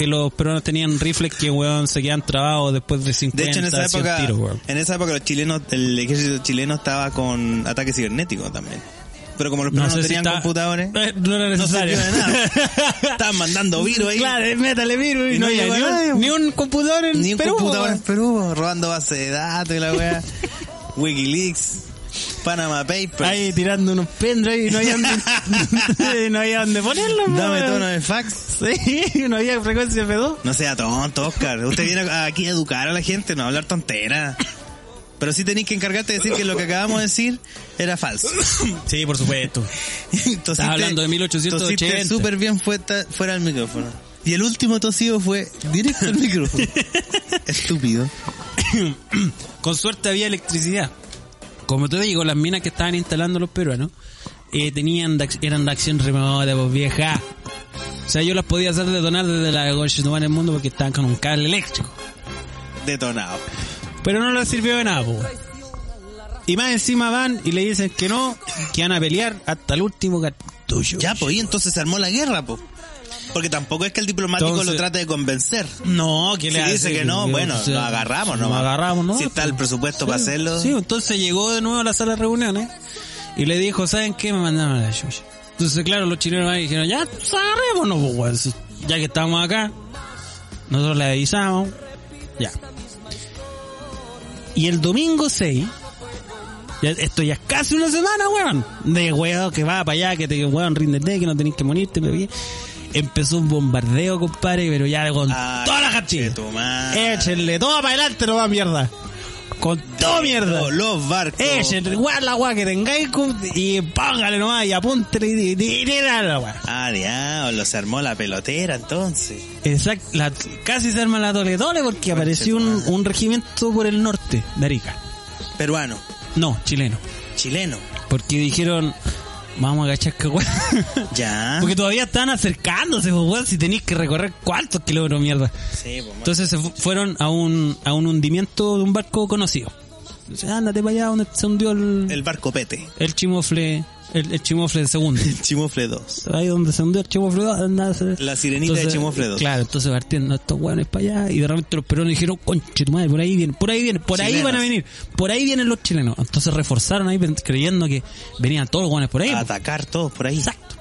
Speaker 2: Y los peruanos tenían rifles que, weón, se quedan trabados después de 50
Speaker 3: De hecho, en esa
Speaker 2: 100
Speaker 3: época,
Speaker 2: tiros, weón.
Speaker 3: en esa época los chilenos, el ejército chileno estaba con ataque cibernético también. Pero como los peruanos
Speaker 2: sé si
Speaker 3: tenían
Speaker 2: está-
Speaker 3: computadores,
Speaker 2: Eh, no era
Speaker 3: no
Speaker 2: necesario.
Speaker 3: sirvió de
Speaker 2: (laughs)
Speaker 3: nada. Estaban mandando virus ahí.
Speaker 2: Claro, es métale virus.
Speaker 3: Y
Speaker 2: Y
Speaker 3: no
Speaker 2: no había
Speaker 3: llegó
Speaker 2: ni,
Speaker 3: nadie,
Speaker 2: un, ni un computador en
Speaker 3: Ni un
Speaker 2: Perú,
Speaker 3: computador
Speaker 2: weón.
Speaker 3: en Perú, robando base de datos y la
Speaker 2: (laughs)
Speaker 3: weá. Wikileaks, Panama Papers.
Speaker 2: Ahí tirando unos pendrive y no había donde, no había dónde (laughs) ponerlo.
Speaker 3: Dame
Speaker 2: weón.
Speaker 3: tono de fax.
Speaker 2: Sí, (laughs) no había frecuencia F2.
Speaker 3: No sea tonto, Oscar. Usted viene aquí a educar a la gente, no a hablar tontera. Pero sí tenéis que encargarte de decir que lo que acabamos de decir era falso.
Speaker 2: Sí, por supuesto.
Speaker 3: (laughs) Estás
Speaker 2: hablando de 1880.
Speaker 3: súper bien fuera, fuera del micrófono. Y el último tosido fue directo
Speaker 2: (laughs)
Speaker 3: al micrófono. Estúpido.
Speaker 2: Con suerte había electricidad. Como te digo, las minas que estaban instalando los peruanos eh, tenían de ac- eran de acción remota, pues vieja. O sea, yo las podía hacer detonar desde la Golden en el mundo porque estaban con un cable eléctrico.
Speaker 3: Detonado.
Speaker 2: Pero no les sirvió de nada, po. Y más encima van y le dicen que no, que van a pelear hasta el último cartucho.
Speaker 3: Ya, pues, y entonces se armó la guerra, pues. Porque tampoco es que el diplomático
Speaker 2: Entonces-
Speaker 3: lo trate de convencer.
Speaker 2: No, que
Speaker 3: Si
Speaker 2: le hace?
Speaker 3: dice que no, bueno,
Speaker 2: entonces,
Speaker 3: lo agarramos
Speaker 2: lo
Speaker 3: nomás.
Speaker 2: agarramos, ¿no?
Speaker 3: Si está el presupuesto para hacerlo.
Speaker 2: Sí, entonces llegó de nuevo a la sala de reuniones y le dijo, ¿saben qué? Me mandaron a la chucha. Entonces, claro, los chilenos van y dijeron, ya, pues, agarrémonos, pues, weón, si- ya que estamos acá. Nosotros le avisamos, ya. Y el domingo 6, ya- esto ya es casi una semana, weón, de weón que va para allá, que te, weón, ríndete, que no tenés que morirte, pero bien. Empezó un bombardeo, compadre, pero ya con
Speaker 3: Ah,
Speaker 2: toda la cachilla.
Speaker 3: tu madre.
Speaker 2: Échenle todo para adelante, no va mierda. Con todo oh, mierda.
Speaker 3: Los- Los barcos.
Speaker 2: Échenle, guá la guá que tengáis cu- y póngale nomás y apúntele y y- y- y- la guá.
Speaker 3: Ah, diablo, se armó la pelotera entonces.
Speaker 2: Exacto, la- casi se arma la tole tole porque apareció un, un regimiento por el norte de Arica.
Speaker 3: Peruano,
Speaker 2: No, chileno.
Speaker 3: chileno.
Speaker 2: Porque dijeron, vamos a agachar que guá.
Speaker 3: Ya.
Speaker 2: Porque todavía están acercándose, pues, weón, si tenéis que recorrer cuántos kilómetros, mierda.
Speaker 3: Sí, pues, bueno.
Speaker 2: Entonces se fu- fueron a un, a un hundimiento de un barco conocido. Entonces, ándate para allá donde se hundió el,
Speaker 3: el barco Pete.
Speaker 2: el chimofle, el, el chimofle segundo.
Speaker 3: El Chimofle 2.
Speaker 2: Ahí donde se hundió el chimofle, ah, nada, se-
Speaker 3: La sirenita de Chimofle 2.
Speaker 2: Claro, entonces partiendo estos hueones para allá y de repente los peruanos dijeron, conche tu madre, por ahí vienen, por ahí vienen, por ahí
Speaker 3: Chilenos.
Speaker 2: van a venir, por ahí vienen los chilenos. Entonces reforzaron ahí pen- creyendo que venían todos los hueones por ahí.
Speaker 3: A
Speaker 2: po.
Speaker 3: atacar todos por ahí.
Speaker 2: pues. Exacto.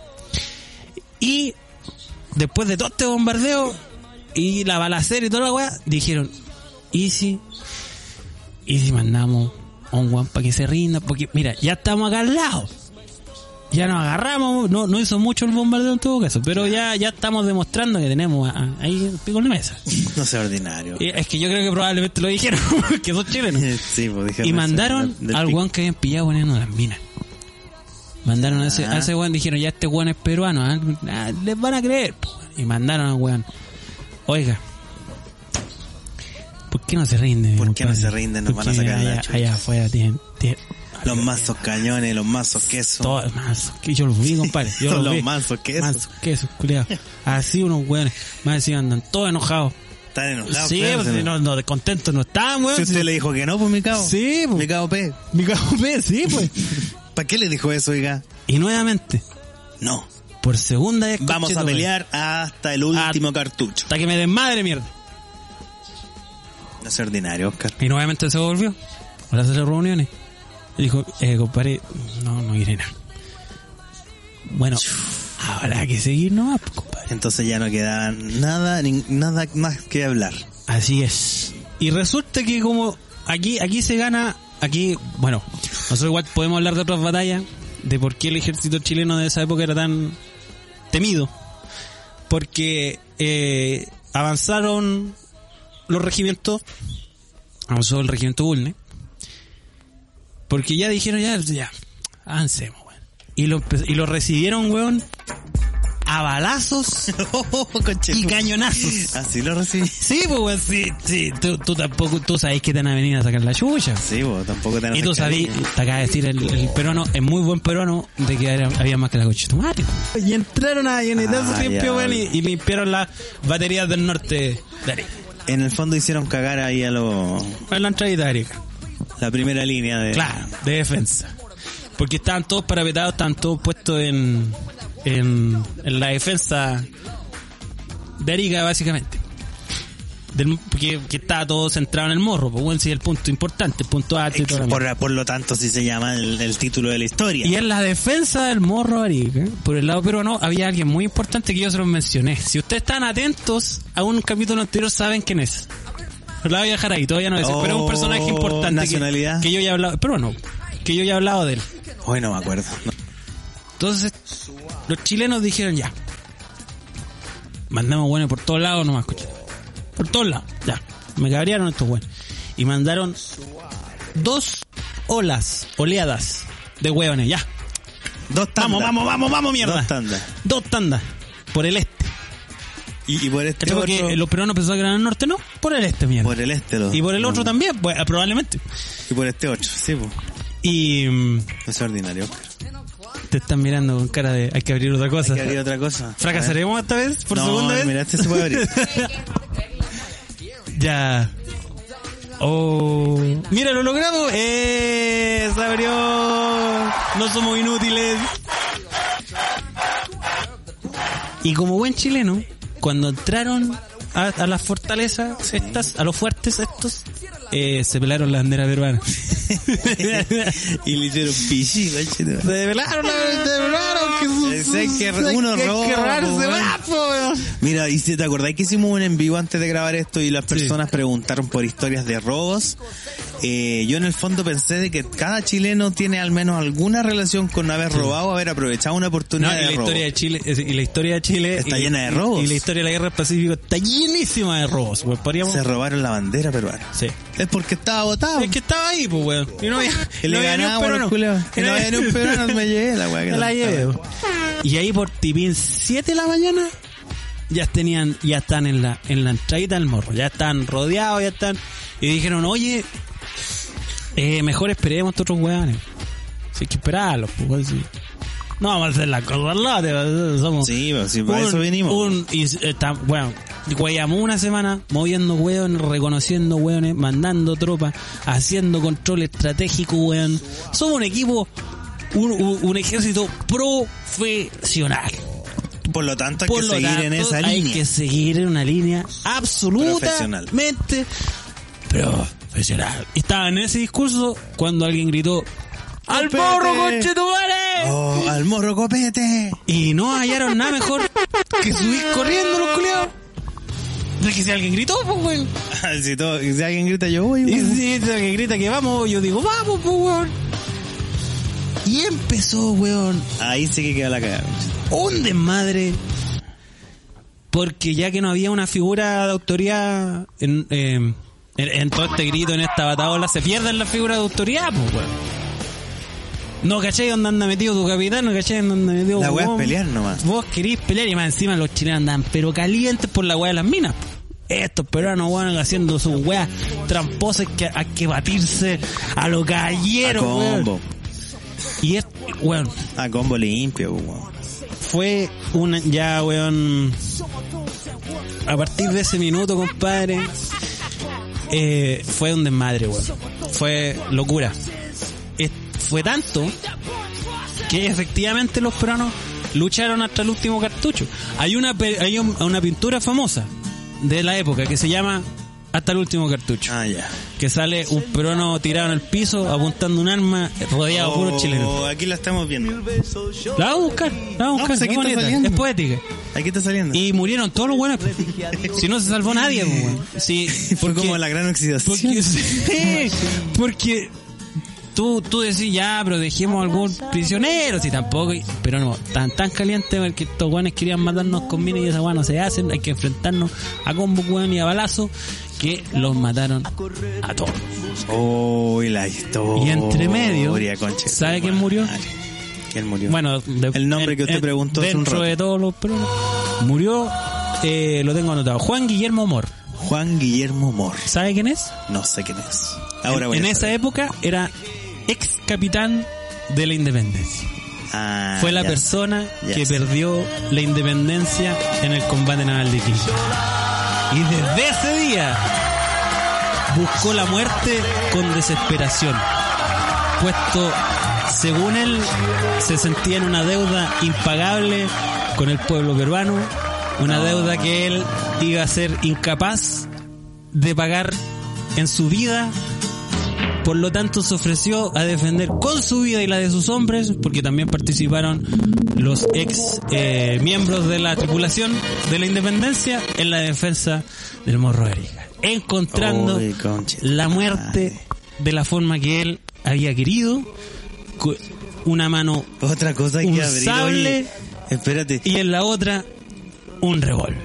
Speaker 2: Y después de todo este bombardeo y la balacera y toda la weá, dijeron, ¿y si, y si mandamos a un guampa que se rinda? Porque mira, ya estamos acá al lado. Ya nos agarramos, no, no hizo mucho el bombardeo en todo caso, pero ya, ya estamos demostrando que tenemos a- a- ahí el pico en la mesa.
Speaker 3: No sea ordinario.
Speaker 2: Y es que yo creo que probablemente lo dijeron, (laughs) que son chilenos.
Speaker 3: sí, pues, dijeron
Speaker 2: Y
Speaker 3: eso,
Speaker 2: mandaron
Speaker 3: del- del
Speaker 2: al
Speaker 3: pico.
Speaker 2: guan que habían pillado poniendo las minas. Mandaron a ese,
Speaker 3: Ah.
Speaker 2: a ese guan, dijeron, ya este guan es peruano, ah, ah, les van a creer. po". Y mandaron al guan, oiga, ¿por qué no se rinden?
Speaker 3: ¿Por
Speaker 2: mi
Speaker 3: qué no
Speaker 2: compadre?
Speaker 3: se rinden? Nos
Speaker 2: ¿Por
Speaker 3: van a
Speaker 2: qué
Speaker 3: sacar la
Speaker 2: allá,
Speaker 3: chucha?"
Speaker 2: allá afuera tienen, tienen
Speaker 3: Los mazos cañones, los mazos queso.
Speaker 2: todo manso, que yo los
Speaker 3: (laughs)
Speaker 2: vi, compadre. Yo
Speaker 3: Son
Speaker 2: los,
Speaker 3: los
Speaker 2: vi.
Speaker 3: mansos quesos.
Speaker 2: Mansos quesos, culiao. Así unos weones, más encima andan todos enojados.
Speaker 3: Están enojados.
Speaker 2: sí,
Speaker 3: claro,
Speaker 2: pues,
Speaker 3: se-
Speaker 2: si no, no, contentos no estaban, weón.
Speaker 3: Si usted
Speaker 2: Si-
Speaker 3: le dijo que no, pues mi cabo.
Speaker 2: Sí, pues.
Speaker 3: Mi cabo P.
Speaker 2: Mi cago, (laughs) sí, pues.
Speaker 3: ¿Para qué le dijo eso, oiga?
Speaker 2: y nuevamente,
Speaker 3: No.
Speaker 2: por segunda vez.
Speaker 3: Vamos a
Speaker 2: conchetumare, Ah.
Speaker 3: pelear hasta el último cartucho.
Speaker 2: Hasta que me desmadre, mierda.
Speaker 3: No es ordinario, Oscar.
Speaker 2: Y nuevamente se volvió. A las reuniones. Y dijo, eh, compadre, no, no iré nada. Bueno, habrá que seguir nomás, pues, compadre.
Speaker 3: Entonces ya no quedaba nada, ni- nada más que hablar.
Speaker 2: Así es. Y resulta que como aquí, aquí se gana, aquí, bueno, nosotros igual podemos hablar de otras batallas, de por qué el ejército chileno de esa época era tan temido. Porque eh, avanzaron los regimientos, avanzó el regimiento Bulne, porque ya dijeron, ya, ya, avancemos, weón. Y lo, empe- y lo recibieron, weón, a balazos y cañonazos.
Speaker 3: Así lo recibí. (laughs)
Speaker 2: Sí, pues, weón, sí, sí. Tú, tú tampoco, tú sabés que te van a venir a sacar la chucha.
Speaker 3: Sí, vos, tampoco te van a
Speaker 2: Y tú
Speaker 3: sacar
Speaker 2: sabés,
Speaker 3: cariño.
Speaker 2: te acaba de decir el, el peruano, es muy buen peruano, de que era- había más que la coche tomate. Y entraron a
Speaker 3: Ah,
Speaker 2: Yenetazo
Speaker 3: ya,
Speaker 2: limpio, weón, y,
Speaker 3: vale.
Speaker 2: y limpiaron las baterías del norte de Arica.
Speaker 3: En el fondo hicieron cagar ahí a lo,
Speaker 2: En la entradita de Arica.
Speaker 3: la primera línea de.
Speaker 2: Claro, de defensa. Porque estaban todos parapetados, estaban todos puestos en, en, en la defensa de Arica, básicamente. Del, que, que estaba todo centrado en el morro, pues bueno, sí, el punto importante, el punto alto y todo.
Speaker 3: Por, por lo tanto, si se llama el, el título de la historia.
Speaker 2: Y en la defensa del morro Arica, por el lado peruano, había alguien muy importante que yo se los mencioné. Si ustedes están atentos a un capítulo anterior, saben quién es. Lo voy a dejar ahí, todavía no lo sé, pero es un
Speaker 3: Oh,
Speaker 2: personaje importante. que-
Speaker 3: nacionalidad.
Speaker 2: Que, yo ya he hablado, pero no, que yo ya he hablado de él.
Speaker 3: Hoy no me acuerdo. No.
Speaker 2: Entonces, los chilenos dijeron ya. Mandamos buenos por todos lados nomás, coche. Por todos lados, ya. Me cabrearon estos buenos. Y mandaron dos olas, oleadas de hueones, ya.
Speaker 3: Dos tandas.
Speaker 2: Vamos, vamos, vamos, vamos, mierda.
Speaker 3: Dos tandas.
Speaker 2: Dos tandas. Por el este.
Speaker 3: Y, y por este
Speaker 2: ¿Cachai?
Speaker 3: otro-
Speaker 2: Porque los peruanos pensaban que eran el norte, no. Por el este, mierda.
Speaker 3: Por el este. los-
Speaker 2: y por el otro también, pues, ah, probablemente.
Speaker 3: Y por este otro. Sí, po.
Speaker 2: Y mm,
Speaker 3: Es ordinario. Oscar.
Speaker 2: te están mirando con cara de hay que abrir otra cosa.
Speaker 3: Hay que abrir otra cosa.
Speaker 2: ¿Fracasaremos esta vez? ¿Por
Speaker 3: No,
Speaker 2: segunda vez?
Speaker 3: mira, este se puede abrir.
Speaker 2: (laughs) ya. Oh. Mira, lo logramos. ¡Eh! Se abrió. No somos inútiles. Y como buen chileno, cuando entraron a, a las fortalezas estas, a los fuertes estos, eh, se pelaron la bandera peruana. (laughs)
Speaker 3: y le hicieron pichi, cachete.
Speaker 2: Se develaron, se develaron.
Speaker 3: Sé que uno roba,
Speaker 2: que
Speaker 3: po,
Speaker 2: ahorrarse
Speaker 3: weón.
Speaker 2: más, po, weón.
Speaker 3: Mira, y si te acordáis que hicimos un en vivo antes de grabar esto y las personas preguntaron por historias de robos, eh, yo en el fondo pensé de que cada chileno tiene al menos alguna relación con haber robado, haber aprovechado una
Speaker 2: No,
Speaker 3: oportunidad
Speaker 2: y la
Speaker 3: de robo.
Speaker 2: historia de Chile, es- y la historia de Chile
Speaker 3: Está
Speaker 2: y-
Speaker 3: llena de
Speaker 2: y-
Speaker 3: robos.
Speaker 2: Y, la historia de la guerra del Pacífico está llenísima de robos. Pues podríamos.
Speaker 3: Se robaron la bandera peruana.
Speaker 2: Sí.
Speaker 3: Es porque estaba votado.
Speaker 2: Es que estaba ahí, pues, weón. Y no había,
Speaker 3: (laughs) Que
Speaker 2: no
Speaker 3: le
Speaker 2: había ni un
Speaker 3: ganamos
Speaker 2: peruano.
Speaker 3: los culeos. Que no había ni un peruano,
Speaker 2: (laughs)
Speaker 3: me llevé la weá que
Speaker 2: Me la
Speaker 3: no-
Speaker 2: llevé, weón. Y ahí por tipín 7 de la mañana ya tenían, ya están en la, en la entradita del morro, ya están rodeados, ya están. Y dijeron, oye, eh, mejor esperemos estos otros weones. Si hay que esperarlos, pues, weón, sí. No vamos a hacer las cosas al lote, weón, somos.
Speaker 3: Sí, pues, sí, para eso vinimos.
Speaker 2: un- y, eh, tam- bueno, huellamos una semana moviendo hueones, reconociendo hueones, mandando tropas, haciendo control estratégico, hueón. Somos un equipo, un, un- un ejército profesional.
Speaker 3: Por lo tanto, hay
Speaker 2: Por
Speaker 3: que
Speaker 2: lo
Speaker 3: seguir en
Speaker 2: tanto,
Speaker 3: esa
Speaker 2: hay
Speaker 3: línea.
Speaker 2: que seguir en una línea
Speaker 3: Profesional.
Speaker 2: absolutamente profesional. Y Estaba en ese discurso cuando alguien gritó ¡Al
Speaker 3: Copete".
Speaker 2: porro, conchetumare!
Speaker 3: Oh, al morro copete. (laughs)
Speaker 2: Y no hallaron nada mejor que subir corriendo los culiados. No es que si alguien gritó, pues, weón.
Speaker 3: si, todo- si alguien grita, yo voy.
Speaker 2: Y
Speaker 3: weón.
Speaker 2: si es alguien grita que vamos, yo digo, vamos, pues, weón. Y empezó, weón,
Speaker 3: Ahí sí que queda la cagada.
Speaker 2: un desmadre. Porque ya que no había una figura de autoridad en, eh, en, en todo este grito, en esta bataola, se pierden las figuras de autoridad, pues, weón. No cachai dónde anda metido tu capitán, no cachai dónde anda metido
Speaker 3: La weá es
Speaker 2: vos.
Speaker 3: pelear nomás.
Speaker 2: Vos querís pelear y más encima los chilenos andan pero calientes por la weá de las minas. Estos peruanos weón haciendo sus weas tramposas que hay que batirse a los
Speaker 3: A
Speaker 2: galleros,
Speaker 3: combo.
Speaker 2: weón. Y es, weón,
Speaker 3: A combo limpio, weón.
Speaker 2: fue una, ya weón, a partir de ese minuto, compadre, eh, fue un desmadre, weón. Fue locura. Es- fue tanto que efectivamente los peruanos lucharon hasta el último cartucho. Hay una pe- hay un- una pintura famosa de la época que se llama Hasta el último cartucho,
Speaker 3: Ah, ya.
Speaker 2: que sale un peruano tirado en el piso apuntando un arma rodeado de puros chilenos.
Speaker 3: Oh, Aquí la estamos viendo.
Speaker 2: La vamos a buscar, la vamos a
Speaker 3: No,
Speaker 2: buscar,
Speaker 3: pues aquí
Speaker 2: es
Speaker 3: está
Speaker 2: bonita,
Speaker 3: saliendo.
Speaker 2: es poética.
Speaker 3: Aquí está saliendo.
Speaker 2: Y murieron todos los buenos. Si no se salvó nadie, pues, weón. Sí,
Speaker 3: Fue
Speaker 2: porque-
Speaker 3: como la gran oxidación.
Speaker 2: porque, (laughs) sí, porque tú, tú decís, ya, pero dejemos algún prisionero, si tampoco. y- Pero no, tan, tan caliente porque estos guanes querían matarnos con minas y esas guanes no se hacen. Hay que enfrentarnos a combo, weón, y a balazo. Que los mataron a todos.
Speaker 3: Oh, y la historia.
Speaker 2: Y entre medio,
Speaker 3: conche,
Speaker 2: ¿sabe
Speaker 3: madre.
Speaker 2: quién murió?
Speaker 3: Él murió.
Speaker 2: Bueno, de-
Speaker 3: El nombre
Speaker 2: en-
Speaker 3: que usted
Speaker 2: en-
Speaker 3: preguntó hace un
Speaker 2: dentro
Speaker 3: rato.
Speaker 2: de todos los problemas. Murió, eh, lo tengo anotado. Juan Guillermo Mor.
Speaker 3: Juan Guillermo Mor.
Speaker 2: ¿Sabe quién es?
Speaker 3: No sé quién es. Ahora voy
Speaker 2: en
Speaker 3: a
Speaker 2: esa
Speaker 3: saber.
Speaker 2: época era ex capitán de la Independencia.
Speaker 3: Ah,
Speaker 2: Fue la
Speaker 3: ya.
Speaker 2: persona
Speaker 3: Ya
Speaker 2: que
Speaker 3: sé.
Speaker 2: perdió la Independencia en el combate naval de Quilmes. Y desde ese día buscó la muerte con desesperación. Puesto, según él, se sentía en una deuda impagable con el pueblo peruano, una deuda que él iba a ser incapaz de pagar en su vida. Por lo tanto, se ofreció a defender con su vida y la de sus hombres, porque también participaron los ex eh, miembros de la tripulación de la independencia en la defensa del Morro de Arica, encontrando
Speaker 3: Uy, conche.
Speaker 2: la muerte de la forma que él había querido, cu- una mano
Speaker 3: Otra cosa hay
Speaker 2: Un
Speaker 3: que abrir.
Speaker 2: sable.
Speaker 3: Oye, espérate.
Speaker 2: y en la otra un revólver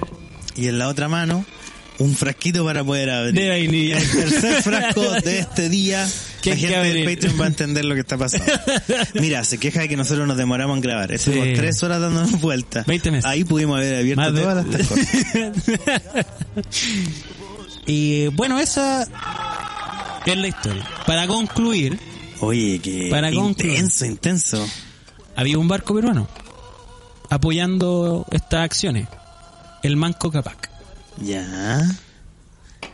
Speaker 3: Y en la otra mano, un frasquito para poder abrir.
Speaker 2: de vainilla.
Speaker 3: El tercer frasco de este día.
Speaker 2: ¿Qué
Speaker 3: La
Speaker 2: hay que
Speaker 3: gente del
Speaker 2: abrir?
Speaker 3: Patreon va a entender lo que está pasando. Mira, se queja de que nosotros nos demoramos en grabar. Estuvimos
Speaker 2: Sí.
Speaker 3: tres horas dándonos vueltas.
Speaker 2: 20 meses.
Speaker 3: Ahí pudimos haber abierto
Speaker 2: Más de-
Speaker 3: todas las cosas.
Speaker 2: (laughs) (laughs) y bueno, esa es la historia. Para concluir,
Speaker 3: Oye, que
Speaker 2: Para concluir.
Speaker 3: intenso, intenso.
Speaker 2: había un barco peruano apoyando estas acciones, el Manco Capac,
Speaker 3: Ya.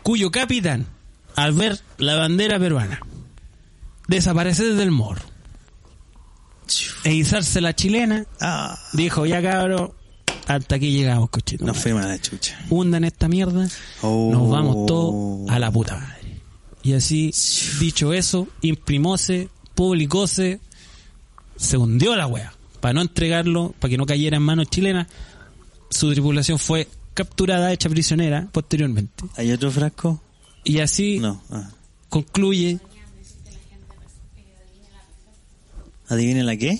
Speaker 2: cuyo capitán, al ver la bandera peruana desaparecer del morro e izarse la chilena,
Speaker 3: Ah,
Speaker 2: dijo, ya cabro, hasta aquí llegamos, cochito.
Speaker 3: no fue mala chucha.
Speaker 2: hundan esta mierda,
Speaker 3: Oh.
Speaker 2: nos vamos todos a la puta madre. Y así, dicho eso, imprimóse, publicóse, se hundió la wea. Para no entregarlo, para que no cayera en manos chilenas, su tripulación fue capturada, hecha prisionera posteriormente.
Speaker 3: ¿Hay otro frasco?
Speaker 2: Y así
Speaker 3: No. Ah.
Speaker 2: concluye
Speaker 3: ¿Adivinen la qué?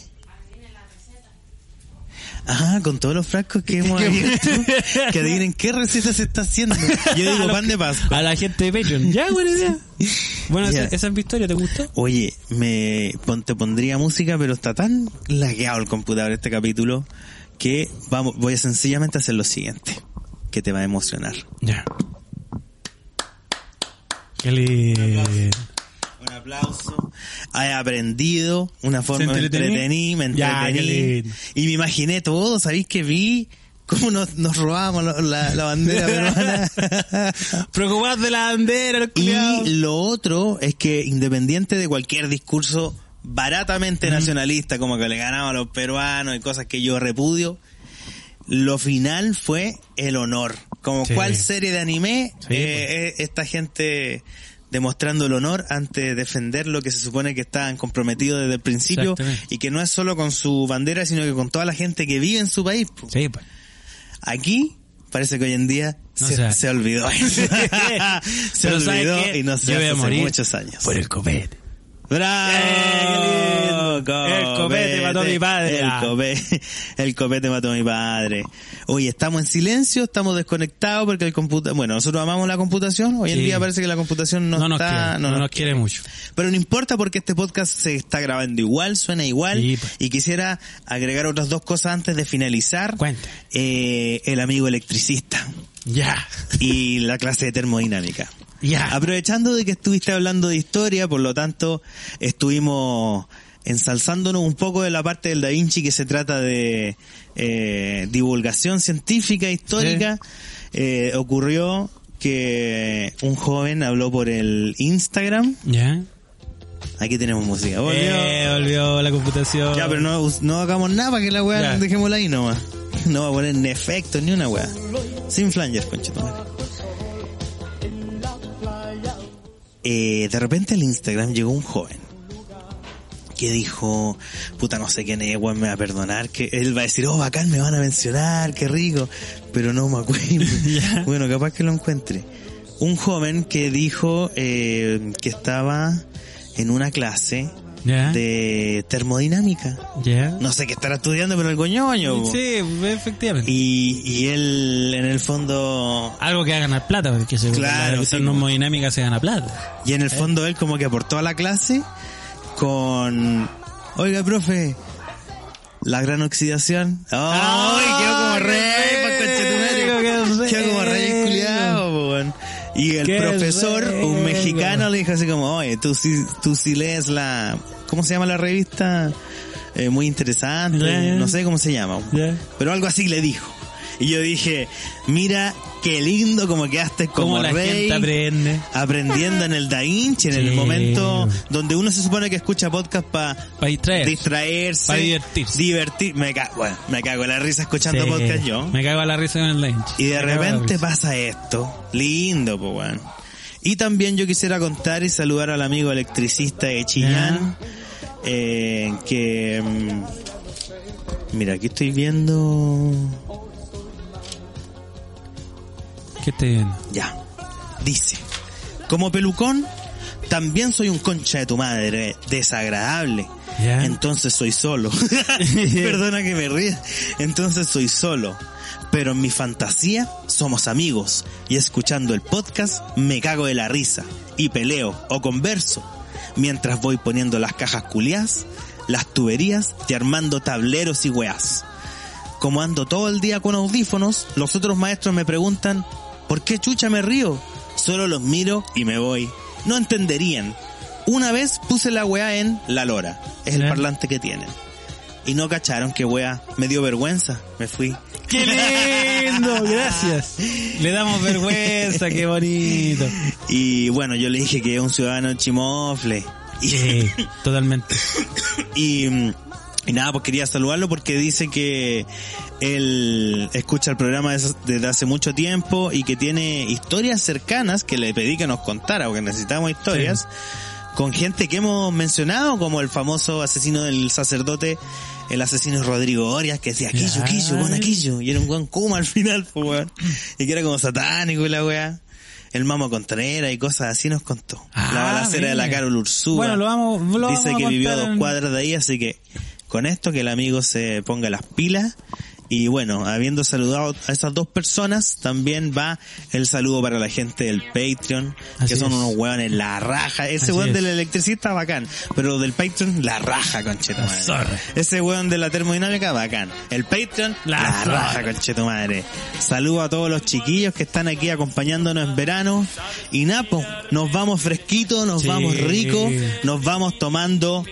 Speaker 3: Ah, con todos los frascos que hemos abierto, que adivinen qué receta se está haciendo. Yo digo pan de pascua.
Speaker 2: a la gente de Patreon. Ya, buena idea. Bueno,
Speaker 3: Ya.
Speaker 2: esa, esa es mi historia, ¿te gustó?
Speaker 3: Oye, me pon- te pondría música, pero está tan lagueado el computador este capítulo que vamos, voy a sencillamente hacer lo siguiente, que te va a emocionar.
Speaker 2: Ya. Qué lindo.
Speaker 3: Un aplauso. He aprendido una forma
Speaker 2: ¿Se
Speaker 3: de
Speaker 2: entretení?
Speaker 3: entretení, me
Speaker 2: Ya, qué
Speaker 3: entretení.
Speaker 2: lindo.
Speaker 3: y me imaginé todo, ¿sabéis que vi? Cómo nos, nos robábamos la, la- la bandera peruana.
Speaker 2: Preocupad de la bandera, el culiao.
Speaker 3: Y lo otro es que independiente de cualquier discurso baratamente nacionalista, como que le ganaba a los peruanos y cosas que yo repudio, lo final fue el honor. Como
Speaker 2: Sí.
Speaker 3: cual serie de anime,
Speaker 2: Sí, pues.
Speaker 3: eh, eh, esta gente demostrando el honor ante defender lo que se supone que estaban comprometidos desde el principio
Speaker 2: Exactamente.
Speaker 3: y que no es solo con su bandera, sino que con toda la gente que vive en su país. po.
Speaker 2: Sí, pues.
Speaker 3: Aquí parece que hoy en día
Speaker 2: No
Speaker 3: se,
Speaker 2: se hace.
Speaker 3: se
Speaker 2: (laughs)
Speaker 3: olvidó. (laughs) se
Speaker 2: Pero ¿sabes
Speaker 3: olvidó
Speaker 2: qué?
Speaker 3: y no se
Speaker 2: Yo voy
Speaker 3: hace
Speaker 2: a
Speaker 3: hace
Speaker 2: morir
Speaker 3: muchos años.
Speaker 2: el copete.
Speaker 3: ¡Bravo!
Speaker 2: Eh, qué lindo. El copete mató a mi padre. Ah.
Speaker 3: El copete, el copete mató a mi padre. Oye, estamos en silencio, estamos desconectados porque el computador... Bueno, nosotros amamos la computación. Hoy en
Speaker 2: Sí.
Speaker 3: día parece que la computación no,
Speaker 2: No nos
Speaker 3: está...
Speaker 2: quiere,
Speaker 3: no
Speaker 2: no
Speaker 3: nos
Speaker 2: nos quiere mucho.
Speaker 3: pero no importa porque este podcast se está grabando igual, suena igual.
Speaker 2: Sí, pues.
Speaker 3: Y quisiera agregar otras dos cosas antes de finalizar.
Speaker 2: Cuente.
Speaker 3: Eh, el amigo electricista
Speaker 2: Ya.
Speaker 3: y la clase de termodinámica.
Speaker 2: Ya.
Speaker 3: Aprovechando de que estuviste hablando de historia, por lo tanto, estuvimos ensalzándonos un poco de la parte del Da Vinci que se trata de eh, divulgación científica histórica. Eh, ocurrió que un joven habló por el Instagram.
Speaker 2: Ya.
Speaker 3: Aquí tenemos música. Volvió.
Speaker 2: Eh, volvió la computación.
Speaker 3: Ya, pero no, us- no hagamos nada para que la weá
Speaker 2: Ya.
Speaker 3: dejémosla ahí nomás. (laughs) No va a poner ni efecto ni una weá. Sin flanger, conchetumare. Eh, de repente al Instagram llegó un joven que dijo, puta no sé quién es, weón, me va a perdonar, que él va a decir, oh bacán, me van a mencionar, qué rico, pero no me acuerdo. (laughs) Bueno, capaz que lo encuentre. Un joven que dijo eh, que estaba en una clase
Speaker 2: Ya.
Speaker 3: de termodinámica.
Speaker 2: Ya.
Speaker 3: No sé qué estará estudiando, pero el coñoño. po.
Speaker 2: Sí, efectivamente.
Speaker 3: Y, y él, en el fondo,
Speaker 2: Algo que va a ganar plata, porque seguro
Speaker 3: Claro,
Speaker 2: la
Speaker 3: sí,
Speaker 2: computación termodinámica se gana plata.
Speaker 3: y en el fondo él como que aportó a la clase con, oiga, profe, La gran oxidación. ¡Ay,
Speaker 2: ¡Ay,
Speaker 3: quedó como
Speaker 2: Ah, qué
Speaker 3: rey! pa'
Speaker 2: rico,
Speaker 3: conchetumare!
Speaker 2: qué
Speaker 3: Quedó como rey
Speaker 2: rico.
Speaker 3: culiao, po, weón. Y el
Speaker 2: Qué
Speaker 3: profesor, un
Speaker 2: rico.
Speaker 3: mexicano, le dijo así como, oye, tú sí, tú sí lees la... ¿Cómo se llama la revista? Eh, muy interesante,
Speaker 2: Ya.
Speaker 3: no sé cómo se llama.
Speaker 2: Ya.
Speaker 3: Pero algo así le dijo. Y yo dije, mira, qué lindo como quedaste como
Speaker 2: Como la
Speaker 3: rey
Speaker 2: gente aprende.
Speaker 3: aprendiendo en el Da Vinci, en el
Speaker 2: Sí.
Speaker 3: momento donde uno se supone que escucha podcast para
Speaker 2: Para distraer.
Speaker 3: distraerse,
Speaker 2: Pa' divertirse.
Speaker 3: divertir- me, ca- bueno, me cago en la risa escuchando
Speaker 2: Sí.
Speaker 3: podcast yo.
Speaker 2: Me cago en la risa con el lunch.
Speaker 3: Y de
Speaker 2: Me cago en la
Speaker 3: repente
Speaker 2: risa.
Speaker 3: pasa esto. Lindo, pues, weón. Y también yo quisiera contar y saludar al amigo electricista de Chillán, eh, que... mm, Mira, aquí estoy viendo...
Speaker 2: ¿Qué estoy viendo?
Speaker 3: Ya. Dice, como pelucón, también soy un concha de tu madre, desagradable.
Speaker 2: Ya.
Speaker 3: Entonces soy solo. (laughs) Perdona que me ría. Entonces soy solo. Pero en mi fantasía somos amigos. Y escuchando el podcast me cago de la risa. Y peleo o converso. Mientras voy poniendo las cajas culiás, las tuberías y armando tableros y weás. Como ando todo el día con audífonos, los otros maestros me preguntan, ¿por qué chucha me río? Solo los miro y me voy. No entenderían. Una vez puse la weá en La Lora, es el
Speaker 2: ¿Eh?
Speaker 3: parlante que tienen. Y no cacharon que weá, me dio vergüenza, me fui.
Speaker 2: ¡Qué lindo! Gracias. Le damos vergüenza, qué bonito.
Speaker 3: Y bueno, yo le dije que es un ciudadano chimofle. (laughs) Y,
Speaker 2: Sí, totalmente.
Speaker 3: y, mm, y nada, pues quería saludarlo porque dice que él escucha el programa des- desde hace mucho tiempo y que tiene historias cercanas que le pedí que nos contara, porque necesitamos historias. Con gente que hemos mencionado, como el famoso asesino del sacerdote, el asesino Rodrigo Orias, que decía, Quillo,
Speaker 2: Ya.
Speaker 3: Quillo, buena Quillo. Y era un buen Kuma al final, pues,
Speaker 2: (laughs)
Speaker 3: weón. Y que era como satánico y la weá. El Mamo Contreras y cosas así nos contó. la
Speaker 2: Ah,
Speaker 3: balacera de la
Speaker 2: mira.
Speaker 3: Carol Ursúa.
Speaker 2: Bueno, lo vamos- lo
Speaker 3: Dice
Speaker 2: vamos a
Speaker 3: que vivió a
Speaker 2: contar
Speaker 3: dos
Speaker 2: en-
Speaker 3: cuadras de ahí, así que con esto que el amigo se ponga las pilas. Y bueno, habiendo saludado a esas dos personas, también va el saludo para la gente del Patreon,
Speaker 2: Así
Speaker 3: que son
Speaker 2: es.
Speaker 3: unos hueones la raja. Ese
Speaker 2: Así
Speaker 3: hueón
Speaker 2: es.
Speaker 3: del electricista, bacán. Pero del Patreon, la raja, conchetumadre.
Speaker 2: zorra.
Speaker 3: Ese hueón de la termodinámica, bacán. El Patreon, la,
Speaker 2: La zorra.
Speaker 3: raja, conchetumadre. Saludo a todos los chiquillos que están aquí acompañándonos en verano. Y Napo, nos vamos fresquitos, nos
Speaker 2: Sí.
Speaker 3: vamos ricos, nos vamos tomando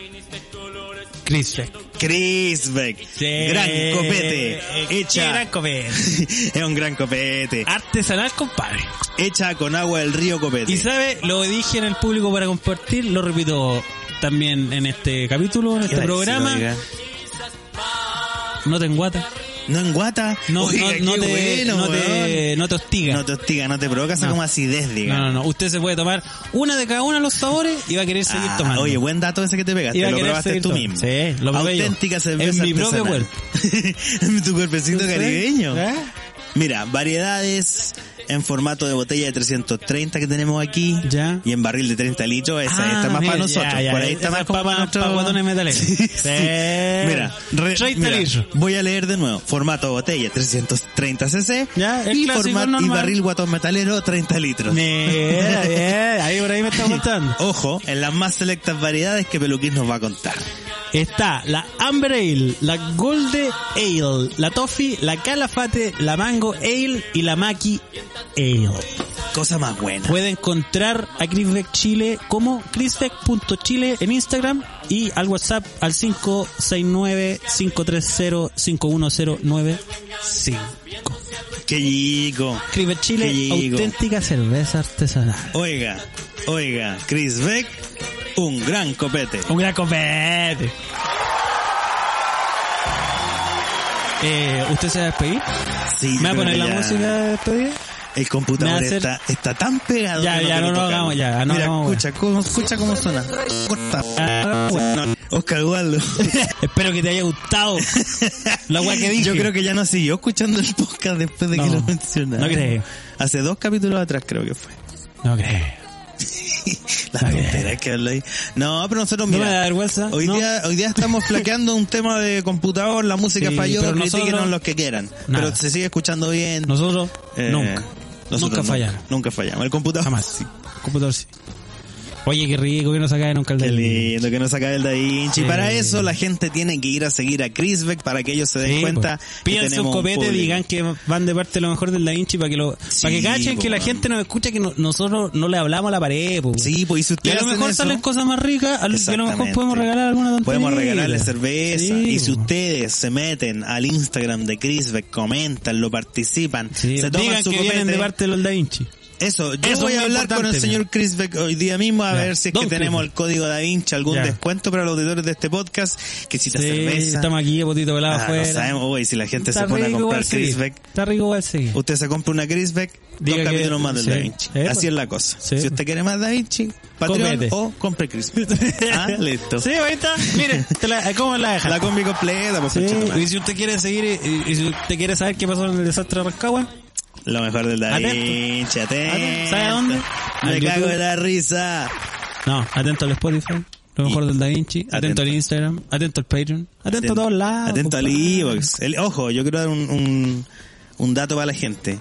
Speaker 2: Chris Jack.
Speaker 3: Chris Beck. Gran copete.
Speaker 2: Eh, Qué gran
Speaker 3: Hecha.
Speaker 2: copete.
Speaker 3: (laughs) es un gran copete.
Speaker 2: Ah. Artesanal, compadre.
Speaker 3: Hecha con agua del río copete.
Speaker 2: Y sabe, lo dije en el público para compartir, lo repito también en este capítulo, en este
Speaker 3: Ay,
Speaker 2: programa.
Speaker 3: sí, oiga.
Speaker 2: no te enguata.
Speaker 3: No enguata.
Speaker 2: No,
Speaker 3: Oiga,
Speaker 2: no, no
Speaker 3: qué
Speaker 2: te,
Speaker 3: bueno,
Speaker 2: no,
Speaker 3: weón.
Speaker 2: te, no te hostiga.
Speaker 3: No te hostiga, no te provoca esa
Speaker 2: No.
Speaker 3: como acidez, diga.
Speaker 2: No, no, no. Usted se puede tomar una de cada uno de los sabores y va a querer seguir
Speaker 3: Ah,
Speaker 2: tomando.
Speaker 3: Oye, buen dato ese que te pegaste.
Speaker 2: Iba a
Speaker 3: Lo
Speaker 2: querer
Speaker 3: probaste
Speaker 2: seguir
Speaker 3: tú
Speaker 2: tomando.
Speaker 3: mismo.
Speaker 2: Sí, lo probé yo.
Speaker 3: Auténtica cerveza
Speaker 2: En mi propio
Speaker 3: artesanal. (laughs) en tu cuerpecito caribeño.
Speaker 2: ¿Eh?
Speaker 3: Mira, variedades en formato de botella de 330 que tenemos aquí.
Speaker 2: Ya.
Speaker 3: Y en barril de 30 litros. Esa
Speaker 2: Ah,
Speaker 3: está más
Speaker 2: mira,
Speaker 3: para nosotros.
Speaker 2: ya, ya,
Speaker 3: Por ahí
Speaker 2: esa
Speaker 3: está más
Speaker 2: es
Speaker 3: como
Speaker 2: pa-
Speaker 3: para
Speaker 2: pa-
Speaker 3: nuestros...
Speaker 2: pa' guatones metaleros.
Speaker 3: (laughs) Sí, sí.
Speaker 2: Sí.
Speaker 3: Mira, re-
Speaker 2: 30
Speaker 3: mira,
Speaker 2: litros.
Speaker 3: voy a leer de nuevo. Formato botella 330 cc.
Speaker 2: Ya, el
Speaker 3: y,
Speaker 2: clásico
Speaker 3: y
Speaker 2: normal.
Speaker 3: barril guatón metalero 30 litros. (laughs)
Speaker 2: Mira, bien. Ahí por ahí me está contando.
Speaker 3: Ojo, en las más selectas variedades que Peluquín nos va a contar.
Speaker 2: Está la Amber Ale, la Golden Ale, la Toffee, la Calafate, la Mango Ale y la Maki Ale.
Speaker 3: Cosa más buena.
Speaker 2: Puede encontrar a Crisbeck Chile como crisbeck.chile en Instagram y al WhatsApp al 569-530-51095.
Speaker 3: Qué chico.
Speaker 2: Crisbeck Chile,
Speaker 3: Qué llego.
Speaker 2: auténtica cerveza artesanal.
Speaker 3: Oiga, oiga, Chris Beck, un gran copete.
Speaker 2: Un gran copete. Eh, ¿Usted se va a despedir?
Speaker 3: Sí, yo
Speaker 2: ¿Me va a
Speaker 3: creo
Speaker 2: poner
Speaker 3: que
Speaker 2: la
Speaker 3: ya
Speaker 2: música de despedida?
Speaker 3: El computador
Speaker 2: me va a hacer-
Speaker 3: está, está tan pegado.
Speaker 2: Ya,
Speaker 3: que
Speaker 2: ya,
Speaker 3: quiero
Speaker 2: no lo
Speaker 3: tocarlo.
Speaker 2: hagamos, ya, no
Speaker 3: Mira,
Speaker 2: lo hagamos,
Speaker 3: escucha, cómo, escucha cómo suena. Corta.
Speaker 2: Ah, bueno.
Speaker 3: No, Oscar
Speaker 2: (laughs)
Speaker 3: Waldo.
Speaker 2: Espero que te haya gustado la weá que dije.
Speaker 3: Yo creo que ya no siguió escuchando el podcast después de que
Speaker 2: No,
Speaker 3: lo mencionaron.
Speaker 2: no creo.
Speaker 3: Hace dos capítulos atrás creo que fue.
Speaker 2: No creo.
Speaker 3: La
Speaker 2: No creo.
Speaker 3: tontera que habla ahí. No, pero nosotros,
Speaker 2: No
Speaker 3: mira,
Speaker 2: me da vergüenza.
Speaker 3: Hoy,
Speaker 2: no.
Speaker 3: día, hoy día estamos flaqueando un tema de computador, la música
Speaker 2: Sí,
Speaker 3: falló,
Speaker 2: pero
Speaker 3: critíquenos
Speaker 2: nosotros-
Speaker 3: los que quieran.
Speaker 2: Nada.
Speaker 3: Pero se sigue escuchando bien.
Speaker 2: Nosotros
Speaker 3: Eh,
Speaker 2: nunca.
Speaker 3: nosotros
Speaker 2: nunca fallamos.
Speaker 3: Nunca fallamos. El computador.
Speaker 2: Jamás. Computador sí. Oye, qué rico que nos sacaran un
Speaker 3: Qué
Speaker 2: calderón.
Speaker 3: lindo que nos acabe el Da Vinci.
Speaker 2: Sí.
Speaker 3: Y para eso la gente tiene que ir a seguir a Chris Beck para que ellos se den
Speaker 2: Sí,
Speaker 3: cuenta.
Speaker 2: pues.
Speaker 3: que
Speaker 2: Pídanse un
Speaker 3: tenemos
Speaker 2: copete,
Speaker 3: público.
Speaker 2: digan que van de parte lo mejor del Da Vinci para que lo,
Speaker 3: Sí,
Speaker 2: para que cachen
Speaker 3: po,
Speaker 2: que la
Speaker 3: man.
Speaker 2: gente nos escucha que no- nosotros no le hablamos a la pared, po.
Speaker 3: Sí, pues y si
Speaker 2: Y a
Speaker 3: ustedes
Speaker 2: lo
Speaker 3: hacen
Speaker 2: mejor
Speaker 3: eso-
Speaker 2: salen cosas más ricas, a lo que a lo mejor
Speaker 3: Exactamente.
Speaker 2: podemos regalar alguna tontería.
Speaker 3: Podemos regalarle cerveza.
Speaker 2: Sí,
Speaker 3: y si
Speaker 2: po.
Speaker 3: ustedes se meten al Instagram de Chris Beck, comentan, lo participan,
Speaker 2: Sí,
Speaker 3: se toman
Speaker 2: digan
Speaker 3: su
Speaker 2: que vienen de
Speaker 3: copete.
Speaker 2: parte de los Da Vinci.
Speaker 3: Eso, yo
Speaker 2: Eso
Speaker 3: voy
Speaker 2: es
Speaker 3: a
Speaker 2: muy
Speaker 3: hablar con el
Speaker 2: importante,
Speaker 3: señor Chris Beck hoy día mismo a
Speaker 2: Ya.
Speaker 3: ver si es
Speaker 2: Don
Speaker 3: que
Speaker 2: Chris
Speaker 3: tenemos
Speaker 2: Beck.
Speaker 3: el código Da Vinci, algún
Speaker 2: Ya.
Speaker 3: descuento para los auditores de este podcast, que si te
Speaker 2: Sí,
Speaker 3: cerveza.
Speaker 2: estamos aquí, potito pelado
Speaker 3: Ah,
Speaker 2: afuera.
Speaker 3: no sabemos, uy, si la gente
Speaker 2: Está
Speaker 3: se pone a
Speaker 2: rico
Speaker 3: comprar
Speaker 2: igual
Speaker 3: Chris
Speaker 2: seguir.
Speaker 3: Beck,
Speaker 2: Está rico igual seguir.
Speaker 3: Usted se compra una Crisbeck, dos
Speaker 2: Diga que-
Speaker 3: capítulos más del
Speaker 2: sí.
Speaker 3: Da Vinci.
Speaker 2: Eh,
Speaker 3: Así
Speaker 2: pues.
Speaker 3: es la cosa.
Speaker 2: Sí.
Speaker 3: Si usted quiere más Da Vinci, Patreon
Speaker 2: Cómprate.
Speaker 3: o compre Crisbeck. ah, (laughs) listo.
Speaker 2: (laughs) Sí, ahí está. Mire, te la- ¿cómo la deja?
Speaker 3: La combi completa, pues, por
Speaker 2: Sí,
Speaker 3: conchetumare.
Speaker 2: y si usted quiere seguir, eh, y, si usted quiere saber qué pasó en el desastre de Rancagua,
Speaker 3: Lo mejor del Da
Speaker 2: Atento.
Speaker 3: Vinci, atento.
Speaker 2: Atento. ¿Sabe dónde?
Speaker 3: Me
Speaker 2: Al
Speaker 3: cago
Speaker 2: YouTube.
Speaker 3: de la risa.
Speaker 2: no, atento al Spotify, lo mejor
Speaker 3: Y-
Speaker 2: del Da Vinci, atento,
Speaker 3: atento.
Speaker 2: al Instagram, atento al Patreon, atento, a todos lados.
Speaker 3: Atento al
Speaker 2: compadre.
Speaker 3: iVoox. El- Ojo, yo quiero dar un, un, un dato para la gente.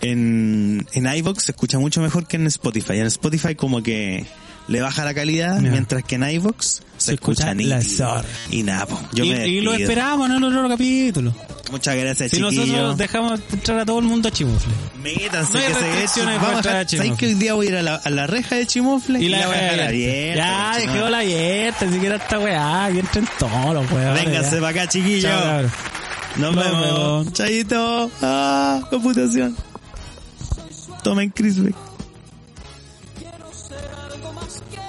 Speaker 3: En, en iVoox se escucha mucho mejor que en Spotify. En Spotify como que le baja la calidad,
Speaker 2: Ya.
Speaker 3: mientras que en iVoox se,
Speaker 2: Se
Speaker 3: escucha,
Speaker 2: escucha la
Speaker 3: nítido.
Speaker 2: zorra.
Speaker 3: Y nada, po, yo
Speaker 2: y,
Speaker 3: me
Speaker 2: y lo
Speaker 3: despido.
Speaker 2: esperamos en el otro capítulo.
Speaker 3: Muchas gracias,
Speaker 2: Si
Speaker 3: chiquillos.
Speaker 2: nosotros dejamos entrar a todo el mundo a chimufle.
Speaker 3: Métanse
Speaker 2: No hay
Speaker 3: que se echen.
Speaker 2: restricciones
Speaker 3: Vamos a
Speaker 2: contra
Speaker 3: dejar-
Speaker 2: Chimofle.
Speaker 3: ¿Sabes que hoy día voy a ir a la, a la reja de Chimofle?
Speaker 2: Y la,
Speaker 3: voy a
Speaker 2: weá
Speaker 3: dejar
Speaker 2: abierta.
Speaker 3: abierta,
Speaker 2: Ya,
Speaker 3: chico.
Speaker 2: dejémosla abierta, ni siquiera esta weá, y entren todos los weá.
Speaker 3: Vénganse para acá, chiquillos.
Speaker 2: Chao, cabrón.
Speaker 3: Nos
Speaker 2: Nos
Speaker 3: vemos.
Speaker 2: vemos.
Speaker 3: Chaito. Ah, computación. Tomen Crispy.
Speaker 5: Quiero ser algo más que